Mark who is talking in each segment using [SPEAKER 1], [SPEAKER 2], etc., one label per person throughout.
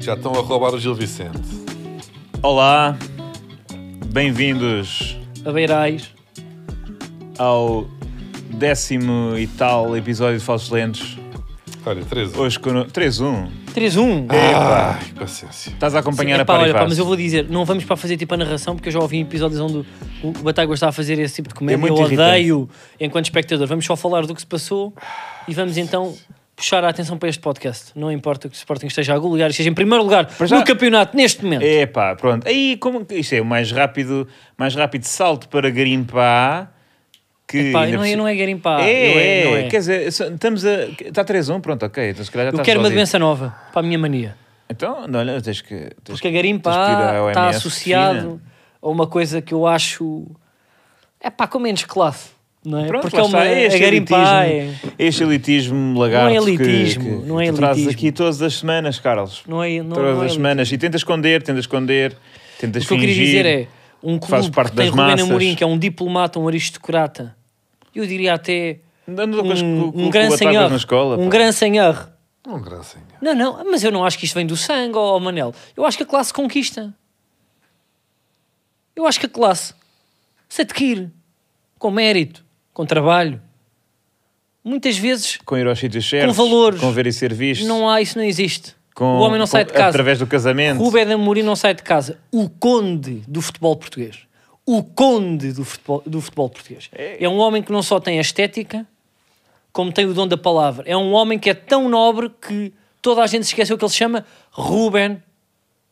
[SPEAKER 1] Já estão a roubar o Gil Vicente.
[SPEAKER 2] Olá, bem-vindos
[SPEAKER 3] A Beirais.
[SPEAKER 2] ao décimo e tal episódio de Falsos Lentes.
[SPEAKER 1] Olha, 13.
[SPEAKER 2] Hoje com 3-1.
[SPEAKER 3] 3-1.
[SPEAKER 1] Ai, paciência.
[SPEAKER 2] Estás a acompanhar Ah, a
[SPEAKER 3] Epá, olha, pá,
[SPEAKER 2] Paribas.
[SPEAKER 3] mas eu vou dizer, não vamos para fazer tipo a narração, porque eu já ouvi episódios onde o, o Batagas está a fazer esse tipo de comédia.
[SPEAKER 2] É muito
[SPEAKER 3] eu
[SPEAKER 2] irritante.
[SPEAKER 3] odeio enquanto espectador. Vamos só falar do que se passou e vamos então puxar a atenção para este podcast. Não importa que o Sporting esteja a algum lugar, esteja em primeiro lugar
[SPEAKER 2] já- É
[SPEAKER 3] no campeonato neste momento.
[SPEAKER 2] Epá, pronto. Aí, como que- isto é o mais rápido, mais rápido salto para Garimpa que
[SPEAKER 3] Epá,
[SPEAKER 2] ainda
[SPEAKER 3] não,
[SPEAKER 2] por-
[SPEAKER 3] é- não é garimpar.
[SPEAKER 2] É,
[SPEAKER 3] não é, não é.
[SPEAKER 2] quer dizer, só- estamos a. Está 3-1, pronto, ok. Então, se calhar já
[SPEAKER 3] eu
[SPEAKER 2] está
[SPEAKER 3] quero uma
[SPEAKER 2] resolvido.
[SPEAKER 3] doença nova para a minha mania.
[SPEAKER 2] Então, não, olha, tens que. Tens
[SPEAKER 3] Porque a
[SPEAKER 2] que- tens que ir à
[SPEAKER 3] garimpa
[SPEAKER 2] OMS
[SPEAKER 3] está
[SPEAKER 2] fina.
[SPEAKER 3] associado a uma coisa que eu acho é pá, com menos classe, não é?
[SPEAKER 2] Pronto,
[SPEAKER 3] Porque
[SPEAKER 2] lá
[SPEAKER 3] é uma
[SPEAKER 2] está, é
[SPEAKER 3] a
[SPEAKER 2] este
[SPEAKER 3] garimpa é,
[SPEAKER 2] elitismo, é este elitismo lagarto
[SPEAKER 3] Não é
[SPEAKER 2] que-
[SPEAKER 3] elitismo,
[SPEAKER 2] que,
[SPEAKER 3] não é
[SPEAKER 2] tu trazes
[SPEAKER 3] elitismo.
[SPEAKER 2] aqui todas as semanas, Carlos.
[SPEAKER 3] não é, não,
[SPEAKER 2] todas
[SPEAKER 3] não é
[SPEAKER 2] as semanas. E tenta esconder, tenta esconder, tenta
[SPEAKER 3] O que eu queria dizer é um
[SPEAKER 2] que faz
[SPEAKER 3] clube
[SPEAKER 2] parte
[SPEAKER 3] que tem
[SPEAKER 2] das
[SPEAKER 3] Rubén
[SPEAKER 2] massas.
[SPEAKER 3] Amorim, que é um diplomata, um aristocrata. Eu diria até
[SPEAKER 2] Andando com as-
[SPEAKER 3] um,
[SPEAKER 2] com- com-
[SPEAKER 3] um
[SPEAKER 2] com
[SPEAKER 3] grande
[SPEAKER 2] batatas
[SPEAKER 3] senhor,
[SPEAKER 2] na escola,
[SPEAKER 3] um
[SPEAKER 2] pá.
[SPEAKER 3] grande senhor.
[SPEAKER 1] Um gracinha.
[SPEAKER 3] Não, não, mas eu não acho que isto vem do sangue, ó Manel. Eu acho que a classe conquista. Eu acho que a classe se adquire com mérito, com trabalho. Muitas vezes
[SPEAKER 2] Com ir aos sítios certos,
[SPEAKER 3] valores.
[SPEAKER 2] com ver e ser visto,
[SPEAKER 3] não há, isso não existe.
[SPEAKER 2] com-
[SPEAKER 3] o homem não
[SPEAKER 2] com-
[SPEAKER 3] sai de casa.
[SPEAKER 2] Através do casamento.
[SPEAKER 3] Rubén Amorim não sai é de casa. O conde do futebol português. O conde do futebol, do futebol português. É um homem que não só tem a estética, como tem o dom da palavra. É um homem que é tão nobre que toda a gente se esqueceu que ele se chama Ruben.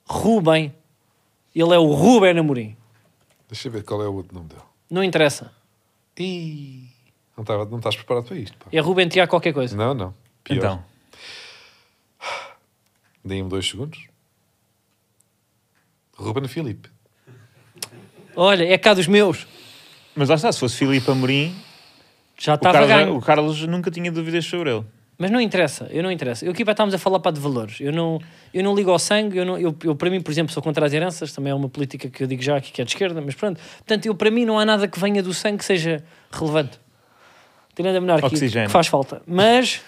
[SPEAKER 3] Ruben. Ele é o Ruben Amorim.
[SPEAKER 1] Deixa eu ver qual é o outro nome dele.
[SPEAKER 3] Não interessa.
[SPEAKER 1] Não, tava, não estás preparado para isto, pá.
[SPEAKER 3] É Ruben Tiago qualquer coisa.
[SPEAKER 1] Não, não. Pior.
[SPEAKER 2] Então,
[SPEAKER 1] Deem-me dois segundos. Ruben Filipe.
[SPEAKER 3] Olha, é cá dos meus.
[SPEAKER 2] mas lá está, se fosse Filipe Amorim,
[SPEAKER 3] Já
[SPEAKER 2] o
[SPEAKER 3] estava
[SPEAKER 2] Carlos, é
[SPEAKER 3] ganho.
[SPEAKER 2] o Carlos nunca tinha dúvidas sobre ele.
[SPEAKER 3] Mas não interessa, eu não interessa. Eu aqui pá, estávamos a falar pá, de valores. Eu não, eu não ligo ao sangue, eu, não, eu, eu para mim, por exemplo, sou contra as heranças, também é uma política que eu digo já aqui que é de esquerda, mas pronto. Portanto, eu para mim não há nada que venha do sangue que seja relevante. Tirando a menor que,
[SPEAKER 2] Oxigênio.
[SPEAKER 3] que faz falta. Mas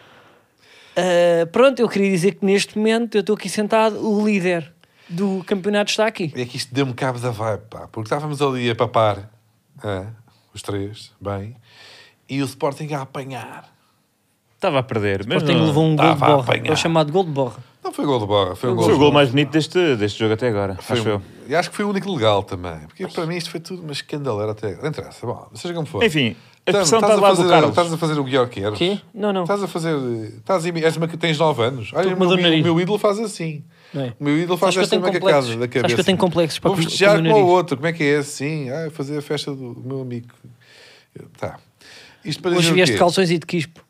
[SPEAKER 3] ah, pronto, eu queria dizer que neste momento eu estou aqui sentado, o líder do campeonato está aqui.
[SPEAKER 1] É que isto deu-me cabo da vibe, pá. Porque estávamos ali a papar, ah, os três, bem, e o Sporting a apanhar.
[SPEAKER 2] Estava a perder. Mas
[SPEAKER 3] Portanto,
[SPEAKER 2] não-
[SPEAKER 3] levou um gol
[SPEAKER 1] Tava
[SPEAKER 3] de
[SPEAKER 1] a
[SPEAKER 3] borra.
[SPEAKER 1] apanhar.
[SPEAKER 3] É o chamado gol de borra.
[SPEAKER 1] Não foi gol de borra, foi um gol
[SPEAKER 2] Foi o
[SPEAKER 1] de
[SPEAKER 2] gol
[SPEAKER 1] borra.
[SPEAKER 2] mais bonito deste, deste jogo até agora.
[SPEAKER 1] Foi
[SPEAKER 2] acho
[SPEAKER 1] um-
[SPEAKER 2] eu.
[SPEAKER 1] E acho que foi o único legal também. Porque para mim isto foi tudo uma escandaleira até. Não interessa, bom, seja como for.
[SPEAKER 2] Enfim, a
[SPEAKER 1] Tam, Então,
[SPEAKER 2] pressão
[SPEAKER 1] estás
[SPEAKER 2] está do lado
[SPEAKER 1] fazer,
[SPEAKER 2] do Carlos.
[SPEAKER 1] Estás a fazer o Guior Queres.
[SPEAKER 3] Quê? Não, não.
[SPEAKER 1] Estás a fazer. Estás a, és uma, que tens 9 anos. Olha,
[SPEAKER 3] com
[SPEAKER 1] o
[SPEAKER 3] uma
[SPEAKER 1] meu,
[SPEAKER 3] dor no nariz.
[SPEAKER 1] o meu ídolo faz assim.
[SPEAKER 3] Não é?
[SPEAKER 1] O meu ídolo faz
[SPEAKER 3] Sabes que
[SPEAKER 1] esta
[SPEAKER 3] eu tenho
[SPEAKER 1] maca
[SPEAKER 3] complexos.
[SPEAKER 1] casa da
[SPEAKER 3] Sabes que eu
[SPEAKER 1] cabeça.
[SPEAKER 3] tenho complexos para
[SPEAKER 1] Vou
[SPEAKER 3] com- com o
[SPEAKER 1] festejar
[SPEAKER 3] meu
[SPEAKER 1] com o
[SPEAKER 3] nariz.
[SPEAKER 1] outro. Como é que é assim? Ah, fazer a festa do meu amigo. Eu- Tá. Isto para
[SPEAKER 3] Hoje
[SPEAKER 1] dizer o
[SPEAKER 3] vieste de
[SPEAKER 1] quê?
[SPEAKER 3] calções e de quispo.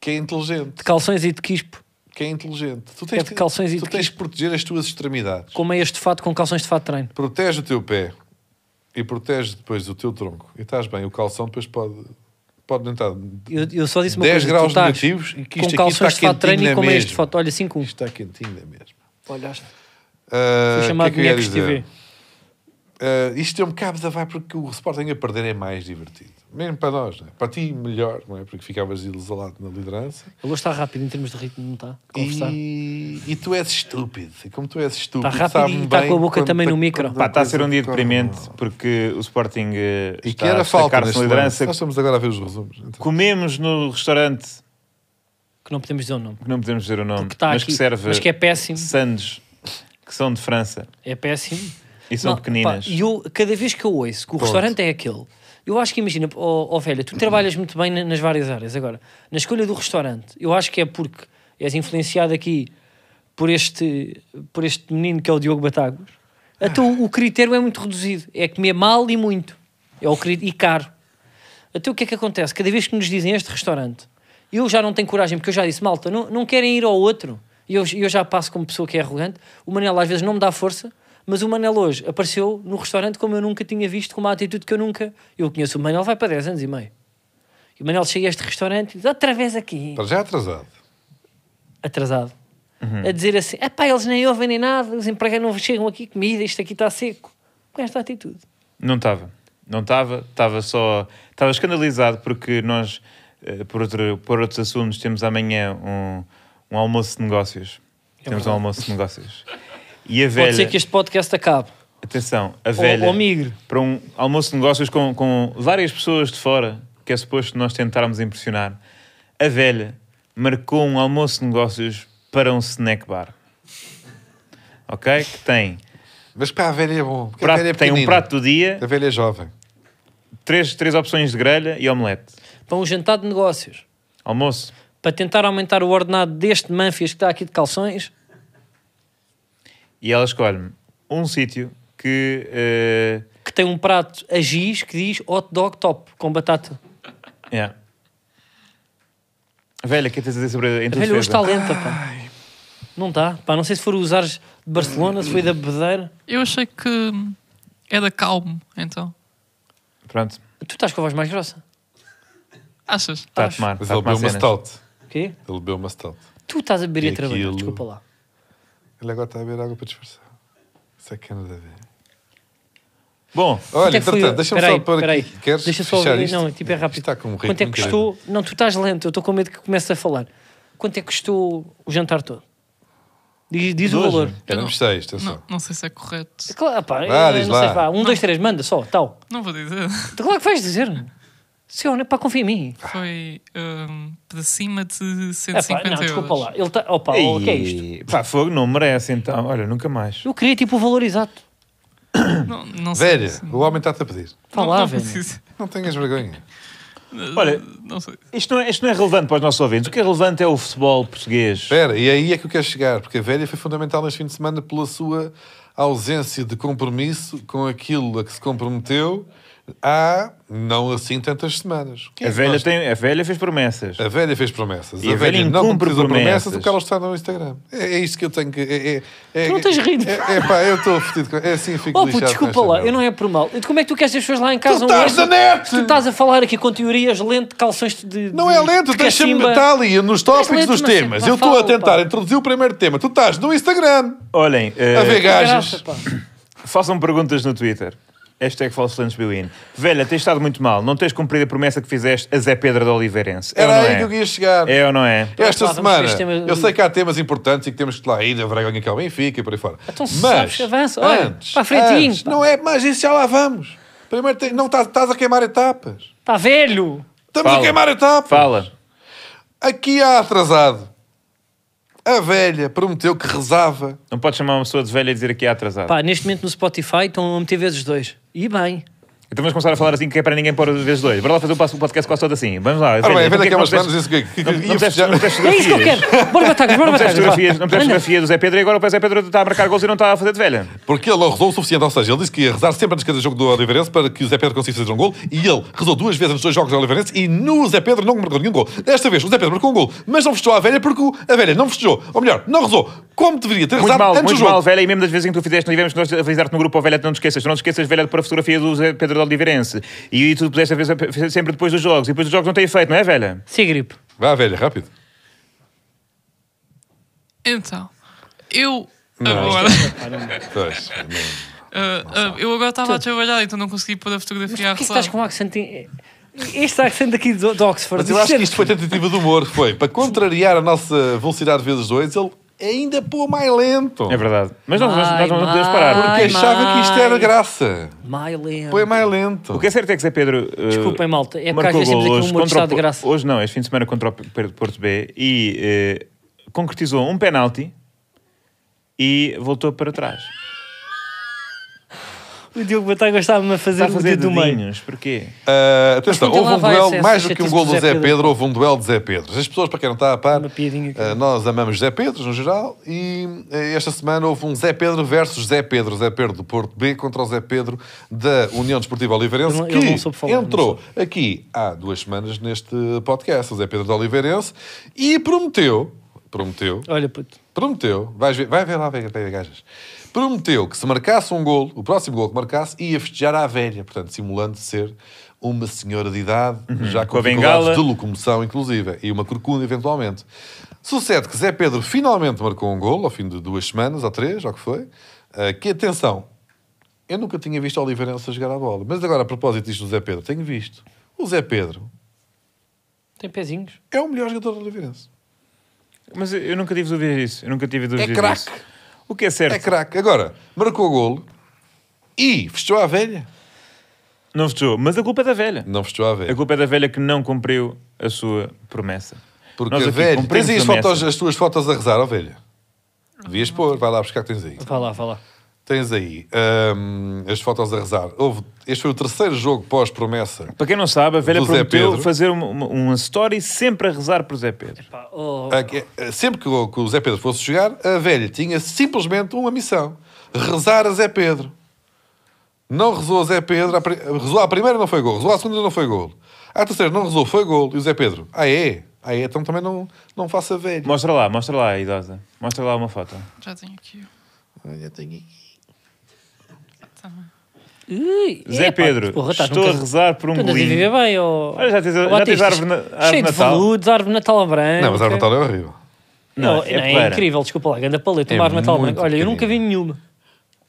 [SPEAKER 1] Que é inteligente.
[SPEAKER 3] De calções e de quispo.
[SPEAKER 1] Que é inteligente. Tu tens,
[SPEAKER 3] É de calções e
[SPEAKER 1] tu
[SPEAKER 3] de
[SPEAKER 1] tens de proteger as tuas extremidades.
[SPEAKER 3] com meias de é fato, com calções de fato de treino.
[SPEAKER 1] protege o teu pé e protege depois o teu tronco e estás bem, o calção depois pode pode entrar
[SPEAKER 3] Eu, eu só disse uma
[SPEAKER 1] 10
[SPEAKER 3] coisa, tu
[SPEAKER 1] graus
[SPEAKER 3] estás
[SPEAKER 1] negativos e que isto
[SPEAKER 3] com
[SPEAKER 1] aqui
[SPEAKER 3] calções
[SPEAKER 1] está
[SPEAKER 3] de fato de treino e
[SPEAKER 1] quentinho
[SPEAKER 3] com
[SPEAKER 1] na
[SPEAKER 3] meias de
[SPEAKER 1] mesma.
[SPEAKER 3] fato. Olha, 5-1.
[SPEAKER 1] isto está quentinho é na mesma
[SPEAKER 3] Olhaste.
[SPEAKER 1] Ah,
[SPEAKER 3] Foi
[SPEAKER 1] o
[SPEAKER 3] chamado
[SPEAKER 1] que é que eu ia
[SPEAKER 3] Bonecos
[SPEAKER 1] dizer?
[SPEAKER 3] TV.
[SPEAKER 1] Ah, isto deu-me cabo da vai porque o Sporting a perder é mais divertido mesmo para nós, não é? para ti melhor não é? porque ficavas isolado na liderança
[SPEAKER 3] Ele hoje está rápido em termos de ritmo, não está? Conversar.
[SPEAKER 1] e, e tu és estúpido e como tu és estúpido
[SPEAKER 3] Está rápido
[SPEAKER 1] sabe-me
[SPEAKER 3] e está
[SPEAKER 1] bem
[SPEAKER 3] com a boca
[SPEAKER 1] quando
[SPEAKER 3] também
[SPEAKER 1] te-
[SPEAKER 3] no micro.
[SPEAKER 1] quando
[SPEAKER 2] Pá, está a
[SPEAKER 1] coisa
[SPEAKER 2] ser um dia
[SPEAKER 1] corre
[SPEAKER 2] deprimente
[SPEAKER 1] mal.
[SPEAKER 2] porque o Sporting eh,
[SPEAKER 1] e que
[SPEAKER 2] está a
[SPEAKER 1] era falta
[SPEAKER 2] destacar-se
[SPEAKER 1] neste
[SPEAKER 2] na liderança.
[SPEAKER 1] momento. nós estamos agora a ver os resumos então.
[SPEAKER 2] Comemos no restaurante,
[SPEAKER 3] Que não podemos dizer o
[SPEAKER 1] Hum,
[SPEAKER 3] nome.
[SPEAKER 2] que não podemos dizer o nome,
[SPEAKER 3] Que está
[SPEAKER 2] mas
[SPEAKER 3] aqui,
[SPEAKER 2] que serve
[SPEAKER 3] mas que é péssimo.
[SPEAKER 2] sandes que são de França
[SPEAKER 3] É péssimo.
[SPEAKER 2] e são
[SPEAKER 3] Não,
[SPEAKER 2] pequeninas.
[SPEAKER 3] pá, E eu, cada vez que eu ouço que o restaurante é aquele, eu acho que, imagina, ó ó, velha, tu trabalhas muito bem na- nas várias áreas. Agora, na escolha do restaurante, eu acho que é porque és influenciado aqui por este, por este menino que é o Diogo Batagos. Então o critério é muito reduzido. É comer mal e muito. É o cri- e caro. Então o que é que acontece? Cada vez que nos dizem este restaurante, eu já não tenho coragem, porque eu já disse, malta, não, não querem ir ao outro. E eu, eu já passo como pessoa que é arrogante. O Manel às vezes não me dá força, mas o Manel hoje apareceu no restaurante como eu nunca tinha visto, com uma atitude que eu nunca. Eu conheço o Manel, vai para 10 anos e meio. E o Manel chega a este restaurante e diz, outra vez aqui,
[SPEAKER 1] Para já atrasado.
[SPEAKER 3] atrasado. A dizer assim, ah pá, eles nem ouvem nem nada, os empregados não chegam aqui, comida, isto aqui está seco. Com esta atitude.
[SPEAKER 2] Não estava. Não estava. Estava só. Estava escandalizado porque nós, eh, por, outro, por outros assuntos, temos amanhã um, um almoço de negócios. Temos um almoço de negócios. E a
[SPEAKER 3] É Pode ser
[SPEAKER 2] velha,
[SPEAKER 3] que este podcast acabe.
[SPEAKER 2] atenção, a
[SPEAKER 3] Ou,
[SPEAKER 2] velha
[SPEAKER 3] ou migre.
[SPEAKER 2] para um almoço de negócios com, com várias pessoas de fora, que é suposto nós tentarmos impressionar. A velha marcou um almoço de negócios para um snack bar. Ok? Que tem,
[SPEAKER 1] Mas pá, a velha é bom. Porque a
[SPEAKER 2] prato-
[SPEAKER 1] velha é
[SPEAKER 2] tem um
[SPEAKER 1] pequenina.
[SPEAKER 2] prato do dia,
[SPEAKER 1] A velha é jovem.
[SPEAKER 2] três, três opções de grelha e omelete.
[SPEAKER 3] Para um jantar de negócios.
[SPEAKER 2] Almoço.
[SPEAKER 3] Para tentar aumentar o ordenado deste Manfias que está aqui de calções.
[SPEAKER 2] E ela escolhe-me um sítio que. eh,
[SPEAKER 3] Que tem um prato a giz que diz hot dog top. Com batata.
[SPEAKER 2] yeah. Velha, o que é que tens a dizer sobre a em tua
[SPEAKER 3] A velha hoje está
[SPEAKER 2] defesa?
[SPEAKER 3] lenta, pá. Não está. Pá, não sei se foram os ares de Barcelona, se foi da Bedeira.
[SPEAKER 4] Eu achei que era calmo, então.
[SPEAKER 2] Pronto,
[SPEAKER 3] Tu estás com a voz mais grossa.
[SPEAKER 4] Achas?
[SPEAKER 2] está a
[SPEAKER 3] Acho.
[SPEAKER 2] tomar.
[SPEAKER 1] Mas
[SPEAKER 2] Está a
[SPEAKER 1] ele
[SPEAKER 2] tomar
[SPEAKER 1] bebeu uma
[SPEAKER 2] Ah, cenas.
[SPEAKER 1] stout.
[SPEAKER 3] O quê?
[SPEAKER 1] Ele bebeu uma stout.
[SPEAKER 3] Tu estás a beber e a
[SPEAKER 1] E
[SPEAKER 3] trabalhar,
[SPEAKER 1] aquilo?
[SPEAKER 3] desculpa lá.
[SPEAKER 1] Ele agora está a beber água para disfarçar. Isso é que anda a ver.
[SPEAKER 2] Bom,
[SPEAKER 1] Olha,
[SPEAKER 3] Quanto é que foi-
[SPEAKER 1] entretanto, deixa-me
[SPEAKER 3] peraí,
[SPEAKER 1] só pôr
[SPEAKER 3] peraí.
[SPEAKER 1] aqui. Queres
[SPEAKER 3] Deixa só
[SPEAKER 1] fechar
[SPEAKER 3] ver-
[SPEAKER 1] isto?
[SPEAKER 3] Não, tipo, é rápido.
[SPEAKER 1] Isto está com um
[SPEAKER 3] Quanto é que
[SPEAKER 1] ritmo
[SPEAKER 3] custou? Não, tu estás lento, eu estou com medo que comece a falar. Quanto é que custou o jantar todo? Diz, diz o
[SPEAKER 2] Doze.
[SPEAKER 3] valor.
[SPEAKER 1] Éramos seis, atenção.
[SPEAKER 4] Não, não sei se é correto.
[SPEAKER 3] Claro, pá,
[SPEAKER 1] Vá,
[SPEAKER 3] eu
[SPEAKER 1] diz
[SPEAKER 3] não sei,
[SPEAKER 1] lá.
[SPEAKER 3] vá. Um, dois, três, manda só, tal.
[SPEAKER 4] Não vou dizer.
[SPEAKER 3] Claro é que vais dizer. Senhor, não é pá, confia em mim.
[SPEAKER 4] Foi hum, para cima de
[SPEAKER 3] É
[SPEAKER 4] 150
[SPEAKER 3] pá, não,
[SPEAKER 4] euros.
[SPEAKER 3] desculpa lá. Ele tá, opa, o que é isto?
[SPEAKER 2] E, Pá, fogo não merece então. Olha, nunca mais.
[SPEAKER 3] Eu queria tipo o valor exato.
[SPEAKER 4] Não, não sei.
[SPEAKER 1] Velha,
[SPEAKER 4] se-
[SPEAKER 1] o homem está-te a pedir.
[SPEAKER 3] Vá
[SPEAKER 4] não,
[SPEAKER 3] lá,
[SPEAKER 4] não
[SPEAKER 3] velho.
[SPEAKER 4] preciso.
[SPEAKER 1] Não tenhas vergonha.
[SPEAKER 2] Olha,
[SPEAKER 4] Não sei.
[SPEAKER 2] isto não, é, isto não é relevante para os nossos ouvintes. O que é relevante é o futebol português.
[SPEAKER 1] Espera, e aí é que eu quero chegar, porque a velha foi fundamental neste fim de semana pela sua ausência de compromisso com aquilo a que se comprometeu há não assim tantas semanas. Quem
[SPEAKER 2] A
[SPEAKER 1] é que
[SPEAKER 2] velha,
[SPEAKER 1] nós-
[SPEAKER 2] tem, a velha fez promessas.
[SPEAKER 1] A velha fez promessas.
[SPEAKER 2] E a
[SPEAKER 1] a
[SPEAKER 2] velha
[SPEAKER 1] velha, não
[SPEAKER 2] incumpre
[SPEAKER 1] cumpriu promessas,
[SPEAKER 2] promessas.
[SPEAKER 1] o que ela está no Instagram. É, é isto que eu tenho que. É, é- é-
[SPEAKER 3] Tu não tens rido.
[SPEAKER 1] É, é pá, eu estou fodido. com- É assim, eu fico
[SPEAKER 3] Oh,
[SPEAKER 1] lixado
[SPEAKER 3] puto,
[SPEAKER 1] com
[SPEAKER 3] desculpa
[SPEAKER 1] esta
[SPEAKER 3] lá,
[SPEAKER 1] merda.
[SPEAKER 3] eu não é por mal. Como é que tu queres que as pessoas lá em casa
[SPEAKER 1] Tu estás
[SPEAKER 3] ouçam-
[SPEAKER 1] na net!
[SPEAKER 3] Tu estás a falar aqui com teorias lento, calções de.
[SPEAKER 1] Não é lento, deixa-me estar ali nos tópicos
[SPEAKER 3] é lento,
[SPEAKER 1] dos
[SPEAKER 3] mas sempre
[SPEAKER 1] temas.
[SPEAKER 3] na
[SPEAKER 1] Eu estou
[SPEAKER 3] fala,
[SPEAKER 1] a tentar
[SPEAKER 3] pá.
[SPEAKER 1] introduzir o primeiro tema. Tu estás no Instagram
[SPEAKER 2] Olhem, eh,
[SPEAKER 1] a ver
[SPEAKER 3] Graça,
[SPEAKER 1] gajas.
[SPEAKER 3] pá.
[SPEAKER 2] Façam perguntas no Twitter. Hashtag FalsoLentesBuin. Velha, tens estado muito mal. Não tens cumprido a promessa que fizeste a Zé Pedro de Oliveirense. É
[SPEAKER 1] Era
[SPEAKER 2] ou não
[SPEAKER 1] aí
[SPEAKER 2] é?
[SPEAKER 1] que eu ia chegar.
[SPEAKER 2] É ou não é?
[SPEAKER 1] Esta
[SPEAKER 3] Vá, vamos ver
[SPEAKER 1] semana,
[SPEAKER 3] este tema-
[SPEAKER 1] eu sei que há temas importantes e que temos que lá ir, a vergonha que é o Benfica e por aí fora.
[SPEAKER 3] Então, se
[SPEAKER 1] Mas,
[SPEAKER 3] sabes, avança, olha,
[SPEAKER 1] antes,
[SPEAKER 3] para a frentinho,
[SPEAKER 1] antes,
[SPEAKER 3] pá.
[SPEAKER 1] não é, mas isso já lá vamos. Primeiro, tem- não tá, estás estás a queimar etapas.
[SPEAKER 3] Tá velho!
[SPEAKER 1] Estamos
[SPEAKER 2] Fala.
[SPEAKER 1] a queimar etapas.
[SPEAKER 2] Fala.
[SPEAKER 1] Aqui há atrasado. A velha prometeu que rezava.
[SPEAKER 2] Não podes chamar uma pessoa de velha e dizer que é atrasado.
[SPEAKER 3] Pá, neste momento no Spotify estão a meter vezes dois. E bem.
[SPEAKER 2] Então vamos começar a falar assim que é para ninguém pôr vezes dois. Bora lá fazer o passo- o podcast quase todo assim. Vamos lá.
[SPEAKER 1] Ora bem, a velha
[SPEAKER 2] então porquê
[SPEAKER 1] que há umas
[SPEAKER 2] não
[SPEAKER 1] semanas disse
[SPEAKER 2] puseste-
[SPEAKER 1] que, que, que,
[SPEAKER 2] não-
[SPEAKER 1] ia
[SPEAKER 2] não puseste-
[SPEAKER 1] festejar-
[SPEAKER 2] não puseste
[SPEAKER 3] É isso que eu
[SPEAKER 2] fotografias?
[SPEAKER 3] quero! Bora batagas, bora
[SPEAKER 2] Não puseste
[SPEAKER 3] batagas! vá.
[SPEAKER 2] fotografias, não puseste
[SPEAKER 3] Anda.
[SPEAKER 2] fotografia do Zé Pedro e agora o Zé Pedro está a marcar gols e não está a fazer de velha.
[SPEAKER 1] Porque ele não rezou o suficiente, ou seja, ele disse que ia rezar sempre antes de cada jogo do Oliveirense para que o Zé Pedro conseguisse fazer um gol e ele rezou duas vezes nos dois jogos do Oliveirense e no Zé Pedro não marcou nenhum gol. Desta vez o Zé Pedro marcou um gol, mas não festejou a velha porque o- a velha não festejou, ou melhor, não rezou como deveria ter
[SPEAKER 2] Muito
[SPEAKER 1] rezado
[SPEAKER 2] mal,
[SPEAKER 1] antes
[SPEAKER 2] muito
[SPEAKER 1] do
[SPEAKER 2] mal,
[SPEAKER 1] jogo.
[SPEAKER 2] velha. E mesmo das vezes em que tu fizeste, nós tivemos que nós avisar-te no grupo, ó velha, tu não te esqueças. Tu não te esqueças, velha, de pôr a fotografia do Zé Pedro de Oliveirense. E tu pudeste fazer sempre depois dos jogos. E depois dos jogos não tem efeito, não é, velha?
[SPEAKER 3] Sigripe.
[SPEAKER 1] Vá, velha, rápido.
[SPEAKER 4] Então, eu
[SPEAKER 1] Não,
[SPEAKER 4] agora.
[SPEAKER 2] é-
[SPEAKER 1] Pois,
[SPEAKER 4] Ah, ah, eu agora estava a trabalhar, então não consegui pôr a fotografia a
[SPEAKER 3] Porquê que estás
[SPEAKER 4] rezar.
[SPEAKER 3] com um accent. em- Este accent aqui de de Oxford.
[SPEAKER 1] Mas eu
[SPEAKER 2] é
[SPEAKER 1] acho que isto foi tentativa de humor, foi. Para contrariar a nossa velocidade vezes dois, ele ainda pôs mais lento.
[SPEAKER 2] É verdade. Mas nós, nós- nós não
[SPEAKER 3] Vai,
[SPEAKER 2] podemos
[SPEAKER 3] vai.
[SPEAKER 2] parar.
[SPEAKER 1] Porque
[SPEAKER 3] Ai,
[SPEAKER 1] achava que isto era
[SPEAKER 3] mãe.
[SPEAKER 1] graça.
[SPEAKER 3] Mylene.
[SPEAKER 1] Põe mais lento.
[SPEAKER 2] O que é certo é que Zé Pedro. eh,
[SPEAKER 3] Desculpem, malta, é porque
[SPEAKER 2] marcou
[SPEAKER 3] às vezes temos
[SPEAKER 2] golo
[SPEAKER 3] aqui um
[SPEAKER 2] hoje
[SPEAKER 3] humor de
[SPEAKER 2] contra o
[SPEAKER 3] estado de
[SPEAKER 2] Po-
[SPEAKER 3] graça.
[SPEAKER 2] Hoje não, este fim de semana contra o P- Porto B e eh, concretizou um penalti e voltou para trás.
[SPEAKER 3] O Diogo Batagas estava-me a fazer
[SPEAKER 2] Está a
[SPEAKER 3] o
[SPEAKER 2] fazer
[SPEAKER 3] dedo do meio.
[SPEAKER 2] dedinhos. Porquê?
[SPEAKER 1] Uh, atenção,
[SPEAKER 3] Mas conta
[SPEAKER 1] houve
[SPEAKER 3] lá,
[SPEAKER 1] um
[SPEAKER 3] vai,
[SPEAKER 1] duelo,
[SPEAKER 3] essa-
[SPEAKER 1] mais
[SPEAKER 3] essa
[SPEAKER 1] do que um
[SPEAKER 3] chatice
[SPEAKER 1] gol
[SPEAKER 3] do
[SPEAKER 1] do
[SPEAKER 3] Zé
[SPEAKER 1] Zé
[SPEAKER 3] Pedro.
[SPEAKER 1] Pedro, houve um duelo de Zé Pedro. As pessoas, para quem não está a par,
[SPEAKER 3] Uma piadinha aqui.
[SPEAKER 1] uh, nós amamos Zé Pedros, no geral, e uh, esta semana houve um Zé Pedro versus Zé Pedro. Zé Pedro do Porto B contra o Zé Pedro da União Desportiva Oliveirense,
[SPEAKER 3] Eu não- eu não soube
[SPEAKER 1] que
[SPEAKER 3] falar,
[SPEAKER 1] entrou aqui há duas semanas neste podcast, o Zé Pedro do Oliveirense, e prometeu, prometeu,
[SPEAKER 3] Olha, puto.
[SPEAKER 1] Prometeu, vais ver, vai ver lá, vai ver, gajas. Prometeu que se marcasse um golo, o próximo golo que marcasse, ia festejar à velha, portanto, simulando ser uma senhora de idade, já com,
[SPEAKER 2] Uhum. Com a
[SPEAKER 1] dificuldades
[SPEAKER 2] bengala.
[SPEAKER 1] de locomoção, inclusive, e uma corcunda, eventualmente. Sucede que Zé Pedro finalmente marcou um golo, ao fim de duas semanas, ou três, ou o que foi, Ah, que, atenção, eu nunca tinha visto o Oliveirense a jogar a bola, mas agora, a propósito disto do Zé Pedro, tenho visto. O Zé Pedro
[SPEAKER 3] Tem pezinhos.
[SPEAKER 1] é o melhor jogador do Oliveirense.
[SPEAKER 2] Mas eu- eu nunca tive dúvidas disso. Eu nunca tive dúvidas
[SPEAKER 1] É craque.
[SPEAKER 2] disso. O que é certo,
[SPEAKER 1] É craque. Agora, marcou o golo e fechou a velha.
[SPEAKER 2] não fechou. Mas a culpa é da velha.
[SPEAKER 1] Não fechou a
[SPEAKER 2] A
[SPEAKER 1] velha.
[SPEAKER 2] culpa é da velha que não cumpriu a sua promessa.
[SPEAKER 1] Porque
[SPEAKER 2] Nós
[SPEAKER 1] a
[SPEAKER 2] aqui
[SPEAKER 1] velha...
[SPEAKER 2] cumprimos
[SPEAKER 1] Tens aí as,
[SPEAKER 2] promessas.
[SPEAKER 1] fotos, as tuas fotos a rezar, ó velha. Devias pôr. Vai lá buscar que tens aí.
[SPEAKER 3] Vá lá, vá lá.
[SPEAKER 1] Tens aí hum, as fotos a rezar. Houve- este foi o terceiro jogo pós-promessa.
[SPEAKER 2] Para quem não sabe, a velha
[SPEAKER 1] Do Zé
[SPEAKER 2] prometeu
[SPEAKER 1] Pedro.
[SPEAKER 2] fazer uma, uma, uma story sempre a rezar para o Zé Pedro.
[SPEAKER 3] Pá, oh,
[SPEAKER 1] Ah, que- ah, Sempre que o, que o Zé Pedro fosse jogar, a velha tinha simplesmente uma missão: rezar a Zé Pedro. Não rezou a Zé Pedro, a pri- rezou à primeira não foi gol, rezou à segunda não foi gol. À terceira não rezou, foi gol. E o Zé Pedro, ah é? Ah é? Então também não, não faça velho.
[SPEAKER 2] Mostra lá, mostra lá, idosa. Mostra lá uma foto.
[SPEAKER 4] Já tenho aqui.
[SPEAKER 1] Olha, tenho aqui.
[SPEAKER 4] Tá bem.
[SPEAKER 3] ui,
[SPEAKER 2] Zé
[SPEAKER 3] epá,
[SPEAKER 2] Pedro,
[SPEAKER 3] porra, estás
[SPEAKER 2] estou
[SPEAKER 3] nunca-
[SPEAKER 2] a rezar por um
[SPEAKER 3] Tu andas a viver
[SPEAKER 2] golinho.
[SPEAKER 3] bem, ó.
[SPEAKER 2] Olha, já tens- já
[SPEAKER 3] Batistas,
[SPEAKER 2] tens árvore na- árvore
[SPEAKER 3] Cheio de
[SPEAKER 2] Natal.
[SPEAKER 3] veludos, árvore de Natal branca.
[SPEAKER 1] Não, mas a árvore de Natal é horrível.
[SPEAKER 3] Não, não, é,
[SPEAKER 2] para.
[SPEAKER 3] incrível, desculpa lá, ganda paleta,
[SPEAKER 1] É
[SPEAKER 3] uma árvore de Natal
[SPEAKER 1] muito
[SPEAKER 3] branca. Olha, eu nunca vi nenhuma.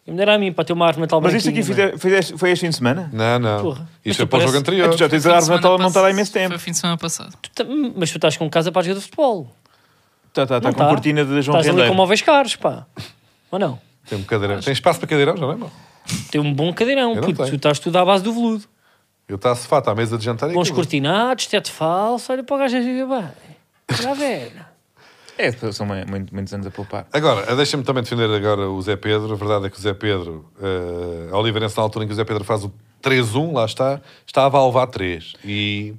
[SPEAKER 3] E me deram a mim para ter uma árvore de Natal é?
[SPEAKER 2] Mas
[SPEAKER 3] branca.
[SPEAKER 2] isto aqui fizeste- fizeste- foi este fim de semana?
[SPEAKER 1] Não, não.
[SPEAKER 3] Porra. Mas
[SPEAKER 1] Isto é
[SPEAKER 3] tu
[SPEAKER 1] para o jogo
[SPEAKER 3] parece-
[SPEAKER 1] anterior.
[SPEAKER 2] É, tu já tens
[SPEAKER 4] Fim de
[SPEAKER 2] a árvore
[SPEAKER 4] semana
[SPEAKER 2] natal a montar há
[SPEAKER 4] pass-
[SPEAKER 2] imenso tempo.
[SPEAKER 4] Foi fim de semana passado.
[SPEAKER 3] Mas tu estás com casa para jogar de futebol.
[SPEAKER 2] Está tá, tá
[SPEAKER 3] Não
[SPEAKER 2] com a cortina de João
[SPEAKER 3] Estás ali com
[SPEAKER 2] Rendeiro.
[SPEAKER 3] móveis caros, pá. Ou não?
[SPEAKER 1] Tem, um cadeirão. tem espaço para cadeirão, já não é mal.
[SPEAKER 3] Tem um bom cadeirão,
[SPEAKER 1] Eu não
[SPEAKER 3] puto.
[SPEAKER 1] tenho.
[SPEAKER 3] Tu estás tudo à base do veludo.
[SPEAKER 1] Eu estava sofá, tá à mesa de jantar e
[SPEAKER 3] Bons
[SPEAKER 1] aquilo.
[SPEAKER 3] cortinados, teto falso. Olha para o gajo a viver bem. Já velho.
[SPEAKER 2] É, são mu- muito- muitos anos a poupar.
[SPEAKER 1] Agora, eh, deixa-me também defender agora o Zé Pedro. A verdade é que o Zé Pedro, eh, a Oliveirense, na altura em que o Zé Pedro faz o 3-1, lá está, estava a levar 3. E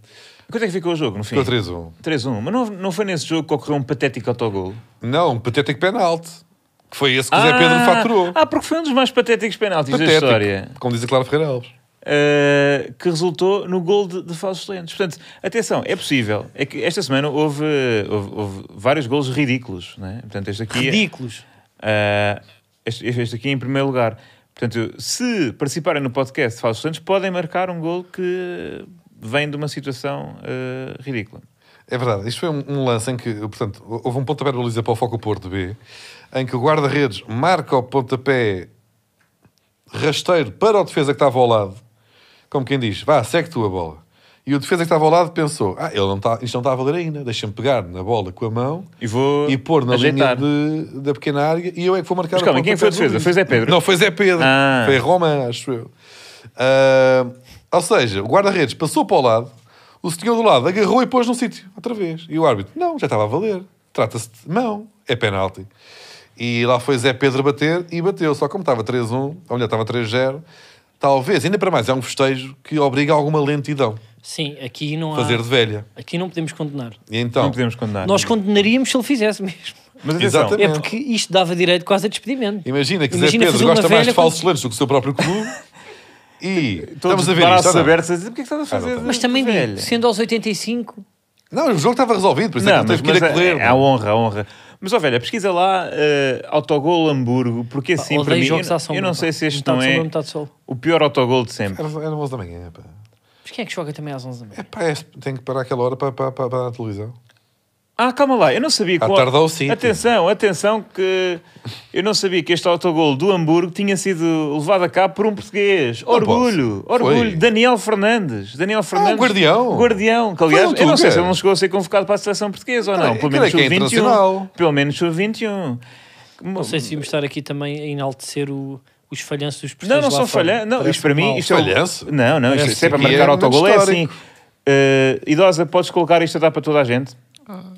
[SPEAKER 2] Quanto é que ficou o jogo, no fim?
[SPEAKER 1] ficou 3-1.
[SPEAKER 2] 3-1. Mas não, não foi nesse jogo que ocorreu um patético autogol?
[SPEAKER 1] Não, um patético penalti. Que foi esse é que o Zé Pedro faturou.
[SPEAKER 2] Ah, porque foi um dos mais patéticos penaltis da história.
[SPEAKER 1] Como diz a Clara Ferreira Alves.
[SPEAKER 2] Uh, que resultou no gol de, de falsos lentes. Portanto, atenção, é possível. É que esta semana houve, houve- houve vários golos ridículos. Né? Portanto, este aqui,
[SPEAKER 3] Ridículos.
[SPEAKER 2] uh, este, este aqui é em primeiro lugar. Portanto, se participarem no podcast de falsos lentes, podem marcar um gol que vem de uma situação uh, ridícula.
[SPEAKER 1] É verdade. Isto foi um, um lance em que, portanto, houve um pontapé do Luísa para o Foco Porto B, em que o guarda-redes marca o pontapé rasteiro para o defesa que estava ao lado, como quem diz, vá, segue tu a bola. E o defesa que estava ao lado pensou, ah, ele não está, isto não está a valer ainda, deixa-me pegar na bola com a mão
[SPEAKER 2] E vou
[SPEAKER 1] e pôr na
[SPEAKER 2] ajeitar.
[SPEAKER 1] linha de- da pequena área e eu é que vou marcar
[SPEAKER 2] Mas
[SPEAKER 1] o
[SPEAKER 2] calma, quem
[SPEAKER 1] pontapé
[SPEAKER 2] foi a
[SPEAKER 1] do
[SPEAKER 2] defesa?
[SPEAKER 1] Luís.
[SPEAKER 2] Foi Zé Pedro?
[SPEAKER 1] Não, foi Zé Pedro.
[SPEAKER 2] Ah.
[SPEAKER 1] Foi Roma, acho eu. Ah, ou seja, o guarda-redes passou para o lado, o senhor do lado agarrou e pôs no sítio, outra vez. E o árbitro, não, já estava a valer. Trata-se de mão, é penalti. E lá foi Zé Pedro bater e bateu. Só como estava 3-1, ou melhor, estava 3-0, talvez, ainda para mais, é um festejo que obriga a alguma lentidão.
[SPEAKER 3] Sim, aqui não há...
[SPEAKER 2] Ah.
[SPEAKER 1] Fazer de velha.
[SPEAKER 3] Aqui não podemos condenar.
[SPEAKER 1] E então,
[SPEAKER 2] Não podemos condenar.
[SPEAKER 3] Nós condenaríamos se ele fizesse mesmo.
[SPEAKER 2] Mas atenção,
[SPEAKER 1] Exatamente.
[SPEAKER 3] É porque isto dava direito quase a despedimento.
[SPEAKER 1] imagina que
[SPEAKER 3] Imagina
[SPEAKER 1] Zé
[SPEAKER 3] fazer
[SPEAKER 1] Pedro
[SPEAKER 3] uma
[SPEAKER 1] gosta mais de
[SPEAKER 3] velha
[SPEAKER 1] falsos lentes do que o seu próprio clube. E
[SPEAKER 2] todos
[SPEAKER 1] estamos a ver
[SPEAKER 2] braços
[SPEAKER 1] isto, ou não?
[SPEAKER 2] abertos a dizer, porque é que estás a
[SPEAKER 1] Ah, não
[SPEAKER 2] fazer?
[SPEAKER 1] está.
[SPEAKER 2] de-
[SPEAKER 3] tá. Mas também
[SPEAKER 2] de
[SPEAKER 3] digo,
[SPEAKER 2] velha?"
[SPEAKER 3] sendo aos 85,
[SPEAKER 1] Não, o jogo estava resolvido, por isso é
[SPEAKER 2] Não,
[SPEAKER 1] que
[SPEAKER 2] mas,
[SPEAKER 1] teve que ir
[SPEAKER 2] mas
[SPEAKER 1] a correr.
[SPEAKER 2] é, é a honra, a honra. Mas, ó, velha, pesquisa lá eh, autogol Hamburgo, porque assim, para
[SPEAKER 3] odeio
[SPEAKER 2] mim, eu,
[SPEAKER 3] jogos à sombra.
[SPEAKER 2] eu não
[SPEAKER 3] pá.
[SPEAKER 2] sei se este
[SPEAKER 3] Metade
[SPEAKER 2] não
[SPEAKER 3] de
[SPEAKER 2] é
[SPEAKER 3] sombra, metade de sol.
[SPEAKER 2] o pior autogol de sempre.
[SPEAKER 1] Era, era 11 da manhã, pá.
[SPEAKER 3] Mas quem é que joga também às 11 da manhã?
[SPEAKER 1] É pá, é, tem que parar aquela hora para, para, para, para a televisão.
[SPEAKER 2] Ah, calma lá, eu não sabia que...
[SPEAKER 1] Ah,
[SPEAKER 2] o-
[SPEAKER 1] tardou sim,
[SPEAKER 2] Atenção, atenção, que eu não sabia que este autogol do Hamburgo tinha sido levado a cabo por um português. orgulho,
[SPEAKER 1] Ah, posso.
[SPEAKER 2] orgulho.
[SPEAKER 1] Foi. Ah,
[SPEAKER 2] Daniel Fernandes. Daniel Fernandes.
[SPEAKER 1] Guardião.
[SPEAKER 2] Guardião, que aliás,
[SPEAKER 1] Foi um
[SPEAKER 2] eu não sei
[SPEAKER 1] Tuga.
[SPEAKER 2] se ele não chegou a ser convocado para a seleção portuguesa ou
[SPEAKER 1] Ah,
[SPEAKER 2] não.
[SPEAKER 1] é,
[SPEAKER 2] Pelo
[SPEAKER 1] creio
[SPEAKER 2] menos
[SPEAKER 1] que é internacional.
[SPEAKER 2] sub-21. Pelo menos sub-21.
[SPEAKER 3] Não sei se vimos estar aqui também a enaltecer o- os falhanços dos
[SPEAKER 2] Não, não
[SPEAKER 3] lá
[SPEAKER 2] são
[SPEAKER 3] fora.
[SPEAKER 2] falhanços. Não,
[SPEAKER 3] Parece
[SPEAKER 2] isto para mim.
[SPEAKER 3] mal.
[SPEAKER 2] Isto é o-
[SPEAKER 1] Falhanço?
[SPEAKER 2] Não, não, isto,
[SPEAKER 1] Parece
[SPEAKER 2] isto é para
[SPEAKER 1] que é
[SPEAKER 2] marcar
[SPEAKER 1] um
[SPEAKER 2] autogol. É assim.
[SPEAKER 1] histórico.
[SPEAKER 2] eh, idosa, podes colocar isto a dar para toda a gente?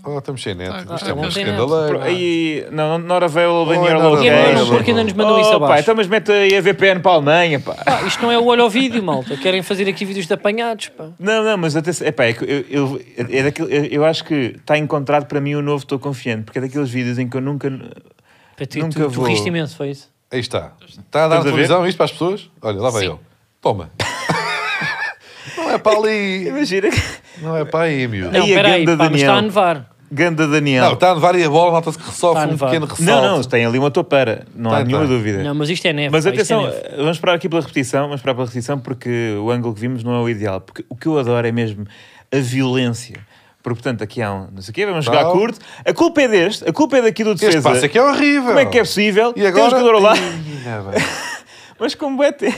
[SPEAKER 1] Oh, estamos sem neto.
[SPEAKER 4] Ah,
[SPEAKER 1] Isto é
[SPEAKER 4] estamos
[SPEAKER 1] muito
[SPEAKER 3] sem neto.
[SPEAKER 1] escandaleiro.
[SPEAKER 2] Pro- Aí, não, not available in
[SPEAKER 1] Oh,
[SPEAKER 2] your
[SPEAKER 1] not
[SPEAKER 2] location.
[SPEAKER 1] available.
[SPEAKER 3] E é
[SPEAKER 1] Não,
[SPEAKER 3] bom, porque ainda nos mandam isso
[SPEAKER 2] Oh, pá,
[SPEAKER 3] abaixo.
[SPEAKER 2] então mas mete aí a VPN para a Alemanha, pá.
[SPEAKER 3] Pá, isto não é o olho ao vídeo, malta. Querem fazer aqui vídeos de apanhados, pá.
[SPEAKER 2] Não, não, mas atenção, epá, é que eu, eu, é daquilo, eu, eu acho que está encontrado para mim o novo Estou Confiante, porque é daqueles vídeos em que eu nunca.
[SPEAKER 3] Pá, tu,
[SPEAKER 2] Nunca
[SPEAKER 3] tu, tu
[SPEAKER 2] vou.
[SPEAKER 3] riste imenso, foi isso?
[SPEAKER 1] Aí está. Está a dar
[SPEAKER 2] Estamos a ver?
[SPEAKER 1] televisão isto para as pessoas? Olha, lá vai
[SPEAKER 4] Sim.
[SPEAKER 1] eu. Toma. não é para ali.
[SPEAKER 2] Imagina que.
[SPEAKER 1] Não é para aí, miúdo.
[SPEAKER 3] Não,
[SPEAKER 2] Aí a
[SPEAKER 3] peraí,
[SPEAKER 2] ganda
[SPEAKER 3] pá, mas
[SPEAKER 2] Daniel.
[SPEAKER 3] está a nevar.
[SPEAKER 2] Ganda
[SPEAKER 1] Não, tá
[SPEAKER 2] Daniel.
[SPEAKER 1] está a nevar e a bola nota-se que
[SPEAKER 3] Está a
[SPEAKER 1] ressalta um
[SPEAKER 3] nevar.
[SPEAKER 1] pequeno ressalto.
[SPEAKER 2] não, não, tem ali uma topeira, não há
[SPEAKER 1] Tá,
[SPEAKER 2] nenhuma
[SPEAKER 1] tá.
[SPEAKER 2] dúvida.
[SPEAKER 3] Não, mas isto é neve.
[SPEAKER 2] Mas
[SPEAKER 3] pá, isto é
[SPEAKER 2] atenção,
[SPEAKER 3] neve.
[SPEAKER 2] vamos esperar aqui pela repetição, vamos esperar pela repetição porque o ângulo que vimos não é o ideal. Porque o que eu adoro é mesmo a violência. Porque, portanto, aqui há um, não sei o quê, vamos jogar
[SPEAKER 1] Tal.
[SPEAKER 2] curto. A culpa é deste, a culpa é daqui do
[SPEAKER 1] Este
[SPEAKER 2] defesa.
[SPEAKER 1] passo aqui é horrível.
[SPEAKER 2] Como é que é possível?
[SPEAKER 1] E
[SPEAKER 2] Tem um
[SPEAKER 1] agora...
[SPEAKER 2] jogador lá.
[SPEAKER 1] Ih, não, é bem.
[SPEAKER 2] Mas como é tempo.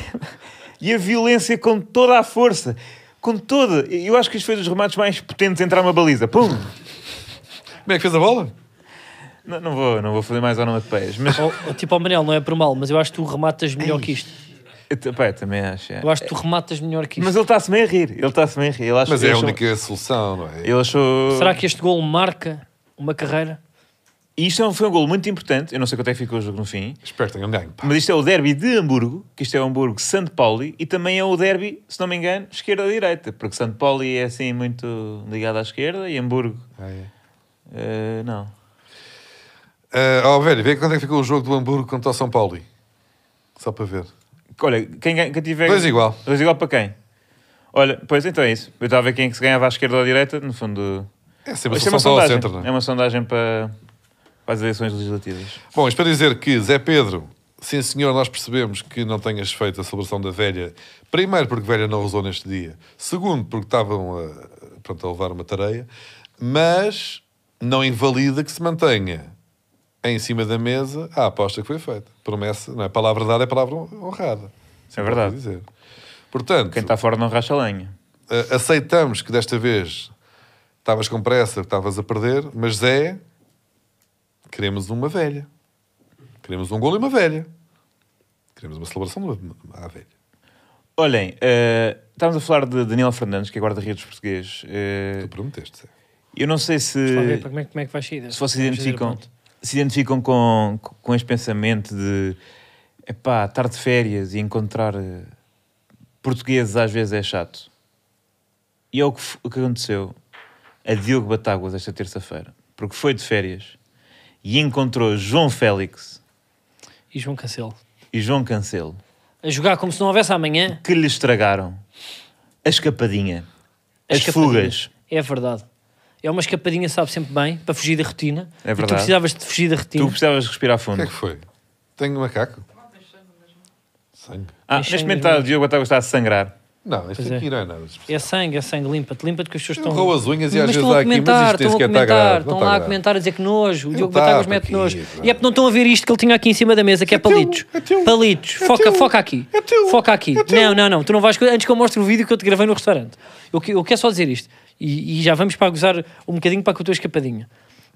[SPEAKER 2] E a violência com toda a força. Com toda. Eu acho que isto foi um dos remates mais potentes a entrar uma baliza. Pum!
[SPEAKER 1] Como é que fez a bola?
[SPEAKER 2] Não, não vou, não vou fazer mais onomatopeias, mas
[SPEAKER 3] Ó, ó, tipo, ao Manel, não é por mal, mas eu acho que tu rematas melhor que isto.
[SPEAKER 2] eu t- pá, eu também acho. é.
[SPEAKER 3] Eu acho que tu rematas melhor que isto.
[SPEAKER 2] Mas ele está-se meio a rir. Ele está-se meio a rir. Ele acha,
[SPEAKER 1] Mas
[SPEAKER 2] ele
[SPEAKER 1] é a
[SPEAKER 2] achou-
[SPEAKER 1] única solução, não é?
[SPEAKER 2] Ele achou.
[SPEAKER 3] Será que este gol marca uma carreira?
[SPEAKER 2] E isto é um- foi um gol muito importante. Eu não sei quanto é que ficou o jogo no fim.
[SPEAKER 1] Espero que tenham ganho. pá.
[SPEAKER 2] Mas isto é o derby de Hamburgo, que isto é o Hamburgo Santo Pauli, e também é o derby, se não me engano, esquerda-direita, porque Santo Pauli é assim muito ligado à esquerda e Hamburgo.
[SPEAKER 1] Ah, é.
[SPEAKER 2] eh, não.
[SPEAKER 1] Ah, ó, velho, vê quando é que ficou o jogo do Hamburgo contra o São Paulo. Só para ver.
[SPEAKER 2] Olha, quem, gan- quem tiver.
[SPEAKER 1] Dois igual.
[SPEAKER 2] Dois igual para quem? Olha, pois então é isso. Eu estava a ver quem é que se ganhava à esquerda ou à direita, no fundo.
[SPEAKER 1] É sempre a
[SPEAKER 2] Isto é
[SPEAKER 1] solução para o centro, não é?
[SPEAKER 2] É uma sondagem para, para as eleições legislativas.
[SPEAKER 1] Bom, isto para dizer que Zé Pedro, sim senhor, nós percebemos que não tenhas feito a celebração da velha. Primeiro, porque velha não rezou neste dia. Segundo, porque estavam a, pronto, a levar uma tareia. Mas não invalida que se mantenha em cima da mesa a aposta que foi feita. Promessa, não é? Palavra dada é palavra honrada.
[SPEAKER 2] É verdade.
[SPEAKER 1] Pode Dizer. Portanto,
[SPEAKER 2] Quem está fora não racha lenha.
[SPEAKER 1] Uh, aceitamos que desta vez estavas com pressa, que estavas a perder, mas Zé, queremos uma velha. Queremos um gol e uma velha. Queremos uma celebração de uma, à velha.
[SPEAKER 2] Olhem, eh, estávamos a falar de Daniel Fernandes, que é guarda-redes português. eh,
[SPEAKER 1] Tu prometeste, Zé.
[SPEAKER 2] eu não sei
[SPEAKER 3] Para
[SPEAKER 2] se.
[SPEAKER 3] ver para como, é, como é que vais sair desta.
[SPEAKER 2] se vocês
[SPEAKER 3] Vamos dizer,
[SPEAKER 2] identificam,
[SPEAKER 3] pronto.
[SPEAKER 2] se identificam com, com este pensamento de epá, estar de férias e encontrar eh, portugueses às vezes é chato. E é o que, f- o que aconteceu a Diogo Batáguas esta terça-feira, porque foi de férias e encontrou João Félix
[SPEAKER 3] E João Cancelo.
[SPEAKER 2] e João Cancelo
[SPEAKER 3] A jogar como se não houvesse amanhã.
[SPEAKER 2] que lhe estragaram a escapadinha,
[SPEAKER 3] a
[SPEAKER 2] as
[SPEAKER 3] escapadinha.
[SPEAKER 2] fugas.
[SPEAKER 3] É verdade. É uma escapadinha, sabe sempre bem, para fugir da rotina.
[SPEAKER 2] É
[SPEAKER 3] E tu
[SPEAKER 2] verdade.
[SPEAKER 3] precisavas de fugir da
[SPEAKER 2] Tu
[SPEAKER 3] rotina.
[SPEAKER 2] precisavas respirar
[SPEAKER 1] O que é
[SPEAKER 2] fundo.
[SPEAKER 1] que foi? Tenho um macaco? Sangue.
[SPEAKER 2] Ah,
[SPEAKER 3] Tem
[SPEAKER 2] neste
[SPEAKER 3] sangue
[SPEAKER 2] momento
[SPEAKER 3] nas
[SPEAKER 2] está- o Diogo Batáguas está a sangrar.
[SPEAKER 1] Não, isto
[SPEAKER 3] Pois é.
[SPEAKER 1] aqui não é nada. especial.
[SPEAKER 3] É sangue, é sangue, limpa-te, limpa-te que as pessoas
[SPEAKER 1] Eu
[SPEAKER 3] estão.
[SPEAKER 1] roo as unhas e às
[SPEAKER 3] mas
[SPEAKER 1] vezes
[SPEAKER 3] estão
[SPEAKER 1] dá
[SPEAKER 3] a
[SPEAKER 1] aqui, mas
[SPEAKER 3] comentar,
[SPEAKER 1] isto nem
[SPEAKER 3] estão a
[SPEAKER 1] sequer está
[SPEAKER 3] comentar,
[SPEAKER 1] grave, não
[SPEAKER 3] estão
[SPEAKER 1] está
[SPEAKER 3] lá a
[SPEAKER 1] grave.
[SPEAKER 3] comentar a dizer que nojo. O Diogo
[SPEAKER 1] tá,
[SPEAKER 3] Batagas mete
[SPEAKER 1] porque-
[SPEAKER 3] nojo. E é porque não estão a ver isto que ele tinha aqui em cima da mesa, que é,
[SPEAKER 1] teu,
[SPEAKER 3] palitos.
[SPEAKER 1] é teu.
[SPEAKER 3] palitos.
[SPEAKER 1] É
[SPEAKER 3] foca,
[SPEAKER 1] teu.
[SPEAKER 3] foca aqui.
[SPEAKER 1] É teu.
[SPEAKER 3] Foca aqui.
[SPEAKER 1] É teu.
[SPEAKER 3] não, não, não. Tu não vais. Antes que eu mostre o vídeo que eu te gravei no restaurante. Eu, que- eu quero só dizer isto. E, e já vamos para gozar um bocadinho para com a tua escapadinha.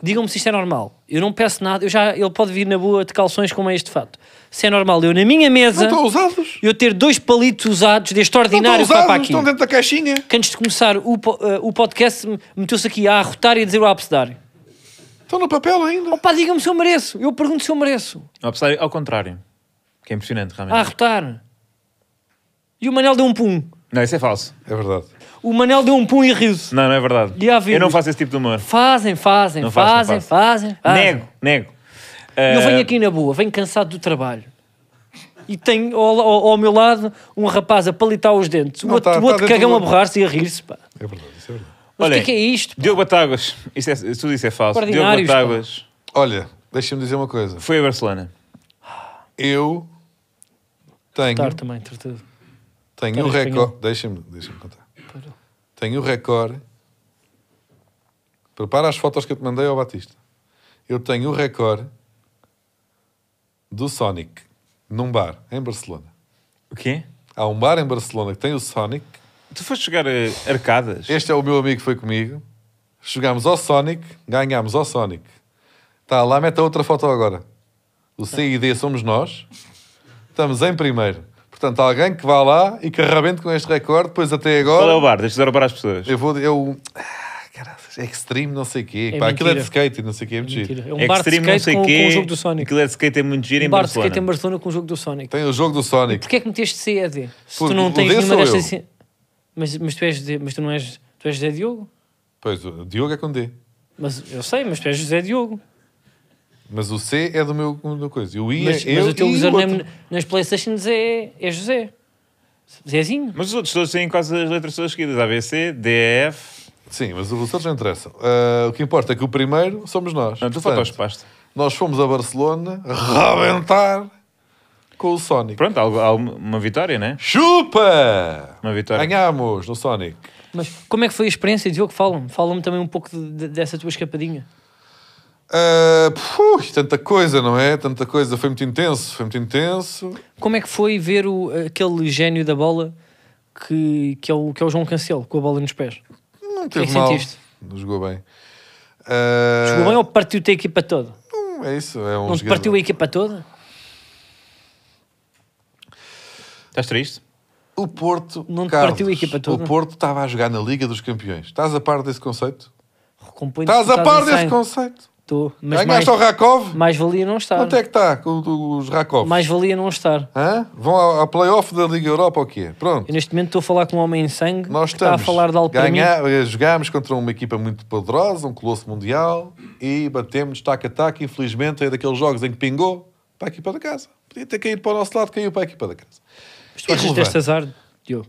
[SPEAKER 3] Digam-me se isto é normal. Eu não peço nada. Eu já, ele pode vir na boa de calções como é este fato. Se é normal, eu na minha
[SPEAKER 1] Não
[SPEAKER 3] mesa,
[SPEAKER 1] estão usados.
[SPEAKER 3] eu ter dois palitos usados deste
[SPEAKER 1] Não estão
[SPEAKER 3] é. ordinário para
[SPEAKER 1] usados,
[SPEAKER 3] aqui
[SPEAKER 1] estão dentro da caixinha.
[SPEAKER 3] que antes de começar o, po- eh, o podcast me- meteu-se aqui a arrotar e a dizer o abcedário.
[SPEAKER 1] Estão no papel ainda.
[SPEAKER 3] Opa, diga-me se eu mereço. Eu pergunto se eu mereço.
[SPEAKER 2] Ao contrário- Ao contrário, que é impressionante realmente.
[SPEAKER 3] A arrotar. E o Manel deu um pum.
[SPEAKER 2] Não, isso é falso.
[SPEAKER 1] É verdade.
[SPEAKER 3] O Manel deu um pum e riu-se.
[SPEAKER 2] Não, não é verdade.
[SPEAKER 3] E há vírus.
[SPEAKER 2] Eu não faço esse tipo de humor.
[SPEAKER 3] Fazem, fazem,
[SPEAKER 2] Não faço,
[SPEAKER 3] fazem,
[SPEAKER 2] não faço.
[SPEAKER 3] fazem, fazem.
[SPEAKER 2] Nego, nego.
[SPEAKER 3] Ah. Eu
[SPEAKER 2] Eh,
[SPEAKER 3] venho aqui na boa, venho cansado do trabalho. E tenho ao, ao- ao meu lado um rapaz a palitar os dentes, o
[SPEAKER 1] Não,
[SPEAKER 3] outro,
[SPEAKER 1] tá-
[SPEAKER 3] o
[SPEAKER 1] tá
[SPEAKER 3] outro
[SPEAKER 1] dentro
[SPEAKER 3] cagão
[SPEAKER 1] do-
[SPEAKER 3] a borrar-se e a rir-se. pá.
[SPEAKER 1] É verdade, isso é verdade.
[SPEAKER 3] Mas o que é
[SPEAKER 2] Olhem,
[SPEAKER 3] que é isto? pá?
[SPEAKER 2] Diogo Batáguas, isso é, tudo isso é falso. Diogo
[SPEAKER 3] Ordinários,
[SPEAKER 2] Batáguas
[SPEAKER 1] Olha, deixa-me dizer uma coisa.
[SPEAKER 2] foi a Barcelona.
[SPEAKER 1] Eu tenho
[SPEAKER 3] Tar também, tortudo.
[SPEAKER 1] Tenho
[SPEAKER 3] Cara
[SPEAKER 1] o
[SPEAKER 3] espanhol.
[SPEAKER 1] recorde. Deixa-me deixa contar. Tenho o recorde. Prepara as fotos que eu te mandei ao Batista. Eu tenho o recorde do Sonic num bar em Barcelona.
[SPEAKER 2] O quê?
[SPEAKER 1] Há um bar em Barcelona que tem o Sonic.
[SPEAKER 2] Tu foste jogar eh, arcadas?
[SPEAKER 1] Este é o meu amigo que foi comigo. Chegámos ao Sonic, ganhámos ao Sonic. Está lá, mete a outra foto agora. O CID somos nós. Estamos em primeiro. Portanto, alguém que vá lá e que arrebente com este recorde, pois até agora.
[SPEAKER 2] Qual é o bar? Deixa-te dar o bar às pessoas.
[SPEAKER 1] Eu vou. Eu. Ah, caraças, extreme, não sei o quê.
[SPEAKER 3] É
[SPEAKER 1] Pá, aquilo é de
[SPEAKER 3] mentira.
[SPEAKER 1] skate, e não sei o quê. É muito giro.
[SPEAKER 3] Mentira. É um bar de
[SPEAKER 2] Extreme,
[SPEAKER 3] skate com, com o jogo do Sonic.
[SPEAKER 2] Aquilo é de skate, é muito giro
[SPEAKER 3] um
[SPEAKER 2] em
[SPEAKER 3] bar de
[SPEAKER 2] Barcelona.
[SPEAKER 3] skate em Barcelona com o jogo do Sonic.
[SPEAKER 1] Tem o jogo do Sonic.
[SPEAKER 3] Porquê é que meteste CED? Se
[SPEAKER 1] Porque
[SPEAKER 3] tu não
[SPEAKER 1] o
[SPEAKER 3] tens
[SPEAKER 1] D
[SPEAKER 3] nenhuma
[SPEAKER 1] sou eu.
[SPEAKER 3] destas. ci- Mas, mas, tu és, de- mas tu não és. Tu és José Diogo?
[SPEAKER 1] Pois, o Diogo é com D.
[SPEAKER 3] Mas eu sei, mas tu és José Diogo.
[SPEAKER 1] Mas o C é do meu, do meu coisa. E o I
[SPEAKER 3] Mas,
[SPEAKER 1] é
[SPEAKER 3] mas
[SPEAKER 1] eu
[SPEAKER 3] o teu
[SPEAKER 1] e o
[SPEAKER 3] username
[SPEAKER 1] outro.
[SPEAKER 3] nas Playstations é, é José. Zezinho.
[SPEAKER 2] Mas os outros todos têm quase as letras todas seguidas. ABC, DF...
[SPEAKER 1] Sim, mas os outros não interessam. Ah, o que importa é que o primeiro somos nós.
[SPEAKER 2] Não, tu
[SPEAKER 1] Portanto,
[SPEAKER 2] fotospaste.
[SPEAKER 1] nós fomos a Barcelona rebentar com o Sonic.
[SPEAKER 2] Pronto, algo- algo- uma vitória, né?
[SPEAKER 1] Chupa!
[SPEAKER 2] Uma vitória.
[SPEAKER 1] Ganhámos no Sonic.
[SPEAKER 3] Mas como é que foi a experiência, Diogo? Fala-me. Fala-me também um pouco de- de- dessa tua escapadinha.
[SPEAKER 1] Ah, puf, tanta coisa, não é? Tanta coisa. Foi muito intenso, foi muito intenso.
[SPEAKER 3] Como é que foi ver o, aquele gênio da bola que, que, é o, que é o João Cancelo, com a bola nos pés?
[SPEAKER 1] Não
[SPEAKER 3] que é
[SPEAKER 1] teve
[SPEAKER 3] que
[SPEAKER 1] mal.
[SPEAKER 3] sentiste?
[SPEAKER 1] Não jogou bem. Ah,
[SPEAKER 3] Jogou bem ou partiu-te a equipa toda?
[SPEAKER 1] não, Hum, é isso. É um
[SPEAKER 3] Não te
[SPEAKER 1] jogador.
[SPEAKER 3] partiu a equipa toda?
[SPEAKER 2] Estás triste?
[SPEAKER 1] O Porto.
[SPEAKER 3] Não te
[SPEAKER 1] Carlos,
[SPEAKER 3] partiu a equipa toda?
[SPEAKER 1] O Porto estava a jogar na Liga dos Campeões. Estás a par desse conceito?
[SPEAKER 3] Recompõe-te
[SPEAKER 1] Estás a
[SPEAKER 3] porque
[SPEAKER 1] par
[SPEAKER 3] em
[SPEAKER 1] desse
[SPEAKER 3] sangue.
[SPEAKER 1] conceito?
[SPEAKER 3] Estou, mas mais,
[SPEAKER 1] Ganhaste ao Rakov?
[SPEAKER 3] mais valia não estar.
[SPEAKER 1] Quanto é que está com o- os Rakov?
[SPEAKER 3] Mais valia não estar.
[SPEAKER 1] Hã? Vão à, à playoff da Liga Europa ou quê? Pronto.
[SPEAKER 3] Eu neste momento estou a falar com um homem em sangue
[SPEAKER 1] Nós
[SPEAKER 3] que está a
[SPEAKER 1] estamos.
[SPEAKER 3] falar de algo para mim.
[SPEAKER 1] ganhar, eh, Jogámos contra uma equipa muito poderosa, um colosso mundial e batemos tac a tac. Infelizmente é daqueles jogos em que pingou para a equipa da casa. Podia ter caído para o nosso lado, caiu para a equipa da casa.
[SPEAKER 3] Mas tu achas deste
[SPEAKER 1] Irrelevante.
[SPEAKER 3] azar? Diogo?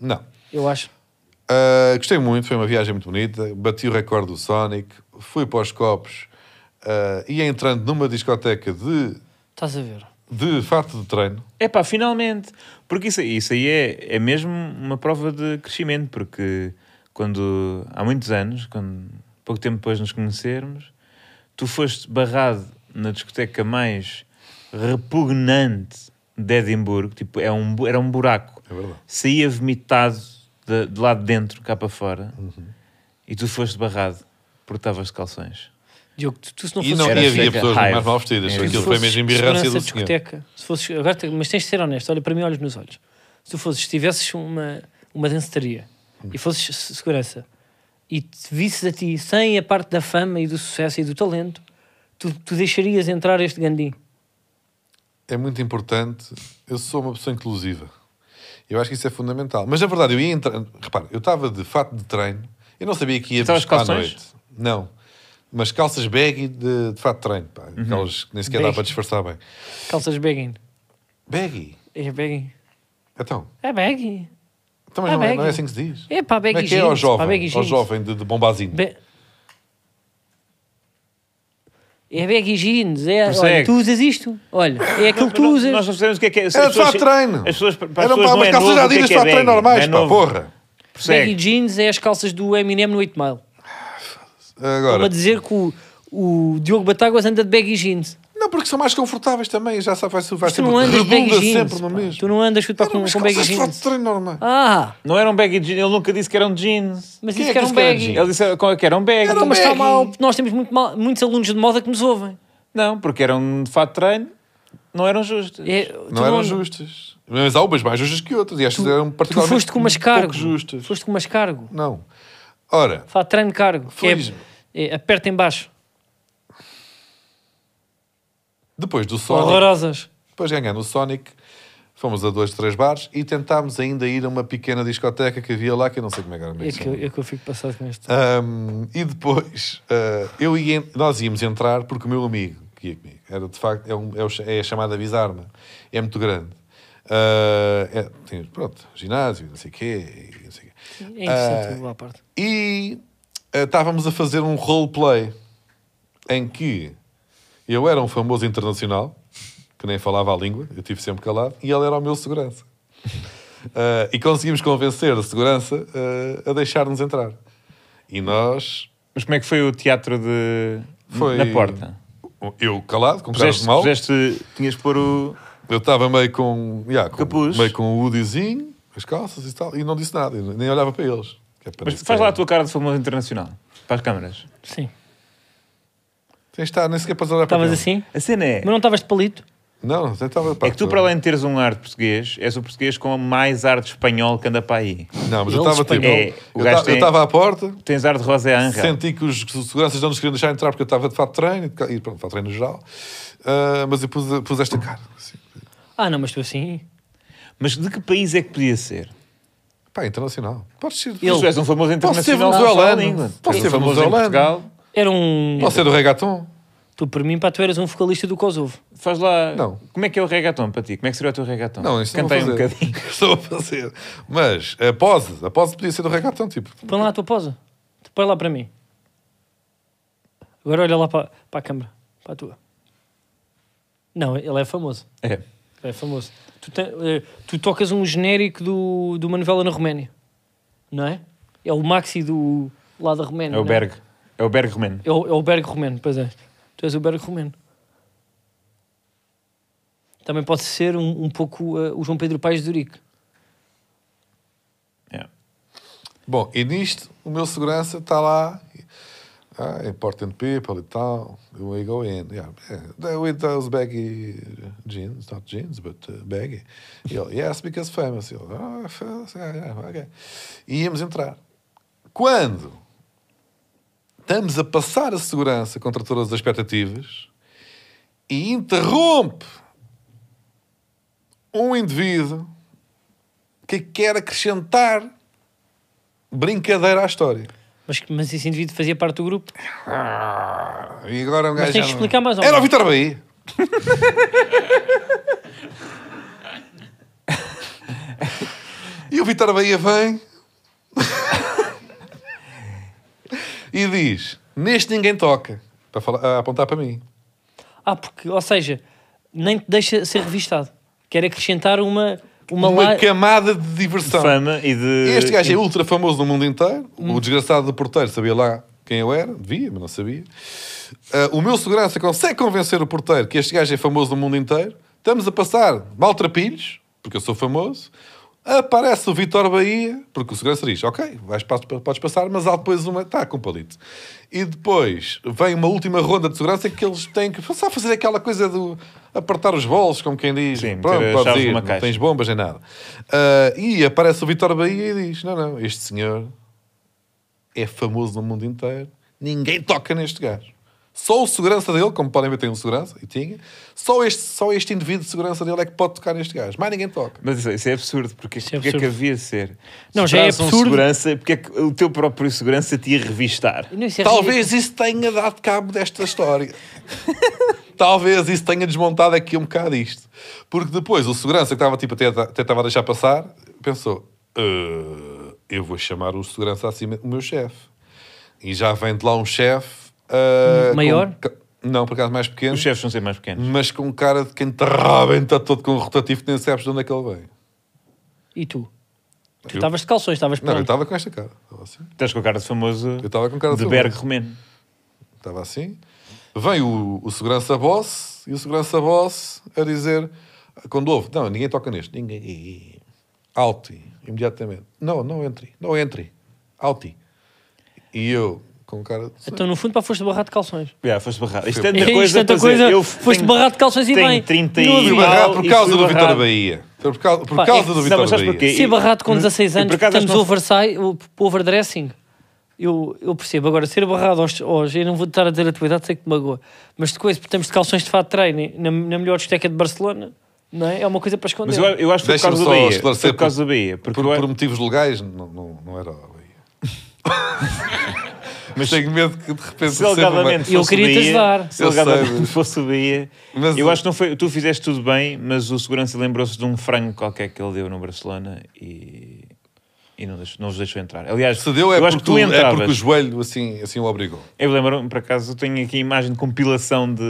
[SPEAKER 1] Não.
[SPEAKER 3] Eu acho.
[SPEAKER 1] Uh, gostei muito, foi uma viagem muito bonita. Bati o recorde do Sonic, fui para os copos, uh, ia entrando numa discoteca de,
[SPEAKER 3] Estás a ver.
[SPEAKER 1] de fato de treino.
[SPEAKER 2] É pá, finalmente. Porque isso, isso aí é, é mesmo uma prova de crescimento, porque quando há muitos anos, quando, pouco tempo depois de nos conhecermos, tu foste barrado na discoteca mais repugnante de Edimburgo, tipo, é um, bu- era um buraco.
[SPEAKER 1] É verdade.
[SPEAKER 2] Saía vomitado de, de lá de dentro, cá para fora,
[SPEAKER 1] Uhum.
[SPEAKER 2] e tu foste barrado porque estavas de calções.
[SPEAKER 3] Diogo, tu, tu se não
[SPEAKER 1] E,
[SPEAKER 3] fosses...
[SPEAKER 1] não, e
[SPEAKER 2] Era
[SPEAKER 1] havia
[SPEAKER 2] chega
[SPEAKER 1] pessoas
[SPEAKER 2] raiva.
[SPEAKER 1] mais mal vestidas.
[SPEAKER 2] É.
[SPEAKER 3] se
[SPEAKER 1] Aquilo foi
[SPEAKER 3] fosses
[SPEAKER 1] mesmo embirrância do
[SPEAKER 3] segurança de
[SPEAKER 1] senhor.
[SPEAKER 3] discoteca. Se fosses, agora, te- mas tens de ser honesto. Olha para mim, olhos nos olhos. Se tu fosses, se tivesses uma, uma danceteria e fosses se- segurança e te visses a ti sem a parte da fama e do sucesso e do talento, tu, tu deixarias entrar este gandim.
[SPEAKER 1] É muito importante. Eu sou uma pessoa inclusiva. Eu acho que isso é fundamental. Mas na verdade, eu ia entrando. Repara, eu estava de fato de treino. Eu não sabia que ia
[SPEAKER 2] Estavas de
[SPEAKER 1] à
[SPEAKER 2] calções?
[SPEAKER 1] noite. Não. Mas calças baggy de, de fato de treino. Pá.
[SPEAKER 2] Uhum.
[SPEAKER 1] Aquelas que nem sequer dá
[SPEAKER 3] Baggy.
[SPEAKER 1] para disfarçar bem.
[SPEAKER 3] Calças begging.
[SPEAKER 1] Baggy.
[SPEAKER 3] É begging.
[SPEAKER 1] Então.
[SPEAKER 3] É begging.
[SPEAKER 1] Então, mas
[SPEAKER 3] Ah,
[SPEAKER 1] não, é,
[SPEAKER 3] baggy.
[SPEAKER 1] não é assim que se diz.
[SPEAKER 3] É pá,
[SPEAKER 1] Como
[SPEAKER 3] begging
[SPEAKER 1] é que é ao
[SPEAKER 3] jeans, pá,
[SPEAKER 2] Ah,
[SPEAKER 3] baggy
[SPEAKER 1] jovem, ao
[SPEAKER 3] jeans.
[SPEAKER 1] jovem de, de bombazinho?
[SPEAKER 3] Be- É baggy jeans, é,
[SPEAKER 2] Persegue.
[SPEAKER 3] olha, tu usas isto, olha, é aquilo que tu
[SPEAKER 2] Não,
[SPEAKER 3] usas.
[SPEAKER 2] Nós não sabemos o que é que é. As
[SPEAKER 1] Era de
[SPEAKER 2] pessoas-
[SPEAKER 1] fato treino. um
[SPEAKER 2] As pessoas, para as
[SPEAKER 1] Eram
[SPEAKER 2] pessoas
[SPEAKER 1] para
[SPEAKER 2] não
[SPEAKER 1] umas
[SPEAKER 2] é
[SPEAKER 1] calças
[SPEAKER 2] novo,
[SPEAKER 1] já
[SPEAKER 2] o que é
[SPEAKER 1] ditas
[SPEAKER 2] que é
[SPEAKER 1] para treino
[SPEAKER 2] baggy,
[SPEAKER 1] normais,
[SPEAKER 2] não é
[SPEAKER 1] pá,
[SPEAKER 2] novo.
[SPEAKER 1] porra.
[SPEAKER 3] Baggy
[SPEAKER 2] Prossegue.
[SPEAKER 3] jeans é as calças do Eminem no 8 Mile. Estou-me a
[SPEAKER 1] Agora,
[SPEAKER 3] dizer que o, o Diogo Batáguas anda de baggy jeans.
[SPEAKER 1] não, porque são mais confortáveis também, já sabe, vai, vai
[SPEAKER 3] Mas tu
[SPEAKER 1] sempre,
[SPEAKER 3] não andas de
[SPEAKER 1] redunda
[SPEAKER 3] baggy
[SPEAKER 1] sempre
[SPEAKER 3] jeans.
[SPEAKER 1] no
[SPEAKER 3] pá.
[SPEAKER 1] mesmo.
[SPEAKER 3] Tu não andas puto, pá,
[SPEAKER 1] Eram
[SPEAKER 3] com,
[SPEAKER 1] umas
[SPEAKER 3] Tá com baggy
[SPEAKER 1] calças de fato de
[SPEAKER 3] jeans.
[SPEAKER 1] treino normal.
[SPEAKER 3] Ah,
[SPEAKER 2] Não eram baggy jeans, ele nunca disse que eram jeans.
[SPEAKER 3] mas isso
[SPEAKER 1] Quem é
[SPEAKER 3] que
[SPEAKER 1] que
[SPEAKER 3] era um
[SPEAKER 1] disse que era
[SPEAKER 3] baggy.
[SPEAKER 1] jeans?
[SPEAKER 2] Ele disse que era- que eram baggy.
[SPEAKER 1] Era um
[SPEAKER 3] Mas está
[SPEAKER 1] baggy.
[SPEAKER 3] mal, nós temos muito mal- muitos alunos de moda que nos ouvem.
[SPEAKER 2] Não, porque eram de fato treino, não eram justos.
[SPEAKER 3] É, tu
[SPEAKER 1] Não eram justas. Mas há umas mais justas que outras. E estas eram
[SPEAKER 3] Tu
[SPEAKER 1] particularmente
[SPEAKER 3] foste com umas
[SPEAKER 1] pouco
[SPEAKER 3] cargo.
[SPEAKER 1] justas.
[SPEAKER 3] Foste com umas cargo.
[SPEAKER 1] Não. Ora,
[SPEAKER 3] Fá treino cargo. que é-
[SPEAKER 1] Feliz.
[SPEAKER 3] é aperta em baixo.
[SPEAKER 1] depois do Sonic,
[SPEAKER 3] Horrorosas.
[SPEAKER 1] depois de ganhar no Sonic, fomos a dois, três bares e tentámos ainda ir a uma pequena discoteca que havia lá, que eu não sei como é que era.
[SPEAKER 3] É que, eu- é que eu fico passado com este.
[SPEAKER 1] Um, e depois uh, eu ia, nós íamos entrar porque o meu amigo que ia comigo era de facto é, um- é o cha- é a chamada Bizarma, é muito grande. Uh, é- tem, pronto, ginásio, não sei o quê, e não sei o quê. Ah,
[SPEAKER 3] É
[SPEAKER 2] Ah.
[SPEAKER 3] interessante, boa parte.
[SPEAKER 1] E uh, estávamos a fazer um roleplay em que eu era um famoso internacional que nem falava a língua, eu estive sempre calado, e ele era o meu segurança. Uh, e conseguimos convencer a segurança uh, a deixar-nos entrar. E nós,
[SPEAKER 2] Mas como é que foi o teatro de...
[SPEAKER 1] Foi-
[SPEAKER 2] na porta?
[SPEAKER 1] eu calado, com caras
[SPEAKER 2] Puseste,
[SPEAKER 1] de mal,
[SPEAKER 2] puseste- um tinhas de pôr o...
[SPEAKER 1] eu estava meio com, yeah, com-
[SPEAKER 2] Capuz.
[SPEAKER 1] meio com o hoodiezinho, as calças e tal, e não disse nada, e nem olhava para eles. Que é para
[SPEAKER 2] Mas
[SPEAKER 1] nem
[SPEAKER 2] faz
[SPEAKER 1] sequer-
[SPEAKER 2] lá a tua cara de famoso internacional, para as câmaras.
[SPEAKER 3] Sim.
[SPEAKER 1] Tens de estar, nem sequer para olhar para
[SPEAKER 3] Estavas
[SPEAKER 1] eles.
[SPEAKER 3] assim?
[SPEAKER 2] A cena é...
[SPEAKER 3] Mas não estavas de palito?
[SPEAKER 1] Não, não, estava
[SPEAKER 2] É que tu, para além de teres um ar de português, és o português com mais ar de espanhol que anda para aí.
[SPEAKER 1] Não, mas eu
[SPEAKER 3] Ele
[SPEAKER 1] estava tipo.
[SPEAKER 2] espanhol. É, o
[SPEAKER 1] eu
[SPEAKER 2] gajo
[SPEAKER 1] ta- eu
[SPEAKER 2] tem-
[SPEAKER 1] estava à porta,
[SPEAKER 2] Tens ar de Rosé Angel.
[SPEAKER 1] Senti que os seguranças não nos queriam deixar entrar porque eu estava de fato de treino e de ca- e pronto, fato de treino no geral. Ah, mas eu pus, pus esta cara. assim.
[SPEAKER 3] Ah, não, mas tu assim.
[SPEAKER 2] Mas de que país é que podia ser?
[SPEAKER 1] Pá, internacional. Podes ser.
[SPEAKER 3] Ele-
[SPEAKER 2] Tu és um famoso
[SPEAKER 1] Posso ser
[SPEAKER 2] internacional.
[SPEAKER 1] venezuelano. Posso
[SPEAKER 2] Posso
[SPEAKER 1] ser
[SPEAKER 2] um famoso em
[SPEAKER 1] venezuelano.
[SPEAKER 2] Portugal.
[SPEAKER 3] Era um.
[SPEAKER 1] Posso ser do reggaeton.
[SPEAKER 3] Tu, por mim, pá, tu eras um vocalista do Kosovo.
[SPEAKER 2] Faz lá.
[SPEAKER 1] Não.
[SPEAKER 2] Como é que é o reggaeton para ti? Como é que seria o teu reggaeton?
[SPEAKER 1] Não, isso
[SPEAKER 2] Canta aí
[SPEAKER 1] não
[SPEAKER 2] um
[SPEAKER 1] vou fazer.
[SPEAKER 2] bocadinho.
[SPEAKER 1] Estou a fazer. Mas a pose, a pose podia ser do reggaeton, tipo.
[SPEAKER 3] Põe lá a tua posa. Tu Põe lá para mim. Agora olha lá para, para a câmara. Para a tua. Não, ele é famoso.
[SPEAKER 2] É.
[SPEAKER 3] Ele é famoso. Tu, te- eh, tu tocas um genérico do, de uma novela na Roménia. Não é? É o Maxi do. lá da Roménia.
[SPEAKER 2] É o
[SPEAKER 3] não
[SPEAKER 2] Berg. É o Berg Romano.
[SPEAKER 3] É o, é o Berg Romeno, pois é. Tu és o Berg Romeno. Também pode ser um, um pouco eh, o João Pedro Paes de Zurique.
[SPEAKER 2] É.
[SPEAKER 1] Bom, e nisto, o meu segurança está tá lá. Ah, important people e tal. We go in. Yeah. yeah. With those baggy jeans, not jeans, but uh, baggy. E ele, yes, because famous. E ele, ah, famous, yeah, yeah, ok. E íamos entrar. Quando estamos a passar a segurança contra todas as expectativas e interrompe um indivíduo que quer acrescentar brincadeira à história.
[SPEAKER 3] Mas, mas esse indivíduo fazia parte do grupo.
[SPEAKER 1] Ah, E agora um
[SPEAKER 3] tens
[SPEAKER 1] gajo. já
[SPEAKER 3] que
[SPEAKER 1] não-
[SPEAKER 3] explicar mais ou
[SPEAKER 1] Era o
[SPEAKER 3] menos.
[SPEAKER 1] Vitor Bahia. e o Vitor Bahia vem. e diz: Neste ninguém toca. Para falar- a apontar para mim.
[SPEAKER 3] Ah, porque, ou seja, nem te deixa ser revistado. Quer acrescentar uma. Uma,
[SPEAKER 1] Uma,
[SPEAKER 3] la-
[SPEAKER 1] camada de diversão.
[SPEAKER 2] Fama e de.
[SPEAKER 1] Então, Este gajo
[SPEAKER 2] e-
[SPEAKER 1] é ultra famoso no mundo inteiro.
[SPEAKER 3] Hum.
[SPEAKER 1] O desgraçado do porteiro sabia lá quem eu era, devia, mas não sabia. Ah, o meu segurança consegue convencer o porteiro que este gajo é famoso no mundo inteiro. Estamos a passar maltrapilhos, porque eu sou famoso. Aparece o Vitor Bahia, porque o segurança diz: Ok, vais, pa- podes passar, mas há depois uma. Tá, com palito. E depois vem uma última ronda de segurança que eles têm que. Só fazer aquela coisa do. Apertar os bolsos, como quem diz.
[SPEAKER 2] Sim, meter
[SPEAKER 1] Pronto,
[SPEAKER 2] as
[SPEAKER 1] podes
[SPEAKER 2] chaves
[SPEAKER 1] ir,
[SPEAKER 2] numa
[SPEAKER 1] não
[SPEAKER 2] caixa."
[SPEAKER 1] tens bombas nem nada. Ah, e aparece o Vitor Bahia e diz: Não, não, este senhor é famoso no mundo inteiro, ninguém toca neste gajo. Só o segurança dele, como podem ver, tem um segurança, e tinha, só este, só este indivíduo de segurança dele é que pode tocar neste gajo. Mais ninguém toca.
[SPEAKER 2] Mas isso, isso é absurdo, porque
[SPEAKER 3] Isso é
[SPEAKER 2] porque é que
[SPEAKER 3] absurdo.
[SPEAKER 2] havia de ser?
[SPEAKER 3] Não,
[SPEAKER 2] Se
[SPEAKER 3] já é
[SPEAKER 2] traz um
[SPEAKER 3] absurdo.
[SPEAKER 2] segurança, porque é que o teu próprio segurança te ia revistar?
[SPEAKER 3] Não, isso é
[SPEAKER 1] Talvez isso tenha dado cabo desta história. Talvez isso tenha desmontado aqui um bocado isto. Porque depois o segurança que estava tipo, até, até estava a deixar passar, pensou: "Ah, eu vou chamar o segurança acima, o meu chefe. E já vem de lá um chefe. ah,
[SPEAKER 3] Maior?
[SPEAKER 1] com ca- não, por acaso mais pequeno.
[SPEAKER 2] Os chefes vão ser mais pequenos.
[SPEAKER 1] mas com cara de quem te arrebenta todo com o rotativo que nem sabes de onde é que ele vem.
[SPEAKER 3] E tu? Tu
[SPEAKER 1] Eu-
[SPEAKER 3] estavas de calções, estavas
[SPEAKER 1] Não, eu
[SPEAKER 3] pronto.
[SPEAKER 1] estava com esta cara. Estava assim.
[SPEAKER 2] Estás com a cara de famoso
[SPEAKER 1] Eu estava com cara de
[SPEAKER 2] de
[SPEAKER 1] famoso.
[SPEAKER 2] Berg Romeno.
[SPEAKER 1] Estava assim. Vem o, o segurança boss e o segurança boss a dizer, quando ouve, não, ninguém toca neste. Ninguém. Alti, imediatamente. Não, não entre. Não entre. Alti. E eu, com cara... de-
[SPEAKER 3] Então, no fundo, para foste barrado de calções.
[SPEAKER 2] Yeah, foste barrado. Isto
[SPEAKER 1] Fui.
[SPEAKER 2] é tanta
[SPEAKER 3] Isto é
[SPEAKER 2] coisa.
[SPEAKER 3] tanta
[SPEAKER 2] para dizer,
[SPEAKER 3] coisa.
[SPEAKER 2] eu
[SPEAKER 3] Foste
[SPEAKER 2] tenho-
[SPEAKER 3] barrado de calções e
[SPEAKER 2] tenho
[SPEAKER 3] bem.
[SPEAKER 2] 30
[SPEAKER 3] Não
[SPEAKER 2] e
[SPEAKER 1] Fui
[SPEAKER 3] havia-
[SPEAKER 1] barrado
[SPEAKER 2] tal,
[SPEAKER 1] por
[SPEAKER 2] e
[SPEAKER 1] causa
[SPEAKER 2] fui
[SPEAKER 1] do Vitor
[SPEAKER 2] barrado.
[SPEAKER 1] Bahia. Por causa, por
[SPEAKER 3] Pá,
[SPEAKER 1] causa do
[SPEAKER 2] não,
[SPEAKER 1] Vitor
[SPEAKER 2] mas sabes
[SPEAKER 1] Bahia.
[SPEAKER 2] porquê?
[SPEAKER 3] Ser barrado com
[SPEAKER 2] Por
[SPEAKER 3] 16 anos,
[SPEAKER 2] acaso
[SPEAKER 3] porque
[SPEAKER 2] acho
[SPEAKER 3] estamos
[SPEAKER 2] que
[SPEAKER 3] oversize, o- overdressing. Eu, eu percebo. Agora, ser barrado aos, aos- eu não vou estar a dizer a tua idade, sei que te magoa. Mas de coisa, porque estamos de calções de fato de treino na, na melhor discoteca de Barcelona, não é? É uma coisa para esconder.
[SPEAKER 2] Mas eu, eu acho que foi por
[SPEAKER 1] Deixa-me
[SPEAKER 2] causa do
[SPEAKER 1] só
[SPEAKER 2] Bahia. Foi
[SPEAKER 1] esclarecer
[SPEAKER 2] por causa do Bahia.
[SPEAKER 1] Por,
[SPEAKER 2] Porque eu-
[SPEAKER 1] por motivos legais, não, não, não era a Bahia. Mas tenho medo que de repente...
[SPEAKER 2] se alegadamente
[SPEAKER 3] Eu
[SPEAKER 1] receba
[SPEAKER 2] fosse
[SPEAKER 3] queria
[SPEAKER 2] o
[SPEAKER 3] te
[SPEAKER 2] Bahia,
[SPEAKER 3] ajudar.
[SPEAKER 2] Se
[SPEAKER 1] Eu sei,
[SPEAKER 2] alegadamente
[SPEAKER 1] mas-
[SPEAKER 2] fosse o Bahia.
[SPEAKER 1] Mas-
[SPEAKER 2] eu acho que não foi. Tu fizeste tudo bem, mas o segurança lembrou-se de um frango qualquer que ele deu no Barcelona e. E não, deixou, não os deixou entrar. Aliás,
[SPEAKER 1] uma- Se deu é
[SPEAKER 2] eu acho
[SPEAKER 1] porque,
[SPEAKER 2] que tu
[SPEAKER 1] tu- é porque o
[SPEAKER 2] entravas.
[SPEAKER 1] joelho assim, assim o obrigou.
[SPEAKER 2] Eu lembro-me, por acaso, eu tenho aqui a imagem de compilação de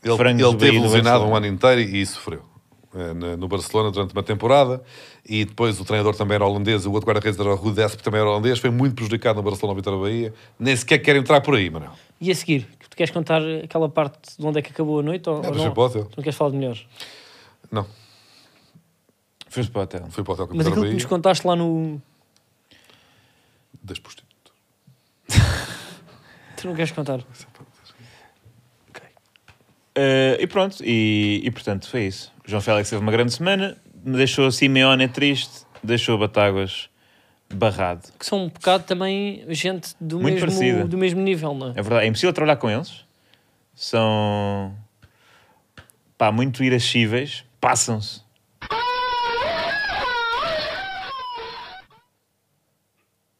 [SPEAKER 1] Ele,
[SPEAKER 2] frangos
[SPEAKER 1] ele
[SPEAKER 2] do Bahia é
[SPEAKER 1] teve
[SPEAKER 2] no
[SPEAKER 1] lesionado
[SPEAKER 2] Barcelona.
[SPEAKER 1] um ano inteiro e, e sofreu. eh, na- No Barcelona durante uma temporada e depois o treinador também era holandês, o outro guarda-redes era o Rudesp, que também era holandês, foi muito prejudicado no Barcelona Vitor Bahia, nem sequer quer entrar por aí, Manuel.
[SPEAKER 3] E a seguir, tu queres contar aquela parte de onde é que acabou a noite? Ou, ou
[SPEAKER 1] Ah, mas
[SPEAKER 3] não?
[SPEAKER 1] eu posso, eu.
[SPEAKER 3] Tu não queres falar de melhores?
[SPEAKER 1] Não,
[SPEAKER 2] Foste para o hotel.
[SPEAKER 1] foi para o hotel com o
[SPEAKER 3] Mas
[SPEAKER 1] Vitor
[SPEAKER 3] aquilo que
[SPEAKER 1] Bahia,
[SPEAKER 3] nos contaste lá no.
[SPEAKER 1] das prostitutas.
[SPEAKER 3] Tu não queres contar?
[SPEAKER 2] Eh, e pronto, e, e portanto foi isso. O João Félix teve uma grande semana, me deixou a Simeone triste, deixou o Batáguas barrado.
[SPEAKER 3] Que são um bocado também gente do,
[SPEAKER 2] Muito parecida.
[SPEAKER 3] mesmo, do mesmo nível, não é?
[SPEAKER 2] É verdade, é impossível trabalhar com eles. São pá, muito irascíveis, passam-se.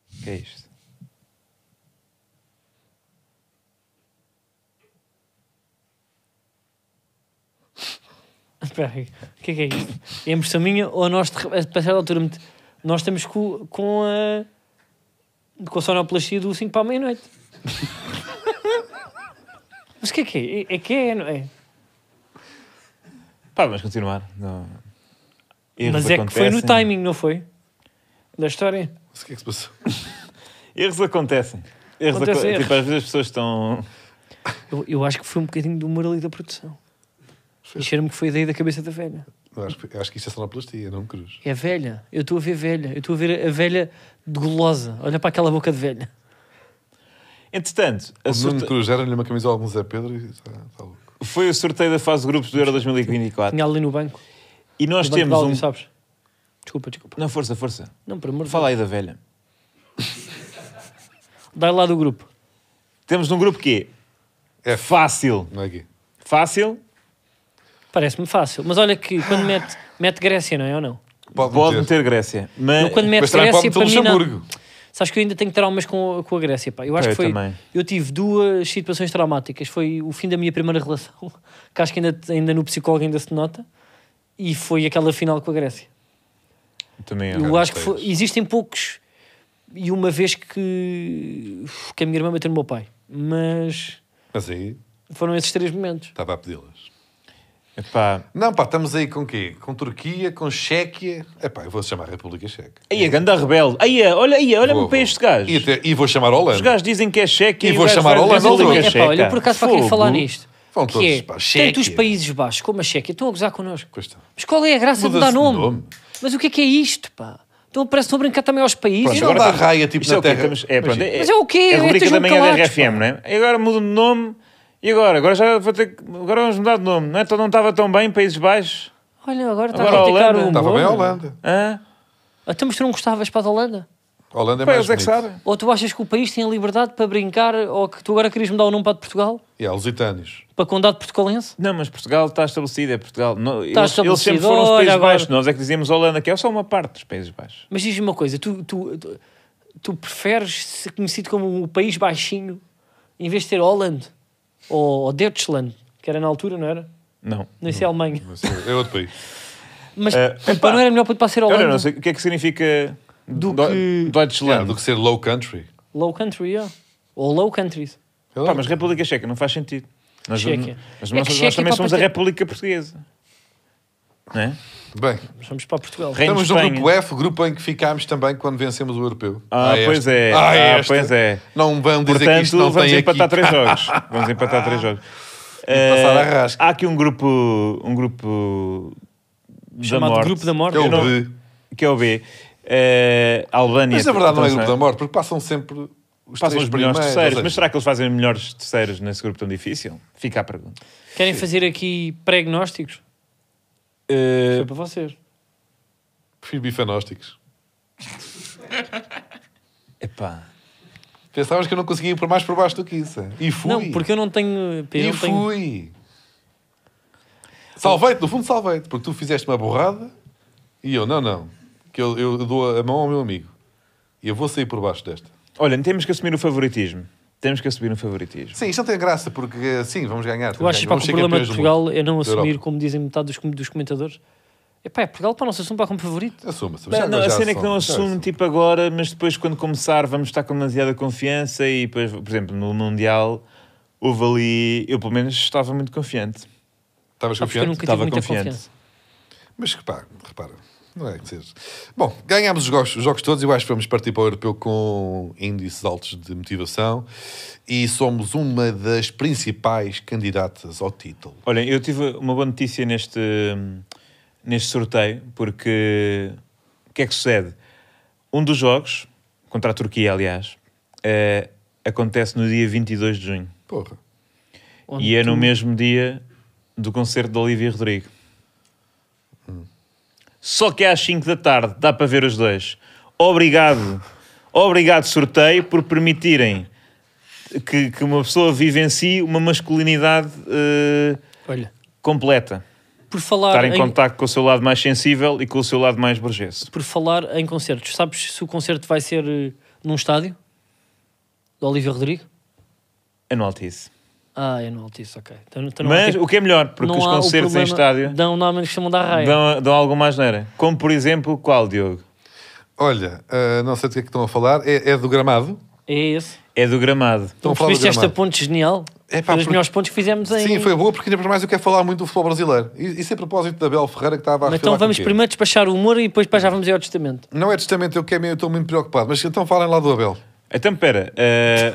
[SPEAKER 2] O que é isto?
[SPEAKER 3] Espera aí, o que é que é isto? É impressão minha ou nós, de re- a passar da altura, mete- nós estamos co- com, a. com a sonoplastia do 5 para a meia-noite? Mas o que é que é? É, é que é, não é?
[SPEAKER 2] Pá, vamos continuar. Não- Erros
[SPEAKER 3] Mas é que foi no
[SPEAKER 2] acontecem.
[SPEAKER 3] timing, não foi? Da história?
[SPEAKER 1] Mas o que é que se passou?
[SPEAKER 2] Erros acontecem. Erros aco-
[SPEAKER 3] Acontecem erros.
[SPEAKER 2] Tipo, às vezes as pessoas estão.
[SPEAKER 3] Eu, eu acho que foi um bocadinho do humor ali da produção. Encheram-me que foi a ideia da cabeça da velha.
[SPEAKER 1] Eu Acho, que- acho que isso é sonoplastia, não cruz.
[SPEAKER 3] É velha. Eu estou a ver velha. Eu estou a ver a velha de gulosa. Olha para aquela boca de velha.
[SPEAKER 2] Entretanto, a
[SPEAKER 1] O Nuno
[SPEAKER 2] sorte-
[SPEAKER 1] Cruz era-lhe uma camisola de um Zé Pedro e está está louco.
[SPEAKER 2] foi o sorteio da fase de grupos do Euro 2024.
[SPEAKER 3] Tinha ali no banco.
[SPEAKER 2] E nós
[SPEAKER 3] no banco de
[SPEAKER 2] temos
[SPEAKER 3] áudio,
[SPEAKER 2] um.
[SPEAKER 3] sabes? Desculpa, desculpa.
[SPEAKER 2] Não, força, força.
[SPEAKER 3] Não, por amor de
[SPEAKER 2] Fala aí da velha.
[SPEAKER 3] Deus. Dá lá do grupo.
[SPEAKER 2] Temos num grupo que é
[SPEAKER 1] F.
[SPEAKER 2] fácil.
[SPEAKER 1] Não é aqui.
[SPEAKER 2] Fácil,
[SPEAKER 3] Parece-me fácil. Mas olha que quando mete, mete Grécia, não é ou não?
[SPEAKER 1] Pode,
[SPEAKER 2] pode
[SPEAKER 1] meter.
[SPEAKER 2] meter Grécia. Mas
[SPEAKER 3] Eu, quando meto
[SPEAKER 1] É, Mas também pode
[SPEAKER 3] Grécia,
[SPEAKER 1] meter
[SPEAKER 3] para mim não.
[SPEAKER 1] Luxemburgo.
[SPEAKER 3] Sabes que eu ainda tenho traumas com, com a Grécia, pá. Eu acho
[SPEAKER 2] Eu
[SPEAKER 3] que foi.
[SPEAKER 2] também.
[SPEAKER 3] Eu tive duas situações traumáticas. Foi o fim da minha primeira relação, que acho que ainda, ainda no psicólogo ainda se nota, e foi aquela final com a Grécia.
[SPEAKER 2] também é.
[SPEAKER 1] Cara,
[SPEAKER 3] Eu acho que
[SPEAKER 1] não sei
[SPEAKER 3] foi- existem poucos. E uma vez que, que a minha irmã bateu no meu pai. Mas
[SPEAKER 1] Mas aí
[SPEAKER 3] foram esses três momentos.
[SPEAKER 1] estava a pedi-las.
[SPEAKER 2] Epá.
[SPEAKER 1] Não, pá, estamos aí com quê? Com Turquia, com Chequia. Epá, eu vou chamar República Checa.
[SPEAKER 2] Aí a ganda rebelde. Aí, olha aí,
[SPEAKER 1] Vou,
[SPEAKER 2] olha-me para
[SPEAKER 1] vou.
[SPEAKER 2] este gajo.
[SPEAKER 1] E, até- e vou chamar a
[SPEAKER 2] Os
[SPEAKER 1] Holanda.
[SPEAKER 2] gajos dizem que é cheque
[SPEAKER 1] E
[SPEAKER 2] o
[SPEAKER 1] vou
[SPEAKER 2] gajo
[SPEAKER 1] chamar
[SPEAKER 2] vai
[SPEAKER 1] Holanda,
[SPEAKER 2] dizer
[SPEAKER 1] não
[SPEAKER 2] que é
[SPEAKER 1] dou.
[SPEAKER 3] É
[SPEAKER 2] checa.
[SPEAKER 3] pá, olha, eu por acaso para queria
[SPEAKER 2] Fogo.
[SPEAKER 3] falar nisto.
[SPEAKER 1] Vão
[SPEAKER 3] que
[SPEAKER 1] todos,
[SPEAKER 3] é,
[SPEAKER 1] pá,
[SPEAKER 3] tanto os
[SPEAKER 1] Chequia.
[SPEAKER 3] Países Baixos como a Chequia estão a gozar connosco.
[SPEAKER 1] Pois tá. está.
[SPEAKER 3] Mas qual é a graça de
[SPEAKER 1] Muda-se
[SPEAKER 3] mudar nome?
[SPEAKER 1] de nome.
[SPEAKER 3] Mas o que é que é isto, pá? Então parece que estão a brincar também aos países.
[SPEAKER 1] Pronto, não agora- dá raia, tipo,
[SPEAKER 2] Isto é
[SPEAKER 1] na
[SPEAKER 2] o quê?
[SPEAKER 1] terra.
[SPEAKER 2] Estamos- é, pronto,
[SPEAKER 1] Imagina.
[SPEAKER 3] Mas é o quê?
[SPEAKER 2] A rubrica
[SPEAKER 3] Tens
[SPEAKER 2] da
[SPEAKER 3] um
[SPEAKER 2] manhã da
[SPEAKER 3] calados,
[SPEAKER 2] RFM, não é? E agora mudo de nome. E agora? Agora já vou ter que- Agora vamos mudar de nome. Não, é? Então não estava tão bem, Países Baixos.
[SPEAKER 3] Olha, agora está
[SPEAKER 2] Agora
[SPEAKER 3] a
[SPEAKER 2] a
[SPEAKER 3] criticar
[SPEAKER 2] Holanda.
[SPEAKER 3] o
[SPEAKER 1] Estava
[SPEAKER 3] humor.
[SPEAKER 1] bem a Holanda.
[SPEAKER 2] Hã?
[SPEAKER 3] Até mas tu não gostavas para a Holanda?
[SPEAKER 1] A Holanda é
[SPEAKER 2] Pá,
[SPEAKER 1] mais
[SPEAKER 2] eles é que
[SPEAKER 1] bonito.
[SPEAKER 2] sabem.
[SPEAKER 3] Ou tu achas que o país tem a liberdade para brincar ou que tu agora querias mudar o nome para a de Portugal?
[SPEAKER 1] E há lusitânios.
[SPEAKER 3] Para condado portugalense?
[SPEAKER 2] Não, mas Portugal está estabelecido, é Portugal. Não, eles-
[SPEAKER 3] estabelecido,
[SPEAKER 2] Eles sempre foram os
[SPEAKER 3] olha,
[SPEAKER 2] Países
[SPEAKER 3] agora-
[SPEAKER 2] Baixos. Nós é que dizíamos Holanda, que é só uma parte dos Países Baixos.
[SPEAKER 3] Mas diz-me uma coisa, tu, tu, tu, tu preferes ser conhecido como o país baixinho em vez de ter Holland ou, ou Deutschland, que era na altura, não era?
[SPEAKER 2] Não.
[SPEAKER 3] Não, isso é Alemanha.
[SPEAKER 1] Mas É outro país.
[SPEAKER 3] Mas
[SPEAKER 2] Eh,
[SPEAKER 3] pá,
[SPEAKER 2] epá.
[SPEAKER 3] não era melhor para para ser
[SPEAKER 2] Olha,
[SPEAKER 3] Holanda?
[SPEAKER 2] não sei o que é que significa
[SPEAKER 3] Do
[SPEAKER 2] Do-
[SPEAKER 3] que-
[SPEAKER 1] Yeah,
[SPEAKER 2] Deutschland.
[SPEAKER 1] É, do que ser low country.
[SPEAKER 3] Low country, yeah. Ou low countries.
[SPEAKER 1] Sei lá.
[SPEAKER 2] Pá, mas República Checa não faz sentido. Nós,
[SPEAKER 3] Checa.
[SPEAKER 2] nós-
[SPEAKER 3] É que
[SPEAKER 2] nós- nós
[SPEAKER 3] Checa
[SPEAKER 2] também
[SPEAKER 3] para
[SPEAKER 2] somos
[SPEAKER 3] partir-
[SPEAKER 2] a República Portuguesa. Não é?
[SPEAKER 1] Bem,
[SPEAKER 3] Mas vamos para Portugal.
[SPEAKER 2] Reino de
[SPEAKER 1] estamos no
[SPEAKER 2] Espanha.
[SPEAKER 1] grupo F, o grupo em que ficámos também quando vencemos o europeu.
[SPEAKER 2] Ah,
[SPEAKER 1] esta.
[SPEAKER 2] pois é. Ah,
[SPEAKER 1] esta.
[SPEAKER 2] pois é.
[SPEAKER 1] Não vão dizer que
[SPEAKER 2] Portanto,
[SPEAKER 1] isto não
[SPEAKER 2] vamos
[SPEAKER 1] tem aqui.
[SPEAKER 2] empatar três jogos. Vamos empatar três jogos.
[SPEAKER 1] passar
[SPEAKER 2] Eh,
[SPEAKER 1] a rasca.
[SPEAKER 2] Há aqui um grupo, um grupo da
[SPEAKER 3] Chamado
[SPEAKER 2] morte,
[SPEAKER 3] Grupo da Morte.
[SPEAKER 1] Que é o
[SPEAKER 2] Eu não-
[SPEAKER 1] B.
[SPEAKER 2] que é o B. Eh, Albânia.
[SPEAKER 1] Mas na verdade não é grupo da
[SPEAKER 2] Então,
[SPEAKER 1] morte, porque passam sempre os
[SPEAKER 2] Passam
[SPEAKER 1] três
[SPEAKER 2] os melhores
[SPEAKER 1] primeiros,
[SPEAKER 2] terceiros.
[SPEAKER 1] ou
[SPEAKER 2] Mas
[SPEAKER 1] seja,
[SPEAKER 2] será que eles fazem melhores terceiros nesse grupo tão difícil? Fica a pergunta.
[SPEAKER 3] Querem fazer aqui prognósticos?
[SPEAKER 2] Eh,
[SPEAKER 3] Foi para vocês.
[SPEAKER 1] Prefiro bifanósticos.
[SPEAKER 2] Epá.
[SPEAKER 1] Pensavas que eu não conseguia ir por mais por baixo do que isso. é? E fui.
[SPEAKER 3] Não, porque eu não tenho... pá, eu
[SPEAKER 1] E
[SPEAKER 3] não tenho-
[SPEAKER 1] fui. Salvei-te, no fundo salvei-te, porque tu fizeste uma borrada e eu, não, não. Que eu, eu dou a mão ao meu amigo. E eu vou sair por baixo desta.
[SPEAKER 2] Olha, temos que assumir o favoritismo. Temos que assumir o favoritismo.
[SPEAKER 1] Sim, isto não tem graça, porque eh, sim, vamos ganhar.
[SPEAKER 3] Tu achas pá,
[SPEAKER 1] Vamos
[SPEAKER 3] que
[SPEAKER 1] ser
[SPEAKER 3] o problema de
[SPEAKER 1] campeões do mundo.
[SPEAKER 3] Portugal é não
[SPEAKER 1] Da
[SPEAKER 3] assumir,
[SPEAKER 1] Europa.
[SPEAKER 3] como dizem metade dos, com- dos comentadores? Epá, é Portugal para não se assumir pá, como favorito.
[SPEAKER 1] Assuma-se.
[SPEAKER 2] Não,
[SPEAKER 1] já-
[SPEAKER 2] não,
[SPEAKER 1] já
[SPEAKER 2] a cena é que
[SPEAKER 1] assume,
[SPEAKER 2] não
[SPEAKER 1] já
[SPEAKER 2] assume tipo agora, mas depois quando começar vamos estar com demasiada confiança e depois, por exemplo, no Mundial houve ali, eu pelo menos estava muito confiante.
[SPEAKER 1] Estavas
[SPEAKER 3] Sabes que eu
[SPEAKER 1] confiante?
[SPEAKER 3] nunca tive
[SPEAKER 2] Estava
[SPEAKER 3] muita
[SPEAKER 2] confiante.
[SPEAKER 3] confiança.
[SPEAKER 1] Mas que pá, repara, não é que seja. Bom, ganhámos os jogos, os jogos todos e eu acho que vamos partir para o europeu com índices altos de motivação e somos uma das principais candidatas ao título.
[SPEAKER 2] Olha, eu tive uma boa notícia neste, neste sorteio, porque o que é que sucede? Um dos jogos, contra a Turquia, aliás, eh, acontece no dia 22 de junho
[SPEAKER 1] Porra.
[SPEAKER 3] Onde
[SPEAKER 2] e é no
[SPEAKER 3] tu-
[SPEAKER 2] mesmo dia do concerto de Olivia Rodrigo. Só que é às 5 da tarde, dá para ver os dois. Obrigado, obrigado, sorteio, por permitirem que, que uma pessoa vivencie uma masculinidade eh,
[SPEAKER 3] Olha,
[SPEAKER 2] completa.
[SPEAKER 3] por falar,
[SPEAKER 2] Estar em
[SPEAKER 3] em,
[SPEAKER 2] contacto com o seu lado mais sensível e com o seu lado mais burgueso.
[SPEAKER 3] por falar em concertos, sabes se o concerto vai ser eh, num estádio? Do Olívio Rodrigo?
[SPEAKER 2] É no Altice.
[SPEAKER 3] Ah, é no Altice, ok. Então, então não há
[SPEAKER 2] Mas
[SPEAKER 3] tipo-
[SPEAKER 2] o que é melhor, porque
[SPEAKER 3] não
[SPEAKER 2] os
[SPEAKER 3] há o
[SPEAKER 2] concertos em
[SPEAKER 3] problema-
[SPEAKER 2] estádio
[SPEAKER 3] Dão normalmente que chamam da raia.
[SPEAKER 2] dão, dão alguma asneira. Como, por exemplo, qual, Diogo?
[SPEAKER 1] Olha, ah, não sei do que é que estão a falar, é, é do gramado.
[SPEAKER 3] É esse.
[SPEAKER 2] É do gramado.
[SPEAKER 1] Estão a falar do
[SPEAKER 3] Viste esta
[SPEAKER 1] gramado.
[SPEAKER 3] ponte genial?
[SPEAKER 1] É
[SPEAKER 3] É
[SPEAKER 1] pá,
[SPEAKER 3] pá, dos
[SPEAKER 1] porque-
[SPEAKER 3] melhores pontos que fizemos em.
[SPEAKER 1] Sim, foi boa, porque ainda por mais eu quero falar muito do futebol brasileiro. E- Isso é a propósito da Bel Ferreira que estava a
[SPEAKER 3] Mas
[SPEAKER 1] refilar
[SPEAKER 3] Então vamos
[SPEAKER 1] com o quê?
[SPEAKER 3] primeiro despachar o humor e depois pá, já vamos aí ao testamento.
[SPEAKER 1] Não é testamento, eu quero, eu estou muito preocupado, mas então falem lá do Abel.
[SPEAKER 2] Então, pera. eh,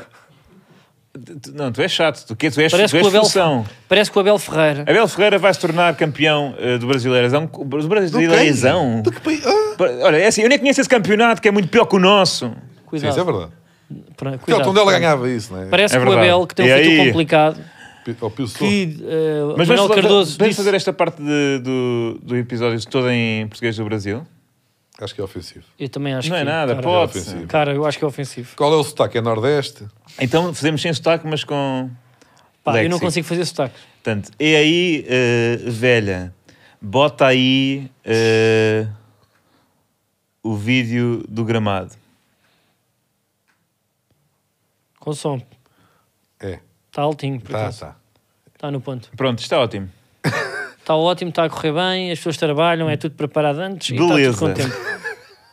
[SPEAKER 2] tu- tu- não, tu és chato. Tu, que, tu és,
[SPEAKER 3] Parece que,
[SPEAKER 2] tu és
[SPEAKER 3] o Abel,
[SPEAKER 2] função.
[SPEAKER 3] parece que o Abel Ferreira.
[SPEAKER 2] Abel Ferreira vai se tornar campeão eh, do Brasileirão. Do Brasileirão?
[SPEAKER 1] Do que país? Ah,
[SPEAKER 2] Pa- Olha, é assim, eu nem conheço esse campeonato que é muito pior que o nosso.
[SPEAKER 1] sim,
[SPEAKER 3] Cuidado.
[SPEAKER 1] isso é verdade.
[SPEAKER 3] Pronto,
[SPEAKER 1] Porque o
[SPEAKER 3] cuidado.
[SPEAKER 1] Tondela ganhava isso, não é?
[SPEAKER 3] Parece
[SPEAKER 2] É
[SPEAKER 3] que o
[SPEAKER 2] verdade.
[SPEAKER 3] Abel, que tem
[SPEAKER 2] E
[SPEAKER 3] um futuro
[SPEAKER 2] aí?
[SPEAKER 3] complicado,
[SPEAKER 1] Pi- Ao Pio Sousa.
[SPEAKER 3] que uh,
[SPEAKER 2] Mas
[SPEAKER 3] Manuel
[SPEAKER 2] vamos,
[SPEAKER 3] Cardoso
[SPEAKER 2] vamos
[SPEAKER 3] disse...
[SPEAKER 2] fazer esta parte de- do, do episódio todo em português do Brasil?
[SPEAKER 1] Acho que é ofensivo.
[SPEAKER 3] Eu também acho
[SPEAKER 2] não
[SPEAKER 3] que...
[SPEAKER 2] é nada,
[SPEAKER 3] cara,
[SPEAKER 2] pode.
[SPEAKER 1] ofensivo.
[SPEAKER 3] Cara, eu acho que é ofensivo.
[SPEAKER 1] Qual é o sotaque? É Nordeste?
[SPEAKER 2] Então fazemos sem sotaque, mas com.
[SPEAKER 3] Pá, eu não
[SPEAKER 2] léxico.
[SPEAKER 3] consigo fazer sotaques.
[SPEAKER 2] Portanto, e aí, eh, velha, bota aí eh, o vídeo do gramado.
[SPEAKER 3] Com som.
[SPEAKER 1] É.
[SPEAKER 3] Está altinho, por
[SPEAKER 1] Tá,
[SPEAKER 3] acaso.
[SPEAKER 1] tá.
[SPEAKER 3] Está no ponto.
[SPEAKER 2] Pronto, está ótimo.
[SPEAKER 3] Está ótimo, está a correr bem, as pessoas trabalham, é tudo preparado antes e
[SPEAKER 2] Beleza.
[SPEAKER 3] está tudo contente.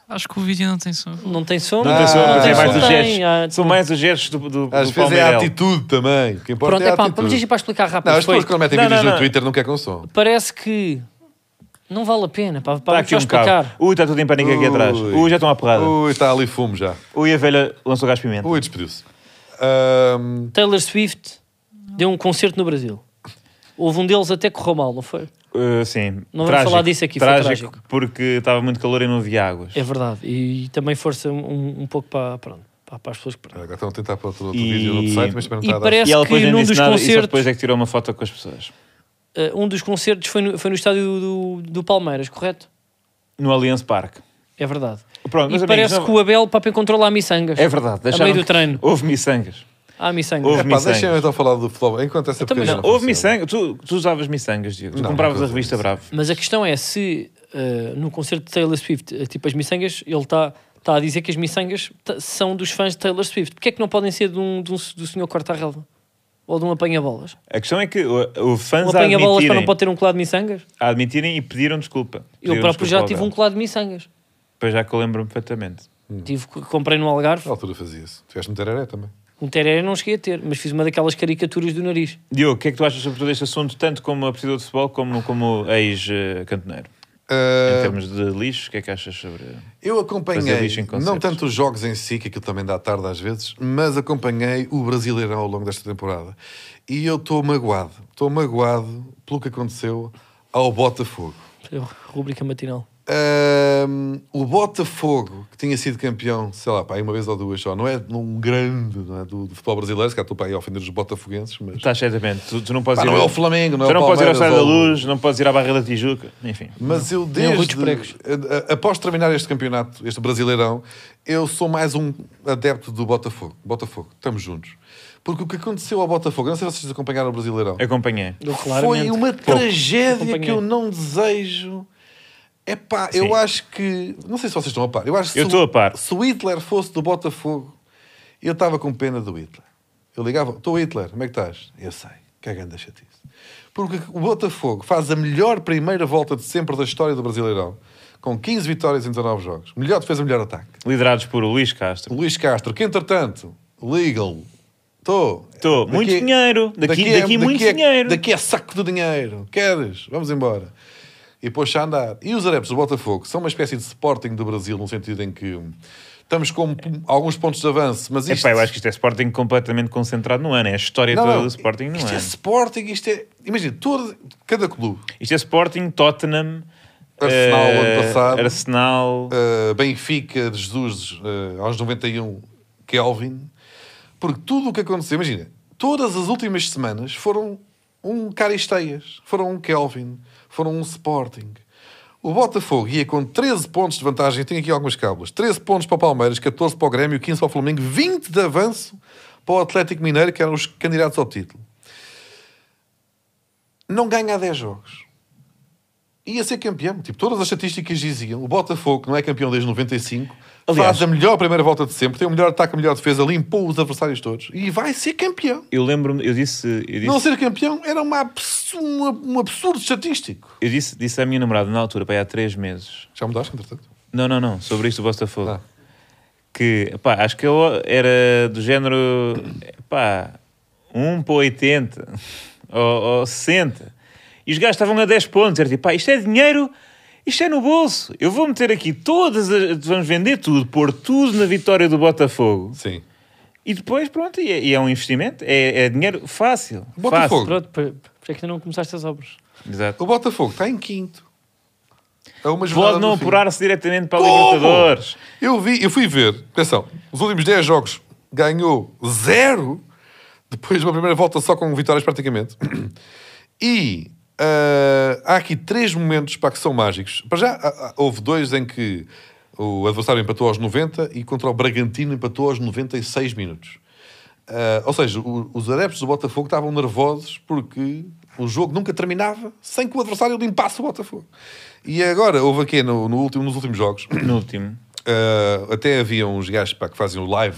[SPEAKER 4] Acho que o vídeo não tem som.
[SPEAKER 3] Não tem som, ah,
[SPEAKER 1] Ah,
[SPEAKER 2] Atenção,
[SPEAKER 1] não
[SPEAKER 2] mas é
[SPEAKER 1] tem
[SPEAKER 2] mais
[SPEAKER 1] som.
[SPEAKER 2] os gestos.
[SPEAKER 3] há-
[SPEAKER 2] São mais os gestos do, do,
[SPEAKER 1] Às
[SPEAKER 2] do
[SPEAKER 1] vezes é a
[SPEAKER 2] Palmeirão.
[SPEAKER 1] atitude também. O que importa
[SPEAKER 3] Pronto,
[SPEAKER 1] é a
[SPEAKER 3] é pá, vamos
[SPEAKER 1] atitude.
[SPEAKER 3] isto para explicar rápido.
[SPEAKER 1] Não, as
[SPEAKER 3] Foi.
[SPEAKER 1] pessoas quando metem
[SPEAKER 2] Não,
[SPEAKER 1] vídeos
[SPEAKER 2] não,
[SPEAKER 1] no
[SPEAKER 2] não.
[SPEAKER 1] Twitter não quer com som.
[SPEAKER 3] Parece que não vale a pena, pá,
[SPEAKER 2] Está
[SPEAKER 3] para
[SPEAKER 2] aqui
[SPEAKER 3] Tá aqui
[SPEAKER 2] um
[SPEAKER 3] explicar.
[SPEAKER 2] carro. Ui, está tudo em pânico aqui atrás.
[SPEAKER 1] Ui.
[SPEAKER 2] Ui, já estão à porrada.
[SPEAKER 1] Ui, está ali fumo já.
[SPEAKER 2] Ui, a velha lançou gás pimenta.
[SPEAKER 1] Ui, despediu-se. Ahm,
[SPEAKER 3] Taylor Swift deu um concerto no Brasil. Houve um deles até que correu mal, não foi?
[SPEAKER 2] Uh, sim.
[SPEAKER 3] Não vamos
[SPEAKER 2] trágico.
[SPEAKER 3] falar disso aqui, foi
[SPEAKER 2] Trágico,
[SPEAKER 3] trágico.
[SPEAKER 2] porque estava muito calor e não havia águas.
[SPEAKER 3] É verdade. E, também força um, um pouco para, pronto, para, para as pessoas que.
[SPEAKER 1] agora estão a tentar para outro, outro
[SPEAKER 2] E-
[SPEAKER 1] vídeo no outro site, mas também não
[SPEAKER 3] e
[SPEAKER 1] está a dar.
[SPEAKER 3] parece-
[SPEAKER 2] E ela depois
[SPEAKER 3] que
[SPEAKER 2] nem
[SPEAKER 3] num
[SPEAKER 2] disse
[SPEAKER 3] dos
[SPEAKER 2] nada e só
[SPEAKER 3] concertos-
[SPEAKER 2] depois é que tirou uma foto com as pessoas.
[SPEAKER 3] Eh, um dos concertos foi no, foi no estádio do, do Palmeiras, correto?
[SPEAKER 2] No Allianz Parque.
[SPEAKER 3] É verdade. e
[SPEAKER 2] Pronto, meus amigos,
[SPEAKER 3] parece
[SPEAKER 2] não-
[SPEAKER 3] que o Abel Papa encontrou lá a miçangas.
[SPEAKER 2] É verdade. deixaram
[SPEAKER 3] meio do
[SPEAKER 2] que-
[SPEAKER 3] treino.
[SPEAKER 2] Houve miçangas.
[SPEAKER 3] Ah, a miçanga.
[SPEAKER 2] Houve
[SPEAKER 1] É pá, deixem-me
[SPEAKER 2] miçangas.
[SPEAKER 1] então falar do futebol. Enquanto essa
[SPEAKER 3] também
[SPEAKER 1] porcaria
[SPEAKER 3] não.
[SPEAKER 1] não
[SPEAKER 2] Houve
[SPEAKER 1] funciona.
[SPEAKER 2] miçangas. Tu, tu usavas miçangas, Diego. Tu
[SPEAKER 1] Não,
[SPEAKER 2] compravas
[SPEAKER 1] não
[SPEAKER 2] a revista
[SPEAKER 1] usava
[SPEAKER 2] Bravo.
[SPEAKER 3] Mas a questão é se eh, no concerto de Taylor Swift, eh, tipo as miçangas, ele está tá a dizer que as miçangas ta- são dos fãs de Taylor Swift. Porquê é que não podem ser de um, de um, do senhor corta-relva? Ou de um apanha-bolas?
[SPEAKER 2] A questão é que o- houve
[SPEAKER 3] Um
[SPEAKER 2] fãs a
[SPEAKER 3] apanha-bolas para não
[SPEAKER 2] admitirem,
[SPEAKER 3] pode ter um colado de miçangas?
[SPEAKER 2] a admitirem e pediram desculpa.
[SPEAKER 3] Eu
[SPEAKER 2] Pediram
[SPEAKER 3] próprio já
[SPEAKER 2] desculpa ao
[SPEAKER 3] tive
[SPEAKER 2] Abel.
[SPEAKER 3] um colado de miçangas.
[SPEAKER 2] Pois já que eu lembro-me perfeitamente.
[SPEAKER 1] Hum.
[SPEAKER 3] Tive, comprei no Algarve.
[SPEAKER 1] Na altura fazia-se. Tiveste no Tereré também.
[SPEAKER 3] Um tereré não cheguei a ter, mas fiz uma daquelas caricaturas do nariz.
[SPEAKER 2] Diogo, o que é que tu achas sobre todo este assunto, tanto como apreciador de futebol, como como ex-cantoneiro? Em
[SPEAKER 1] Ah,
[SPEAKER 2] termos de lixo, o que é que achas sobre...
[SPEAKER 1] Eu
[SPEAKER 2] Fazer
[SPEAKER 1] acompanhei,
[SPEAKER 2] lixo em concertos.
[SPEAKER 1] não tanto os jogos em si, que aquilo também dá tarde às vezes, mas acompanhei o Brasileirão ao longo desta temporada. E eu estou magoado. Estou magoado pelo que aconteceu ao Botafogo.
[SPEAKER 3] Rúbrica matinal.
[SPEAKER 1] Ahm, o Botafogo, que tinha sido campeão, sei lá, pá, aí uma vez ou duas só, não é um grande não é, do, do futebol brasileiro, se cá estou para aí a ofender os botafoguenses, mas...
[SPEAKER 2] Estás certamente, tu, tu não podes
[SPEAKER 1] Pá,
[SPEAKER 2] ir...
[SPEAKER 1] não é o Flamengo, não é
[SPEAKER 2] tu
[SPEAKER 1] o
[SPEAKER 2] não podes ir ao
[SPEAKER 1] Palmeiras,
[SPEAKER 2] Estádio da
[SPEAKER 1] ou o-
[SPEAKER 2] Luz, não podes ir à Barra da Tijuca, enfim.
[SPEAKER 1] Mas eu
[SPEAKER 3] Nem o Rui dos
[SPEAKER 1] desde...
[SPEAKER 3] Pregos.
[SPEAKER 1] a- a- Após terminar este campeonato, este Brasileirão, eu sou mais um adepto do Botafogo. Botafogo, estamos juntos. Porque o que aconteceu ao Botafogo, eu não sei se vocês acompanharam o Brasileirão,
[SPEAKER 2] Acompanhei.
[SPEAKER 3] Eu,
[SPEAKER 1] foi
[SPEAKER 3] claramente.
[SPEAKER 1] uma tragédia
[SPEAKER 3] Acompanhei.
[SPEAKER 1] que eu não desejo. Epá,
[SPEAKER 2] Sim.
[SPEAKER 1] eu acho que... Não sei se vocês estão a par. Eu acho que
[SPEAKER 2] Eu
[SPEAKER 1] se o-
[SPEAKER 2] estou a par.
[SPEAKER 1] Se o Hitler fosse do Botafogo, eu estava com pena do Hitler. Eu ligava, estou Hitler, como é que estás? Eu sei, que é grande chatice. Porque o Botafogo faz a melhor primeira volta de sempre da história do Brasileirão, com 15 vitórias em 19 jogos. Melhor defesa, melhor ataque.
[SPEAKER 2] Liderados por Luís Castro.
[SPEAKER 1] Luís Castro, que entretanto, legal, estou.
[SPEAKER 2] Estou. Muito dinheiro. Daqui- daqui muito dinheiro.
[SPEAKER 1] é- Daqui é saco de dinheiro. Queres? Vamos embora. E pôs-se a andar. E os adeptos do Botafogo são uma espécie de Sporting do Brasil, no sentido em que hum, estamos com p- alguns pontos de avanço, mas isto...
[SPEAKER 2] Epá, eu acho que isto é Sporting completamente concentrado no ano. É a história
[SPEAKER 1] Não,
[SPEAKER 2] toda
[SPEAKER 1] não,
[SPEAKER 2] do Sporting no
[SPEAKER 1] Isto
[SPEAKER 2] ano.
[SPEAKER 1] é Sporting, isto é... Imagina, todo, cada clube,
[SPEAKER 2] Isto é Sporting, Tottenham...
[SPEAKER 1] Arsenal,
[SPEAKER 2] eh,
[SPEAKER 1] ano passado.
[SPEAKER 2] Arsenal...
[SPEAKER 1] uh, Benfica de Jesus uh, aos 91, Kelvin, porque tudo o que aconteceu, imagina, todas as últimas semanas foram um Caristeias, foram um Kelvin, foram um Sporting. O Botafogo ia com 13 pontos de vantagem, eu tenho aqui algumas cábulas, 13 pontos para o Palmeiras, 14 para o Grêmio, 15 para o Flamengo, 20 de avanço para o Atlético Mineiro, que eram os candidatos ao título. Não ganha há 10 jogos ia ser campeão. Tipo, todas as estatísticas diziam: o Botafogo, que não é campeão desde 95,
[SPEAKER 2] Aliás-
[SPEAKER 1] faz a melhor primeira volta de sempre, tem o melhor ataque, a melhor defesa, limpou os adversários todos e vai ser campeão.
[SPEAKER 2] Eu lembro-me, eu disse, eu disse,
[SPEAKER 1] Não ser campeão era uma abs- um ab- um absurdo estatístico.
[SPEAKER 2] eu disse, disse à minha namorada na altura, para há três meses.
[SPEAKER 1] Já mudaste, entretanto?
[SPEAKER 2] Não, não, não, sobre isto do Botafogo.
[SPEAKER 1] Ah.
[SPEAKER 2] Que, pá, acho que eu era do género, pá, 1 para 80 ou, ou 60. E os gajos estavam a 10 pontos. Era tipo, pá, isto é dinheiro, isto é no bolso. Eu vou meter aqui todas, as, vamos vender tudo, pôr tudo na vitória do Botafogo.
[SPEAKER 1] Sim.
[SPEAKER 2] E depois, pronto, e é, e é um investimento, é, é dinheiro fácil.
[SPEAKER 1] Botafogo.
[SPEAKER 3] Pronto, por, por é que ainda não começaste as obras?
[SPEAKER 2] Fácil. Exato.
[SPEAKER 1] O Botafogo está em quinto. É uma jornada
[SPEAKER 2] Pode não
[SPEAKER 1] do fim.
[SPEAKER 2] apurar-se diretamente para a
[SPEAKER 1] Como?
[SPEAKER 2] Libertadores.
[SPEAKER 1] Eu, vi, eu fui ver, atenção, os últimos 10 jogos ganhou zero, depois de uma primeira volta só com vitórias praticamente. E ah, há aqui três momentos para que são mágicos. Para já, ah, ah, houve dois em que o adversário empatou aos 90 e contra o Bragantino empatou aos 96 minutos. Ah, ou seja, o- os adeptos do Botafogo estavam nervosos porque o jogo nunca terminava sem que o adversário limpasse o Botafogo. E agora, houve aqui no, no último, nos últimos jogos,
[SPEAKER 2] No último.
[SPEAKER 1] Uh, até havia uns gajos pá, que fazem o live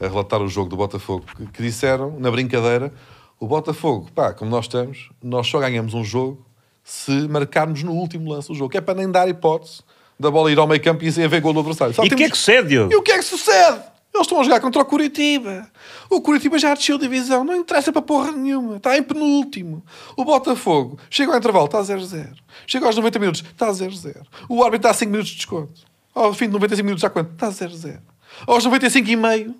[SPEAKER 1] a relatar o jogo do Botafogo que, que disseram, na brincadeira, o Botafogo, pá, como nós estamos, nós só ganhamos um jogo se marcarmos no último lance do jogo, que é para nem dar hipótese da bola ir ao meio campo e sem haver gol do adversário. Só
[SPEAKER 2] E o que é que
[SPEAKER 1] temos-
[SPEAKER 2] sucede, Diogo?
[SPEAKER 1] E o que é que sucede? Eles estão a jogar contra o Curitiba. O Curitiba já desceu divisão, não interessa para porra nenhuma. Está em penúltimo. O Botafogo chega ao intervalo, está a 0-0. Chega aos 90 minutos, está a 0-0. O árbitro dá 5 minutos de desconto. Ao fim de 95 minutos, já quanto? Está a 0-0. Aos 95 e meio,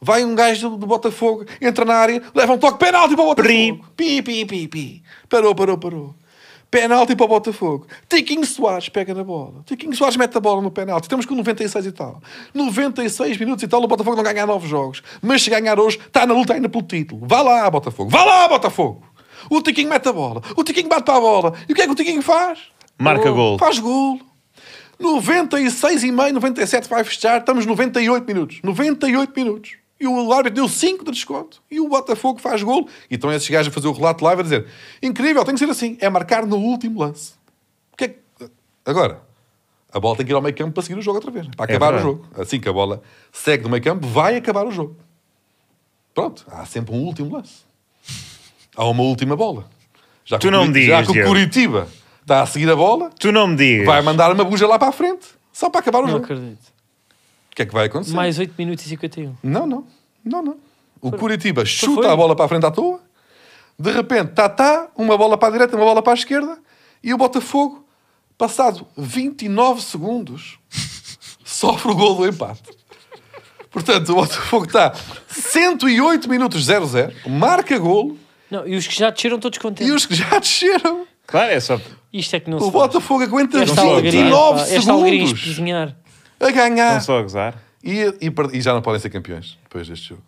[SPEAKER 1] vai um gajo do, do Botafogo, entra na área, leva um toque, penalti para o Botafogo. Pi, pi, pi, pi. Parou, parou, parou. Penalti para o Botafogo. Tiquinho Soares pega na bola. Tiquinho Soares mete a bola no penalti. Estamos com 96 e tal. 96 minutos e tal. O Botafogo não ganha nove jogos. Mas se ganhar hoje, está na luta ainda pelo título. Vá lá, Botafogo. Vá lá, Botafogo. O Tiquinho mete a bola. O Tiquinho bate para a bola. E o que é que o Tiquinho faz?
[SPEAKER 2] Marca
[SPEAKER 1] Oh,
[SPEAKER 2] golo.
[SPEAKER 1] Faz golo. 96 e meio, 97 vai fechar. Estamos 98 minutos. 98 minutos. E o árbitro deu 5 de desconto. E o Botafogo faz golo. E estão esses gajos a fazer o relato live a dizer incrível, tem que ser assim. É marcar no último lance. O que é que- Agora, a bola tem que ir ao meio campo para seguir o jogo outra vez. Para
[SPEAKER 2] É
[SPEAKER 1] acabar o
[SPEAKER 2] verdade.
[SPEAKER 1] jogo. Assim que a bola segue do meio campo, vai acabar o jogo. Pronto. Há sempre um último lance. Há uma última bola. Já que
[SPEAKER 2] Tu
[SPEAKER 1] o
[SPEAKER 2] não me
[SPEAKER 1] Curi- Já
[SPEAKER 2] digas,
[SPEAKER 1] que o
[SPEAKER 2] Diogo.
[SPEAKER 1] Curitiba está a seguir a bola,
[SPEAKER 2] Tu não me digas.
[SPEAKER 1] vai mandar uma buja lá para a frente, só para acabar o
[SPEAKER 3] Não
[SPEAKER 1] jogo.
[SPEAKER 3] acredito.
[SPEAKER 1] O que é que vai acontecer?
[SPEAKER 3] Mais 8 minutos e 51.
[SPEAKER 1] Não, não. Não, não. O Curitiba chuta
[SPEAKER 3] foi.
[SPEAKER 1] a bola para a frente à toa, de repente, tá, tá, uma bola para a direita, uma bola para a esquerda, e o Botafogo, passado 29 segundos, sofre o gol do empate. Portanto, o Botafogo tá está 108 minutos 0-0, marca golo,
[SPEAKER 3] Não, e os que já desceram todos contentes.
[SPEAKER 1] e os que já desceram,
[SPEAKER 2] Claro, é só.
[SPEAKER 3] Isto é que não
[SPEAKER 1] o
[SPEAKER 3] se faz.
[SPEAKER 1] Botafogo aguenta
[SPEAKER 3] Esta
[SPEAKER 2] só-
[SPEAKER 3] alegria,
[SPEAKER 1] 29
[SPEAKER 3] pá, esta alegria em
[SPEAKER 1] segundos
[SPEAKER 3] espesinhar.
[SPEAKER 1] a ganhar.
[SPEAKER 2] Não um só a gozar.
[SPEAKER 1] E, e per- e já não podem ser campeões depois deste jogo.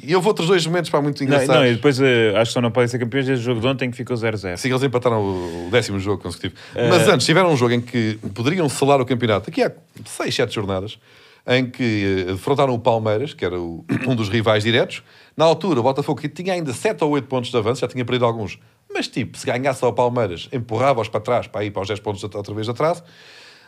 [SPEAKER 1] E houve outros dois momentos para muito
[SPEAKER 2] Não,
[SPEAKER 1] engraçados.
[SPEAKER 2] não, e depois eh, acho que só não podem ser campeões desde o jogo de ontem que ficou 0-0.
[SPEAKER 1] É, Sim, eles empataram o o décimo jogo consecutivo. Mas antes, tiveram um jogo em que poderiam selar o campeonato. Aqui há 6, 7 jornadas em que eh, defrontaram o Palmeiras, que era o- um dos rivais diretos. Na altura, o Botafogo que tinha ainda 7 ou 8 pontos de avanço, já tinha perdido alguns. Mas, tipo, se ganhasse ao Palmeiras, empurrava-os para trás, para ir para os 10 pontos at- outra vez atrás,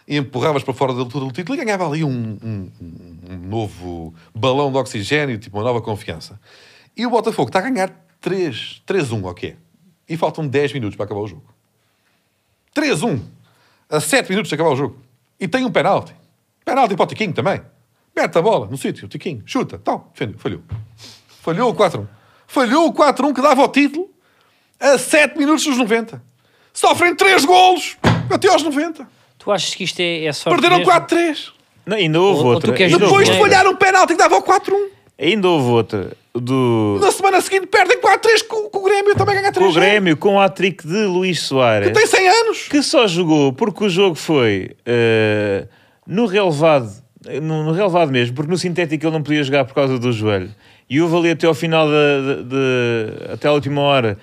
[SPEAKER 1] e empurravas para fora da altura do título e ganhava ali um, um- um- um novo balão de oxigênio, tipo, uma nova confiança. E o Botafogo está a ganhar um, 3, 3-1, ok? E faltam 10 minutos para acabar o jogo. 3-1 a 7 minutos de acabar o jogo. E tem um penalti. Penalti para o Tiquinho também. Mete a bola no sítio, Tiquinho, chuta, tal, defendeu, falhou. Falhou o 4-1. Falhou o 4-1 que dava o título a 7 minutos dos 90. Sofrem 3 golos até aos 90.
[SPEAKER 3] Tu achas que isto é, é sorte
[SPEAKER 1] Perderam
[SPEAKER 3] mesmo?
[SPEAKER 1] 4-3.
[SPEAKER 2] Não, ainda houve
[SPEAKER 3] Ou- ou
[SPEAKER 2] outra.
[SPEAKER 3] tu queres
[SPEAKER 2] ainda,
[SPEAKER 3] jogo,
[SPEAKER 1] Depois
[SPEAKER 2] houve
[SPEAKER 1] de
[SPEAKER 3] não é?
[SPEAKER 2] outra.
[SPEAKER 1] falhar um penalti que dava o 4-1.
[SPEAKER 2] ainda houve outra. Do.
[SPEAKER 1] Na semana seguinte perdem 4-3 com, com o Grêmio também ganha 3
[SPEAKER 2] Com o Grêmio, com o hat-trick de Luís Soares.
[SPEAKER 1] Tem 100 anos.
[SPEAKER 2] que só jogou porque o jogo foi eh, no relevado, no, no relevado mesmo, porque no sintético ele não podia jogar por causa do joelho. E houve ali até ao final da, da- de- até a última hora.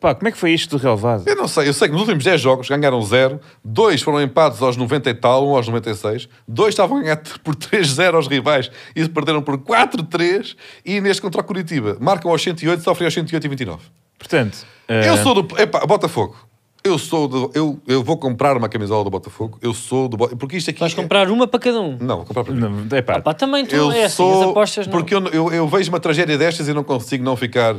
[SPEAKER 2] Pá, como é que foi isto do relevado?
[SPEAKER 1] Eu não sei, eu sei que nos últimos 10 jogos ganharam 0, 2 foram empates aos 90 e tal, 1 aos 96, 2 estavam a ganhar por 3-0 aos rivais e perderam por 4-3 e neste contra o Curitiba marcam aos 108, sofrem aos 108 e 29.
[SPEAKER 2] Portanto,
[SPEAKER 3] É.
[SPEAKER 2] eh,
[SPEAKER 1] Eu sou do. Epá, Botafogo. Eu sou do. Eu, eu vou comprar uma camisola do Botafogo. Eu sou do. Bo- Porque isto aqui.
[SPEAKER 3] Vais
[SPEAKER 1] é-
[SPEAKER 3] comprar uma para cada um.
[SPEAKER 1] Não, vou comprar para mim.
[SPEAKER 2] não, é pá,
[SPEAKER 3] Pá, também tu
[SPEAKER 1] Eu
[SPEAKER 3] é assim,
[SPEAKER 1] sou.
[SPEAKER 3] as apostas não.
[SPEAKER 1] Porque eu, eu, eu vejo uma tragédia destas e não consigo não ficar.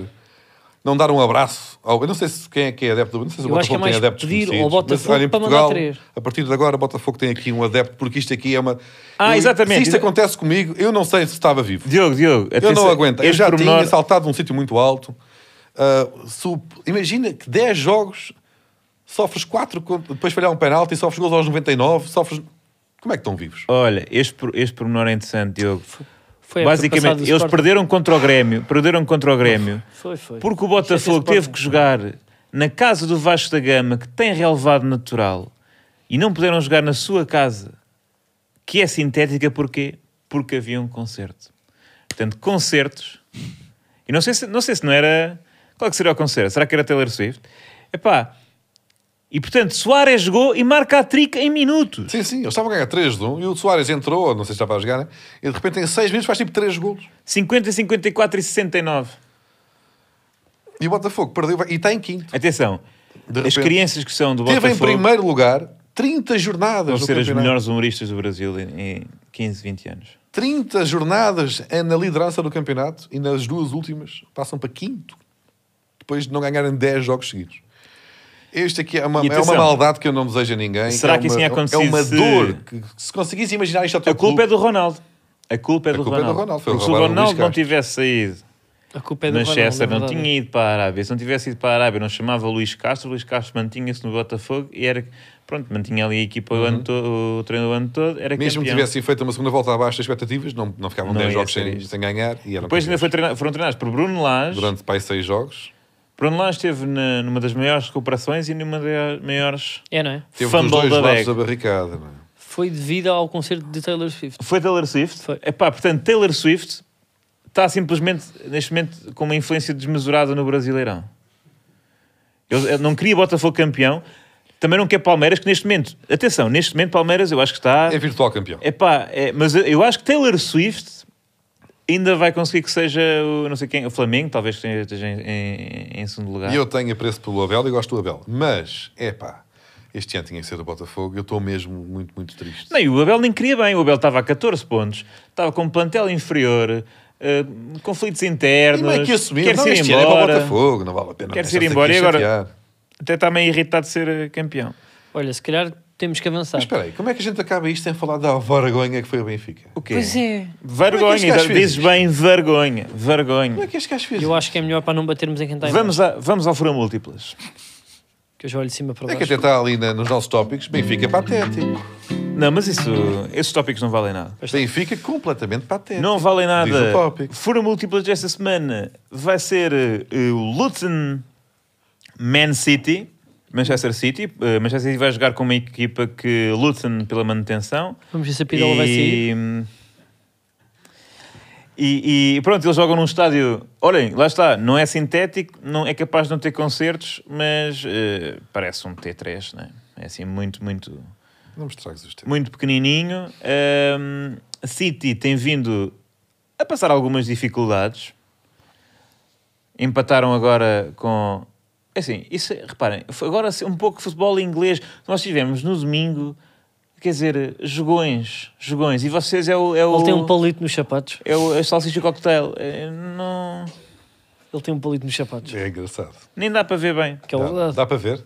[SPEAKER 1] Não dar um abraço. ao- Eu não sei se quem é que é adepto do não sei se o
[SPEAKER 3] Eu acho que é
[SPEAKER 1] Botafogo tem
[SPEAKER 3] mais
[SPEAKER 1] adeptos
[SPEAKER 3] pedir
[SPEAKER 1] conhecidos,
[SPEAKER 3] ao Botafogo
[SPEAKER 1] mas, olha, em
[SPEAKER 3] para mandar
[SPEAKER 1] Portugal,
[SPEAKER 3] três.
[SPEAKER 1] A partir de agora, o Botafogo tem aqui um adepto, porque isto aqui é uma.
[SPEAKER 2] Ah,
[SPEAKER 1] eu-
[SPEAKER 2] exatamente.
[SPEAKER 1] Se isto acontece comigo, eu não sei se estava vivo.
[SPEAKER 2] Diogo, Diogo,
[SPEAKER 1] Eu
[SPEAKER 2] atenção,
[SPEAKER 1] não aguento. Eu
[SPEAKER 2] este
[SPEAKER 1] já
[SPEAKER 2] pormenor-
[SPEAKER 1] tinha saltado de um sítio muito alto. Ah, se o- imagina que 10 jogos sofres 4, depois falhar um penalti, sofres gols aos 99, sofres. Como é que estão vivos?
[SPEAKER 2] Olha, este, por- este pormenor é interessante, Diogo.
[SPEAKER 3] Foi a época passada
[SPEAKER 2] Basicamente,
[SPEAKER 3] do
[SPEAKER 2] eles
[SPEAKER 3] Sporting.
[SPEAKER 2] perderam contra o Grêmio, perderam contra o Grêmio.
[SPEAKER 3] Foi, foi. é
[SPEAKER 2] Porque o Botafogo
[SPEAKER 3] Sporting.
[SPEAKER 2] teve que jogar na casa do Vasco da Gama, que tem relevado natural, e não puderam jogar na sua casa, que é sintética, porquê? Porque havia um concerto. Portanto, concertos. E não sei se não, sei se não era. Qual é que seria o concerto? Será que era Taylor Swift? Epá. E portanto, Soares jogou e marca a trica em minutos.
[SPEAKER 1] Sim, sim, eles estavam a ganhar 3 de 1 e o Soares entrou, não sei se estava a jogar, né? e de repente em 6 minutos faz tipo 3 golos.
[SPEAKER 2] 50, 54 e 69.
[SPEAKER 1] E o Botafogo perdeu e está em quinto.
[SPEAKER 2] Atenção.
[SPEAKER 1] De
[SPEAKER 2] As
[SPEAKER 1] repente.
[SPEAKER 2] crianças que são do
[SPEAKER 1] Teve em
[SPEAKER 2] Botafogo
[SPEAKER 1] primeiro lugar 30 jornadas
[SPEAKER 2] vão
[SPEAKER 1] no
[SPEAKER 2] ser as
[SPEAKER 1] campeonato.
[SPEAKER 2] melhores humoristas do Brasil em- em 15, 20 anos.
[SPEAKER 1] 30 jornadas é na liderança do campeonato e nas duas últimas passam para quinto. Depois de não ganharem 10 jogos seguidos. Este aqui é uma,
[SPEAKER 2] E
[SPEAKER 1] é uma
[SPEAKER 2] atenção.
[SPEAKER 1] maldade que eu não desejo a ninguém.
[SPEAKER 2] Será
[SPEAKER 1] é
[SPEAKER 2] que
[SPEAKER 1] uma,
[SPEAKER 2] isso tinha acontecido
[SPEAKER 1] É uma
[SPEAKER 2] se-
[SPEAKER 1] dor que, que se conseguisse imaginar isto ao teu
[SPEAKER 2] A culpa
[SPEAKER 1] clube,
[SPEAKER 2] é do Ronaldo. A culpa é do
[SPEAKER 1] culpa é do
[SPEAKER 2] Ronaldo.
[SPEAKER 1] Ronaldo, foi
[SPEAKER 2] Porque se o
[SPEAKER 1] roubar o Luís
[SPEAKER 2] Ronaldo não
[SPEAKER 1] Castro.
[SPEAKER 2] tivesse saído
[SPEAKER 3] A culpa é do
[SPEAKER 2] Manchester,
[SPEAKER 3] Ronaldo, é
[SPEAKER 2] não
[SPEAKER 3] verdade.
[SPEAKER 2] tinha ido para a Arábia. Se não tivesse ido para a Arábia, não chamava Luís Castro. Luís Castro mantinha-se no Botafogo e era. Pronto, mantinha ali a equipa o, ano todo, o treino do ano todo. Era
[SPEAKER 1] mesmo que
[SPEAKER 2] campeão.
[SPEAKER 1] tivessem feito uma segunda volta abaixo das expectativas, não, não ficavam
[SPEAKER 2] Não
[SPEAKER 1] 10
[SPEAKER 2] ia
[SPEAKER 1] jogos
[SPEAKER 2] ser
[SPEAKER 1] sem,
[SPEAKER 2] isto.
[SPEAKER 1] sem ganhar e eram
[SPEAKER 2] Depois ainda
[SPEAKER 1] campeões.
[SPEAKER 2] foi treina- foram treinados por Bruno Lage.
[SPEAKER 1] durante para aí 6 jogos.
[SPEAKER 2] Bruno Lage esteve na- numa das maiores recuperações e numa das maiores
[SPEAKER 3] É, não é?
[SPEAKER 1] Teve dos
[SPEAKER 2] fumble
[SPEAKER 1] dois
[SPEAKER 2] da
[SPEAKER 1] lados
[SPEAKER 2] bag.
[SPEAKER 1] da barricada. não é?
[SPEAKER 3] Foi devido ao concerto de Taylor Swift.
[SPEAKER 2] Foi Taylor Swift?
[SPEAKER 3] Foi.
[SPEAKER 2] Epá, portanto, Taylor Swift está simplesmente, neste momento, com uma influência desmesurada no Brasileirão. Ele ele não queria Botafogo campeão, também não quer Palmeiras, que neste momento, atenção, neste momento Palmeiras eu acho que está...
[SPEAKER 1] É virtual campeão.
[SPEAKER 2] Epá, é, mas eu- eu acho que Taylor Swift ainda vai conseguir que seja o, não sei quem, o Flamengo, talvez que esteja em, em- em segundo lugar.
[SPEAKER 1] E eu tenho apreço pelo Abel e gosto do Abel. Mas, é pá, este ano tinha que ser do Botafogo. Eu estou mesmo muito, muito triste.
[SPEAKER 2] Não, e o Abel nem queria bem. O Abel estava a 14 pontos, estava com um plantel inferior, eh, conflitos
[SPEAKER 1] E
[SPEAKER 2] internos.
[SPEAKER 1] meio que assumir,
[SPEAKER 2] quer
[SPEAKER 1] não,
[SPEAKER 2] ser
[SPEAKER 1] este ano é para o
[SPEAKER 2] embora.
[SPEAKER 1] Botafogo, não vale a pena.
[SPEAKER 2] Quer
[SPEAKER 1] Não,
[SPEAKER 2] ser
[SPEAKER 1] estamos
[SPEAKER 2] embora
[SPEAKER 1] aqui
[SPEAKER 2] e
[SPEAKER 1] a
[SPEAKER 2] agora- Tá.
[SPEAKER 1] chatear.
[SPEAKER 2] Até está meio irritado de ser eh, campeão.
[SPEAKER 3] Olha, se calhar temos que avançar.
[SPEAKER 1] Mas espera aí, como é que a gente acaba isto sem falar da vergonha que foi o Benfica?
[SPEAKER 2] O quê?
[SPEAKER 3] Pois é.
[SPEAKER 1] Como é que este
[SPEAKER 2] Vergonha,
[SPEAKER 1] gajo
[SPEAKER 2] já
[SPEAKER 1] fez
[SPEAKER 2] dizes
[SPEAKER 1] isto?
[SPEAKER 2] bem vergonha.
[SPEAKER 1] Como é
[SPEAKER 2] Vergonha.
[SPEAKER 1] que este gajo fez?
[SPEAKER 3] Eu acho que é melhor para não batermos em quem está em baixo,
[SPEAKER 2] Vamos, a, vamos ao furo múltiplas.
[SPEAKER 3] Que eu já olho de cima para
[SPEAKER 1] É
[SPEAKER 3] baixo.
[SPEAKER 1] que até está ali na- nos nossos tópicos,
[SPEAKER 2] Hum.
[SPEAKER 1] Benfica patético.
[SPEAKER 2] Não, mas isso, esses tópicos não valem nada.
[SPEAKER 1] Benfica completamente patético.
[SPEAKER 2] Não valem
[SPEAKER 1] Diz o
[SPEAKER 2] nada.
[SPEAKER 1] tópico.
[SPEAKER 2] Furo múltiplas desta semana vai ser eh, eh, o Luton Man City, Manchester City. Eh, Manchester City vai jogar com uma equipa que Luton pela manutenção.
[SPEAKER 3] Vamos ver se a Pirola vai sair.
[SPEAKER 2] E, e pronto, eles jogam num estádio. Olhem, lá está, não é sintético, não é capaz de não ter concertos, mas eh, parece um T3, não é? É assim, muito, muito
[SPEAKER 1] Não me estragues os temas.
[SPEAKER 2] muito pequenininho. Ahm, a City tem vindo a passar algumas dificuldades. Empataram agora com. é Assim, isso, reparem, foi agora assim, um pouco de futebol inglês. Nós tivemos no domingo, quer dizer, jogões, jogões. E vocês é o. É o
[SPEAKER 3] Ele tem um palito nos sapatos.
[SPEAKER 2] é o é o salsicha cocktail. É, não,
[SPEAKER 3] Ele tem um palito nos sapatos.
[SPEAKER 1] É engraçado.
[SPEAKER 2] nem dá para ver bem.
[SPEAKER 3] Que é
[SPEAKER 1] Dá,
[SPEAKER 3] verdade.
[SPEAKER 1] dá para ver?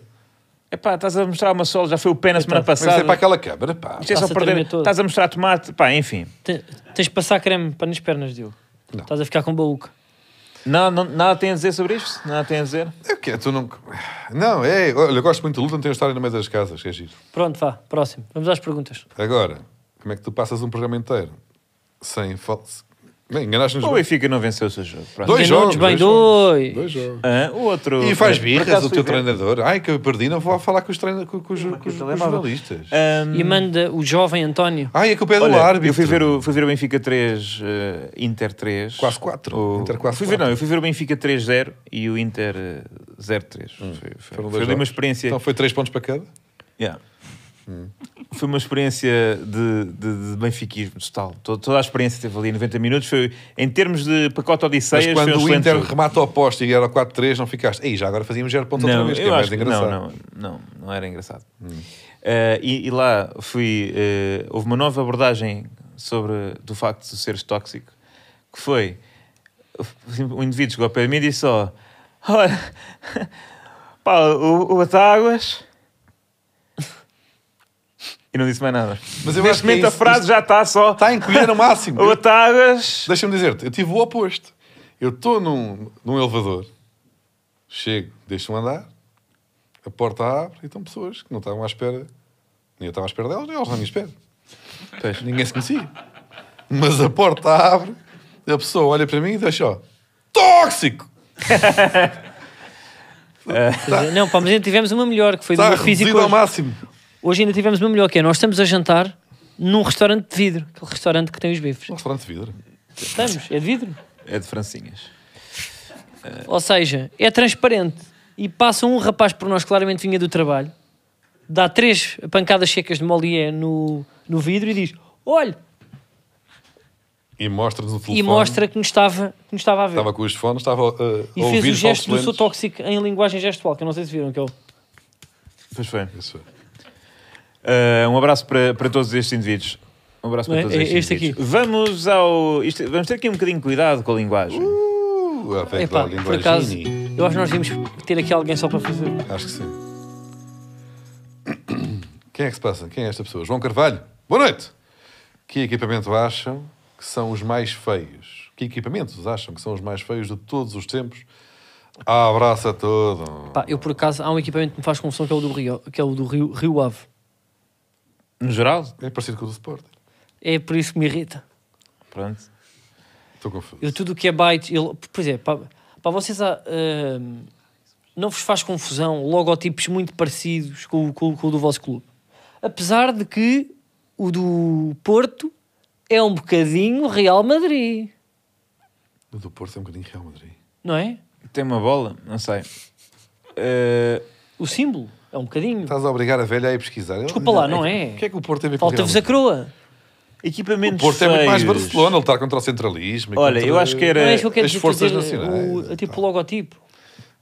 [SPEAKER 2] Epá, estás a mostrar uma sola, já foi o pé na semana
[SPEAKER 1] Mas isso é
[SPEAKER 2] passada.
[SPEAKER 1] para aquela câmara, pá.
[SPEAKER 2] Isto é só
[SPEAKER 3] Passa a tremer
[SPEAKER 2] perder.
[SPEAKER 3] todo.
[SPEAKER 2] Estás a mostrar tomate, pá, enfim.
[SPEAKER 3] Te- Tens de passar creme para nas pernas, Diogo.
[SPEAKER 1] Não.
[SPEAKER 3] Estás a ficar com baúca.
[SPEAKER 2] Não, não- nada tem a dizer sobre isto? Nada tem a dizer?
[SPEAKER 1] É o quê? Tu não... Não, é... Olha, eu gosto muito do Luton, tem a história no meio das casas, que é giro.
[SPEAKER 3] Pronto, vá. Próximo. Vamos às perguntas.
[SPEAKER 1] Agora, como é que tu passas um programa inteiro sem falta? Bem, enganaste-nos.
[SPEAKER 2] O
[SPEAKER 1] bem.
[SPEAKER 2] Benfica não venceu o seu jogo. Pronto.
[SPEAKER 1] Dois
[SPEAKER 3] Enganou-nos
[SPEAKER 1] jogos.
[SPEAKER 3] bem, dois.
[SPEAKER 1] Dois jogos.
[SPEAKER 2] Ah, o outro.
[SPEAKER 1] E faz
[SPEAKER 2] Por acaso
[SPEAKER 1] birras o
[SPEAKER 2] fui
[SPEAKER 1] teu
[SPEAKER 2] ver.
[SPEAKER 1] treinador. Ai, que eu perdi, não vou falar com os, treina... com, com os, com os- com os
[SPEAKER 2] telemóvel.
[SPEAKER 1] jornalistas.
[SPEAKER 2] Ahm,
[SPEAKER 3] E manda o jovem António.
[SPEAKER 1] Ai, é culpa é do
[SPEAKER 2] olha,
[SPEAKER 1] árbitro.
[SPEAKER 2] Eu fui ver, o, fui ver o Benfica 3, eh, Inter 3.
[SPEAKER 1] Quase quatro.
[SPEAKER 2] O-
[SPEAKER 1] Inter quase
[SPEAKER 2] fui ver,
[SPEAKER 1] quatro.
[SPEAKER 2] Não, eu fui ver o Benfica 3-0 e o Inter eh, 0-3. foi foi,
[SPEAKER 1] Hum. Foram dois
[SPEAKER 2] foi ali uma
[SPEAKER 1] jogos.
[SPEAKER 2] experiência.
[SPEAKER 1] Então Hum. foi três pontos para cada?
[SPEAKER 2] Yeah. Foi uma experiência de, de, de benfiquismo total. Toda, toda a experiência teve ali 90 minutos. Foi, em termos de pacote
[SPEAKER 1] Mas
[SPEAKER 2] Odisseias,
[SPEAKER 1] quando
[SPEAKER 2] foi um
[SPEAKER 1] o
[SPEAKER 2] excelente
[SPEAKER 1] Inter
[SPEAKER 2] jogo.
[SPEAKER 1] remata ao poste e era 4-3, não ficaste. Ei, já agora fazíamos 0 pontos outra vez, que é mais engraçado. Hum.
[SPEAKER 2] Não, não, não, não era engraçado. Eh, e, e lá fui. eh, houve uma nova abordagem sobre do facto de seres tóxico, que foi. O indivíduo chegou ao pé de mim e disse só: Olha, pá, o, o Batáguas. E não disse mais nada.
[SPEAKER 1] Mas eu acho
[SPEAKER 2] Neste
[SPEAKER 1] que é
[SPEAKER 2] momento a
[SPEAKER 1] isso.
[SPEAKER 2] frase já está só.
[SPEAKER 1] Está a encolher no máximo.
[SPEAKER 2] O Batáguas.
[SPEAKER 1] Deixa-me dizer-te, eu tive o oposto. Eu estou num, num elevador, chego, deixo-me andar, a porta abre e estão pessoas que não estavam à espera. Nem eu estava à espera delas, nem elas na minha espera.
[SPEAKER 2] Pois.
[SPEAKER 1] Ninguém se conhecia. Mas a porta abre, a pessoa olha para mim e deixa, ó, tóxico!
[SPEAKER 3] Quer dizer, Não, pá, mas ainda tivemos uma melhor, que foi do
[SPEAKER 1] Está
[SPEAKER 3] meu físico.
[SPEAKER 1] Tá, reduzido ao
[SPEAKER 3] Hoje.
[SPEAKER 1] máximo.
[SPEAKER 3] Hoje ainda tivemos uma melhor, que é nós estamos a jantar num restaurante de vidro. Aquele restaurante que tem os bifes.
[SPEAKER 1] Um restaurante de vidro.
[SPEAKER 3] Estamos, é de vidro.
[SPEAKER 2] É de francinhas.
[SPEAKER 3] Ou seja, é transparente. E passa um rapaz por nós, claramente vinha do trabalho, dá três pancadas secas de Molière no, no vidro e diz: Olha!
[SPEAKER 1] E mostra-nos o telefone.
[SPEAKER 3] E mostra que nos estava, que nos estava a ver.
[SPEAKER 1] Estava com os fones, estava uh,
[SPEAKER 3] e
[SPEAKER 1] a ouvir
[SPEAKER 3] fez o
[SPEAKER 1] os
[SPEAKER 3] gesto do
[SPEAKER 1] altos
[SPEAKER 3] sou
[SPEAKER 1] lentos.
[SPEAKER 3] tóxico em linguagem gestual, que eu não sei se viram, que é o.
[SPEAKER 2] Pois foi.
[SPEAKER 1] Isso.
[SPEAKER 2] Uh, um abraço para, para todos estes indivíduos. Um abraço para
[SPEAKER 3] Não é?
[SPEAKER 2] todos estes
[SPEAKER 3] É este
[SPEAKER 2] indivíduos. Vamos ao. isto- vamos ter aqui um bocadinho de cuidado com a linguagem.
[SPEAKER 1] Uh, ah, vem
[SPEAKER 3] Epá,
[SPEAKER 1] lá,
[SPEAKER 3] por acaso,
[SPEAKER 1] linguagem.
[SPEAKER 3] eu acho que nós devíamos ter aqui alguém só para fazer.
[SPEAKER 1] Acho que sim. Quem é que se passa? Quem é esta pessoa? João Carvalho. Boa noite. Que equipamento acham que são os mais feios? Que equipamentos acham que são os mais feios de todos os tempos? Abraço a todo.
[SPEAKER 3] Pá, eu por acaso, há um equipamento que me faz confusão que é o do Rio, que é o do Rio, Rio Ave.
[SPEAKER 2] No geral?
[SPEAKER 1] É parecido com o do Sporting.
[SPEAKER 3] É por isso que me irrita.
[SPEAKER 2] Pronto.
[SPEAKER 1] Estou confuso.
[SPEAKER 3] Eu tudo o que é byte, eu, pois é, para, para vocês há, hum, não vos faz confusão logotipos muito parecidos com, o- com o- com o do vosso clube. Apesar de que o do Porto é um bocadinho Real Madrid,
[SPEAKER 1] O do Porto é um bocadinho Real Madrid.
[SPEAKER 3] não é?
[SPEAKER 2] Tem uma bola? Não sei. Uh,
[SPEAKER 3] O símbolo é um bocadinho.
[SPEAKER 1] Estás a obrigar a velha a ir pesquisar.
[SPEAKER 3] Desculpa lá, não é?
[SPEAKER 1] O que é que o Porto tem a ver com o Real
[SPEAKER 3] Falta-vos a
[SPEAKER 1] Madrid?
[SPEAKER 3] croa.
[SPEAKER 2] equipamentos.
[SPEAKER 1] O Porto é muito mais
[SPEAKER 2] feios.
[SPEAKER 1] Barcelona, lutar contra o centralismo. e
[SPEAKER 2] Olha,
[SPEAKER 1] contra-
[SPEAKER 2] eu acho que era-
[SPEAKER 3] Não é isso que eu quero
[SPEAKER 1] as
[SPEAKER 3] dizer,
[SPEAKER 1] forças
[SPEAKER 3] quer dizer,
[SPEAKER 1] nacionais,
[SPEAKER 3] o- tipo
[SPEAKER 1] então.
[SPEAKER 3] o logotipo.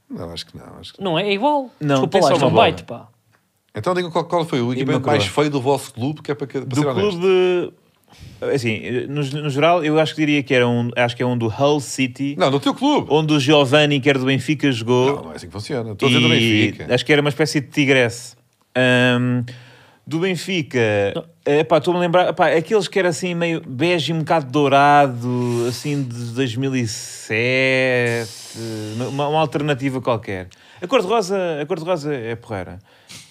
[SPEAKER 1] Não, acho que não. Acho que
[SPEAKER 3] Não é? É igual.
[SPEAKER 2] Não,
[SPEAKER 3] Desculpa
[SPEAKER 2] tem
[SPEAKER 3] lá,
[SPEAKER 2] só
[SPEAKER 3] isto é um
[SPEAKER 2] uma bola.
[SPEAKER 3] baita, pá.
[SPEAKER 1] Então digam qual, qual foi o
[SPEAKER 2] uma
[SPEAKER 1] equipamento mais
[SPEAKER 2] coroa.
[SPEAKER 1] feio do vosso clube, que é para, que- para
[SPEAKER 2] Do
[SPEAKER 1] ser honesto.
[SPEAKER 2] clube. Assim, no, no geral, eu acho que diria que era um. Acho que é um do Hull City,
[SPEAKER 1] Não, no teu clube.
[SPEAKER 2] onde o Giovanni, que era do Benfica, jogou.
[SPEAKER 1] Não, não é assim que funciona. Estou a dizer do Benfica.
[SPEAKER 2] Acho que era uma espécie de tigresse. Ahm, do Benfica, eh, epá, estou-me a lembrar, epá, aqueles que era assim meio bege e um bocado dourado, assim de 2007, uma, uma alternativa qualquer. A cor-de-rosa cor -rosa é porreira.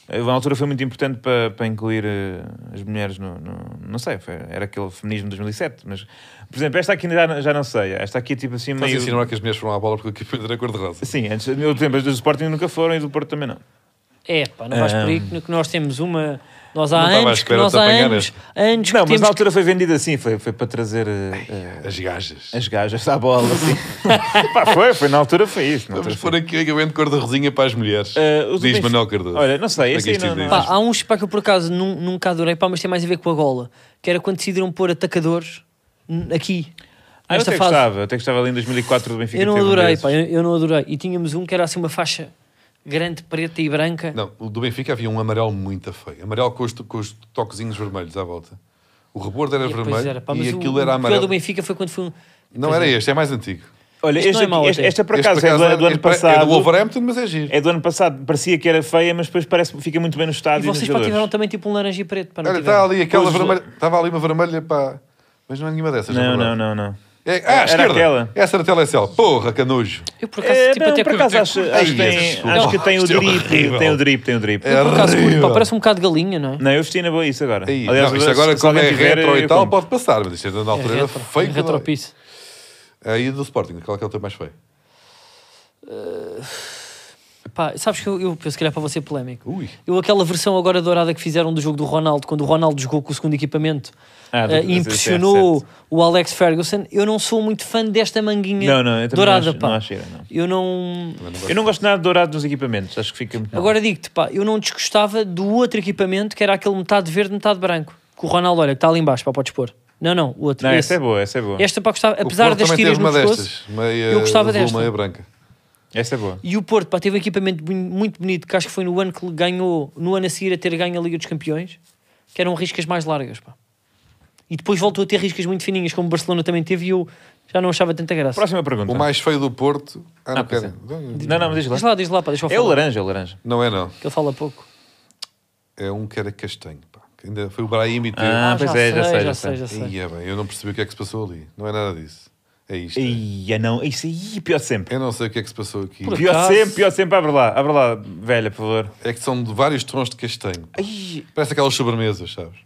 [SPEAKER 2] Eh, Na altura foi muito importante para, para incluir eh, as mulheres no, no- Não sei, foi- era aquele feminismo de 2007, mas... Por exemplo, esta aqui já, já não sei. Esta aqui é tipo assim
[SPEAKER 1] Estás a
[SPEAKER 2] meio...
[SPEAKER 1] insinuar que as mulheres foram à bola porque o equipamento era cor-de-rosa.
[SPEAKER 2] Sim, antes, eu lembro, as do Sporting nunca foram e do Porto também não.
[SPEAKER 3] É, pá, não
[SPEAKER 2] Ah.
[SPEAKER 3] vais por aí que que nós temos uma. Nós há
[SPEAKER 1] Não estava à
[SPEAKER 3] anos que
[SPEAKER 1] espera de
[SPEAKER 3] nós
[SPEAKER 1] te
[SPEAKER 3] há
[SPEAKER 1] apanhar
[SPEAKER 3] anos,
[SPEAKER 1] este.
[SPEAKER 3] anos que
[SPEAKER 2] Não, mas
[SPEAKER 3] temos.
[SPEAKER 2] na altura foi vendido assim, foi, foi para trazer eh, eh,
[SPEAKER 1] As gajas.
[SPEAKER 2] as gajas à bola. Assim. Pá, foi, foi, na altura foi isso. na altura
[SPEAKER 1] Vamos
[SPEAKER 2] foi.
[SPEAKER 1] pôr aqui o equipamento cor-de-rosinha para as mulheres.
[SPEAKER 2] Eh, o do
[SPEAKER 1] Diz
[SPEAKER 2] Benfica-
[SPEAKER 1] Manuel Cardoso.
[SPEAKER 2] Olha, não sei,
[SPEAKER 1] Como é
[SPEAKER 2] esse
[SPEAKER 1] que isto
[SPEAKER 2] aí não-
[SPEAKER 1] diz?
[SPEAKER 3] Pá, há uns pá, que eu por acaso nun- nunca adorei, pá, mas tem mais a ver com a gola. Que era quando decidiram pôr atacadores n- aqui.
[SPEAKER 2] Ah, eu
[SPEAKER 3] Nesta
[SPEAKER 2] até
[SPEAKER 3] fase.
[SPEAKER 2] gostava, eu até gostava ali em 2004 do Benfica.
[SPEAKER 3] eu não
[SPEAKER 2] ter um
[SPEAKER 3] adorei,
[SPEAKER 2] desses.
[SPEAKER 3] pá, eu, eu não adorei. E tínhamos um que era assim uma faixa grande, preta e branca.
[SPEAKER 1] Não, o do Benfica havia um amarelo muito feio. Amarelo com os, to- com os toquezinhos vermelhos à volta. O rebordo era
[SPEAKER 3] E, pois
[SPEAKER 1] vermelho
[SPEAKER 3] era, pá,
[SPEAKER 1] e
[SPEAKER 3] mas o-
[SPEAKER 1] aquilo
[SPEAKER 3] o
[SPEAKER 1] era
[SPEAKER 3] pior
[SPEAKER 1] amarelo.
[SPEAKER 3] do Benfica foi quando foi um.
[SPEAKER 1] Não era este, é mais antigo.
[SPEAKER 2] Olha,
[SPEAKER 3] Isto
[SPEAKER 2] este
[SPEAKER 3] não é
[SPEAKER 2] aqui-
[SPEAKER 3] mau
[SPEAKER 2] este-
[SPEAKER 3] até.
[SPEAKER 2] esta por
[SPEAKER 1] Este,
[SPEAKER 2] acaso é, do,
[SPEAKER 1] não
[SPEAKER 2] é do ano
[SPEAKER 1] este parece- É do
[SPEAKER 2] passado.
[SPEAKER 1] Wolverhampton, mas é giro.
[SPEAKER 2] É do ano passado, parecia que era feia, mas depois parece que fica muito bem no
[SPEAKER 3] E
[SPEAKER 2] estádio. nos
[SPEAKER 3] vocês pá,
[SPEAKER 2] jogadores.
[SPEAKER 3] tiveram também tipo um laranja e preto. Pá, não
[SPEAKER 1] Olha, está
[SPEAKER 3] tiveram?
[SPEAKER 1] ali aquela
[SPEAKER 2] Pois o-
[SPEAKER 1] vermelha. Estava ali uma vermelha, pá. Mas não é nenhuma dessas. na
[SPEAKER 2] Não,
[SPEAKER 1] verdade.
[SPEAKER 2] não, não, não.
[SPEAKER 1] É, ah, à
[SPEAKER 2] Era
[SPEAKER 1] esquerda.
[SPEAKER 2] aquela.
[SPEAKER 1] Essa era a telecel. Porra, canojo.
[SPEAKER 3] Eu por acaso,
[SPEAKER 2] Eh,
[SPEAKER 3] tipo,
[SPEAKER 2] não,
[SPEAKER 3] até
[SPEAKER 2] por
[SPEAKER 3] curto.
[SPEAKER 2] acaso acho,
[SPEAKER 1] Ai,
[SPEAKER 2] acho que
[SPEAKER 1] Jesus,
[SPEAKER 2] tem, acho que tem o
[SPEAKER 1] isto é
[SPEAKER 2] drip,
[SPEAKER 1] horrível.
[SPEAKER 2] tem o drip, tem o drip.
[SPEAKER 1] É
[SPEAKER 3] Por acaso curto, pá,
[SPEAKER 1] horrível.
[SPEAKER 3] parece um bocado galinha, não é?
[SPEAKER 2] Não, eu vesti na boa isso agora.
[SPEAKER 1] Aí,
[SPEAKER 2] Aliás,
[SPEAKER 1] não, isto
[SPEAKER 2] se-
[SPEAKER 1] agora,
[SPEAKER 2] se
[SPEAKER 1] como é
[SPEAKER 2] alguém tiver,
[SPEAKER 1] retro
[SPEAKER 2] eu
[SPEAKER 1] e tal,
[SPEAKER 2] compro.
[SPEAKER 1] pode passar. Mas isto na altura
[SPEAKER 3] É
[SPEAKER 1] era
[SPEAKER 3] retro,
[SPEAKER 1] feio.
[SPEAKER 3] é
[SPEAKER 1] que dói.
[SPEAKER 3] retropice.
[SPEAKER 1] Aí do Sporting, qual é que é o teu mais feio?
[SPEAKER 3] Pá, sabes que eu, eu, se calhar para você polémico.
[SPEAKER 1] Ui.
[SPEAKER 3] Eu, aquela versão agora dourada que fizeram do jogo do Ronaldo, quando o Ronaldo jogou com o segundo equipamento
[SPEAKER 2] Ah, do-
[SPEAKER 3] eh,
[SPEAKER 2] do-
[SPEAKER 3] e impressionou o Alex Ferguson, eu não sou muito fã desta manguinha
[SPEAKER 2] Não, não, eu também
[SPEAKER 3] dourada,
[SPEAKER 2] não acho-
[SPEAKER 3] pá.
[SPEAKER 2] não acho gira, não.
[SPEAKER 3] Eu não.
[SPEAKER 2] Eu não gosto nada de dourado nos equipamentos, acho que fica muito mal.
[SPEAKER 3] Agora digo-te, pá, eu não desgostava do outro equipamento que era aquele metade verde, metade branco. Que o Ronaldo, olha, que está ali embaixo, pá, podes pôr. Não, não, o outro.
[SPEAKER 2] Não,
[SPEAKER 3] esse.
[SPEAKER 2] essa é boa, essa é boa.
[SPEAKER 3] Esta, pá, gostava,
[SPEAKER 1] O
[SPEAKER 3] apesar
[SPEAKER 1] Porto
[SPEAKER 3] das
[SPEAKER 1] também
[SPEAKER 3] tiras
[SPEAKER 1] teve
[SPEAKER 3] no
[SPEAKER 1] uma
[SPEAKER 3] pescoço,
[SPEAKER 1] destas. Meia
[SPEAKER 3] eu gostava
[SPEAKER 1] azul,
[SPEAKER 3] desta.
[SPEAKER 1] meia branca.
[SPEAKER 2] Essa é boa.
[SPEAKER 3] E o Porto, pá, teve um equipamento boni- muito bonito, que acho que foi no ano que ele ganhou, no ano a seguir a ter ganho a Liga dos Campeões, que eram riscas mais largas, pá. E depois voltou a ter riscas muito fininhas, como o Barcelona também teve, e eu já não achava tanta graça.
[SPEAKER 2] Próxima pergunta.
[SPEAKER 1] O mais feio do Porto. Ah, não,
[SPEAKER 2] Ah, pois
[SPEAKER 1] quero.
[SPEAKER 3] é.
[SPEAKER 2] Não, não, mas diz
[SPEAKER 3] Diz
[SPEAKER 2] lá.
[SPEAKER 3] lá, diz lá, pá, deixa eu
[SPEAKER 2] É o
[SPEAKER 3] falar,
[SPEAKER 2] laranja, é o laranja.
[SPEAKER 1] Não é, não.
[SPEAKER 3] que ele fala pouco.
[SPEAKER 1] É um que era castanho. Pá. Que ainda foi o Brahim teve.
[SPEAKER 2] Ah, pois é, já sei,
[SPEAKER 3] já
[SPEAKER 2] já
[SPEAKER 3] sei, já sei.
[SPEAKER 1] Ih, é bem, eu não percebi o que é que se passou ali. Não é nada disso. É isto.
[SPEAKER 2] Ia não, isso aí, pior sempre.
[SPEAKER 1] Eu não sei o que é que se passou aqui.
[SPEAKER 3] Por-
[SPEAKER 2] Pior
[SPEAKER 3] acaso-
[SPEAKER 2] sempre, pior sempre. Abre lá, abre lá, velha, por favor.
[SPEAKER 1] É que são de vários tons de castanho.
[SPEAKER 2] Ai,
[SPEAKER 1] Parece aquelas sobremesas, sabes?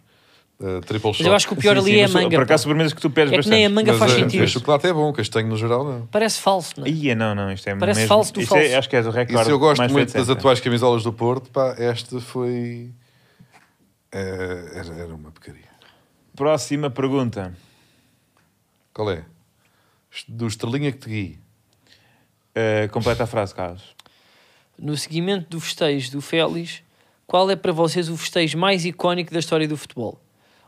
[SPEAKER 1] Uh, triple shot.
[SPEAKER 3] Mas eu acho que o pior
[SPEAKER 2] sim,
[SPEAKER 3] ali
[SPEAKER 2] sim,
[SPEAKER 3] é a
[SPEAKER 2] mas tu-
[SPEAKER 3] manga.
[SPEAKER 2] Por
[SPEAKER 3] pá.
[SPEAKER 2] acaso, sobremesas que tu pedes
[SPEAKER 3] É que
[SPEAKER 2] bastante.
[SPEAKER 3] nem a manga
[SPEAKER 1] Mas,
[SPEAKER 3] faz
[SPEAKER 1] uh,
[SPEAKER 3] sentido.
[SPEAKER 1] O chocolate é bom, o castanho no geral não.
[SPEAKER 3] Parece falso, não é?
[SPEAKER 2] Ia não, não, isto é
[SPEAKER 3] Parece
[SPEAKER 2] mesmo-
[SPEAKER 3] falso do
[SPEAKER 2] isto é-
[SPEAKER 3] falso.
[SPEAKER 2] acho que és o
[SPEAKER 1] E
[SPEAKER 2] recorde.
[SPEAKER 1] se eu gosto
[SPEAKER 2] mais
[SPEAKER 1] muito
[SPEAKER 2] feito
[SPEAKER 1] das
[SPEAKER 2] sempre.
[SPEAKER 1] atuais camisolas do Porto, pá, esta foi. eh, era, era uma porcaria.
[SPEAKER 2] Próxima pergunta.
[SPEAKER 1] Qual é? do estrelinha que te guie.
[SPEAKER 2] Eh, completa a frase, Carlos.
[SPEAKER 3] No seguimento do festejo do Félix, qual é para vocês o festejo mais icónico da história do futebol?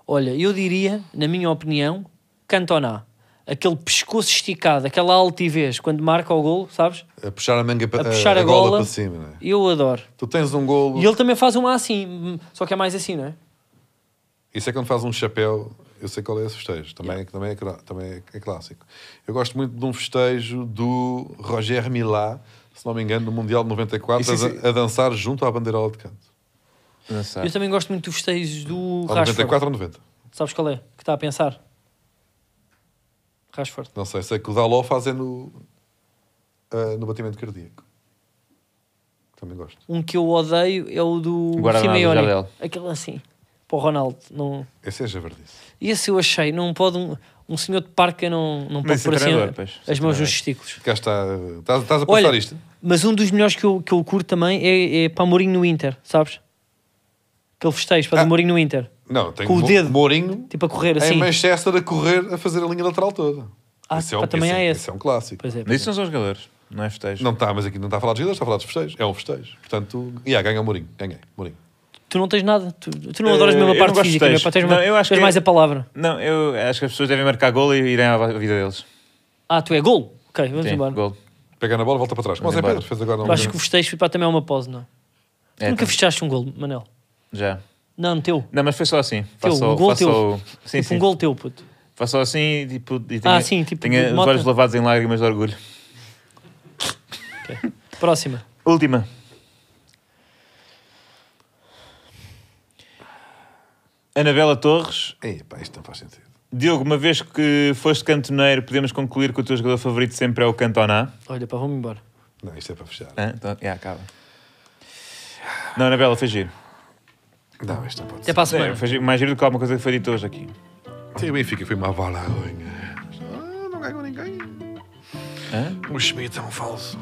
[SPEAKER 3] Olha, eu diria, na minha opinião, Cantona. Aquele pescoço esticado, aquela altivez, quando marca o gol, sabes?
[SPEAKER 1] A puxar a manga para
[SPEAKER 3] A puxar a,
[SPEAKER 1] gola,
[SPEAKER 3] gola.
[SPEAKER 1] para cima, não é?
[SPEAKER 3] Eu adoro.
[SPEAKER 1] Tu tens um golo.
[SPEAKER 3] E ele também faz uma assim, só que é mais assim, não é?
[SPEAKER 1] Isso é quando faz um chapéu. Eu sei qual é esse festejo. Também, também, é, cra- também é- é clássico. Eu gosto muito de um festejo do Roger Milá, se não me engano, no Mundial de 94,
[SPEAKER 2] Isso, isso,
[SPEAKER 1] a,
[SPEAKER 2] isso.
[SPEAKER 1] a dançar junto à bandeirola de canto.
[SPEAKER 2] Não sei.
[SPEAKER 3] Eu também gosto muito dos festejos do
[SPEAKER 1] Ou
[SPEAKER 3] Rashford.
[SPEAKER 1] 94 ou 90.
[SPEAKER 3] Sabes qual é? Que está a pensar? Rashford.
[SPEAKER 1] Não sei, sei que o Daló faz é no, ah, no batimento cardíaco. Também gosto.
[SPEAKER 3] Um que eu odeio é o do
[SPEAKER 2] Guardanapo
[SPEAKER 3] Simeone.
[SPEAKER 2] do Jardel.
[SPEAKER 3] Aquele assim. Para o Ronaldo. Não...
[SPEAKER 1] Esse é javardice.
[SPEAKER 3] Esse eu achei. Não pode um, um senhor de parca não, não pode
[SPEAKER 2] Mas
[SPEAKER 3] pôr assim
[SPEAKER 2] esse treinador, pois.
[SPEAKER 3] as
[SPEAKER 2] Esse
[SPEAKER 3] mãos
[SPEAKER 2] treinador.
[SPEAKER 3] nos testículos.
[SPEAKER 1] Cá está. Estás, estás a passar
[SPEAKER 3] Olha,
[SPEAKER 1] isto?
[SPEAKER 3] mas um dos melhores que eu, que eu curto também é, é para Mourinho no Inter, sabes? Aquele festejo para
[SPEAKER 1] Ah.
[SPEAKER 3] o Mourinho no Inter.
[SPEAKER 1] Não, tem
[SPEAKER 3] com o
[SPEAKER 1] Mo-
[SPEAKER 3] dedo.
[SPEAKER 1] Mourinho
[SPEAKER 3] Tipo a correr
[SPEAKER 1] em
[SPEAKER 3] assim.
[SPEAKER 1] Manchester a correr a fazer a linha lateral toda.
[SPEAKER 3] Ah,
[SPEAKER 1] Esse é
[SPEAKER 3] pá, também
[SPEAKER 1] esse
[SPEAKER 3] há esse.
[SPEAKER 1] esse é um clássico.
[SPEAKER 3] Pois é.
[SPEAKER 2] Mas isso não são jogadores, não é festejo.
[SPEAKER 1] Não está, mas aqui não está a falar de jogadores, está a falar dos festejos. É um festejo. Portanto, yeah, ganha o Mourinho. Ganhei, Mourinho.
[SPEAKER 3] Tu não tens nada. Tu, tu não
[SPEAKER 2] Eh,
[SPEAKER 3] adoras mesmo
[SPEAKER 2] eu
[SPEAKER 3] a
[SPEAKER 2] não
[SPEAKER 3] parte
[SPEAKER 2] gosto de
[SPEAKER 3] física,
[SPEAKER 2] festejos.
[SPEAKER 3] meu, pá, tens,
[SPEAKER 2] Não,
[SPEAKER 3] uma-
[SPEAKER 2] eu acho
[SPEAKER 3] tens
[SPEAKER 2] que- é-
[SPEAKER 3] mais a palavra.
[SPEAKER 2] Não, eu acho que as pessoas devem marcar gol e irem à vida deles.
[SPEAKER 3] Ah, tu é gol? Ok, vamos
[SPEAKER 2] Sim,
[SPEAKER 3] embora.
[SPEAKER 2] gol.
[SPEAKER 1] Pega na bola, volta para trás. Como o
[SPEAKER 2] Vamos
[SPEAKER 1] Zé Pedro
[SPEAKER 2] embora.
[SPEAKER 1] fez agora um...
[SPEAKER 3] Eu acho que o festejo pá, também é uma pose, não?
[SPEAKER 2] É,
[SPEAKER 3] Nunca
[SPEAKER 2] tá-
[SPEAKER 3] festejaste um gol, Manel?
[SPEAKER 2] Já.
[SPEAKER 3] Não, teu.
[SPEAKER 2] Não, mas foi só assim.
[SPEAKER 3] Teu,
[SPEAKER 2] Faço,
[SPEAKER 3] um gol
[SPEAKER 2] faço,
[SPEAKER 3] teu.
[SPEAKER 2] Sim,
[SPEAKER 3] tipo
[SPEAKER 2] sim.
[SPEAKER 3] um gol teu, puto.
[SPEAKER 2] Faço só assim tipo, e
[SPEAKER 3] Ah,
[SPEAKER 2] tenho,
[SPEAKER 3] sim, tipo de
[SPEAKER 2] tenho os
[SPEAKER 3] moto.
[SPEAKER 2] olhos lavados em lágrimas de orgulho.
[SPEAKER 3] Próxima.
[SPEAKER 2] Última. Anabela Torres,
[SPEAKER 1] Ei, pá, isto não faz sentido.
[SPEAKER 2] Diogo, uma vez que foste cantoneiro, podemos concluir que o teu jogador favorito sempre é o Cantona?
[SPEAKER 3] Olha, pá, vamos embora.
[SPEAKER 1] Não, isto é para fechar.
[SPEAKER 2] Hã? Então, já, acaba. Não, Anabela, foi giro.
[SPEAKER 1] Não, isto não pode
[SPEAKER 3] Até
[SPEAKER 1] ser.
[SPEAKER 3] para a
[SPEAKER 2] É,
[SPEAKER 3] semana.
[SPEAKER 2] foi giro- mais giro do que alguma coisa que foi dita hoje aqui.
[SPEAKER 1] Sim, o Benfica foi uma valarronha. Ah, não ganhou ninguém.
[SPEAKER 2] Hã?
[SPEAKER 1] O Schmidt é um falso.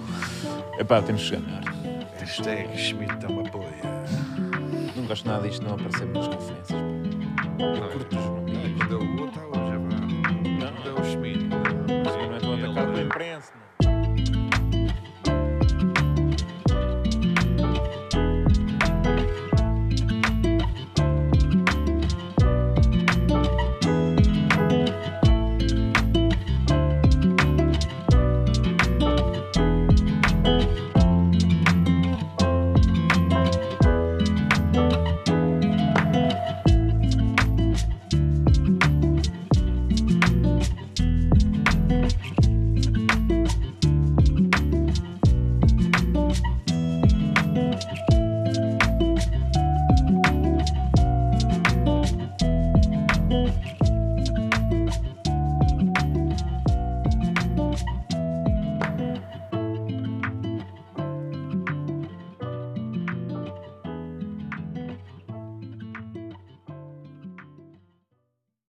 [SPEAKER 2] Epá, temos que chegar melhor.
[SPEAKER 1] Hashtag Schmidt é uma boia.
[SPEAKER 2] Não gosto nada disto, não aparecer nas conferências.
[SPEAKER 1] Não,
[SPEAKER 2] curto os nomes.
[SPEAKER 1] Quando é o outro, ah, o Javá. Quando é o Schmidt.
[SPEAKER 2] Não é tão atacado pela imprensa. não.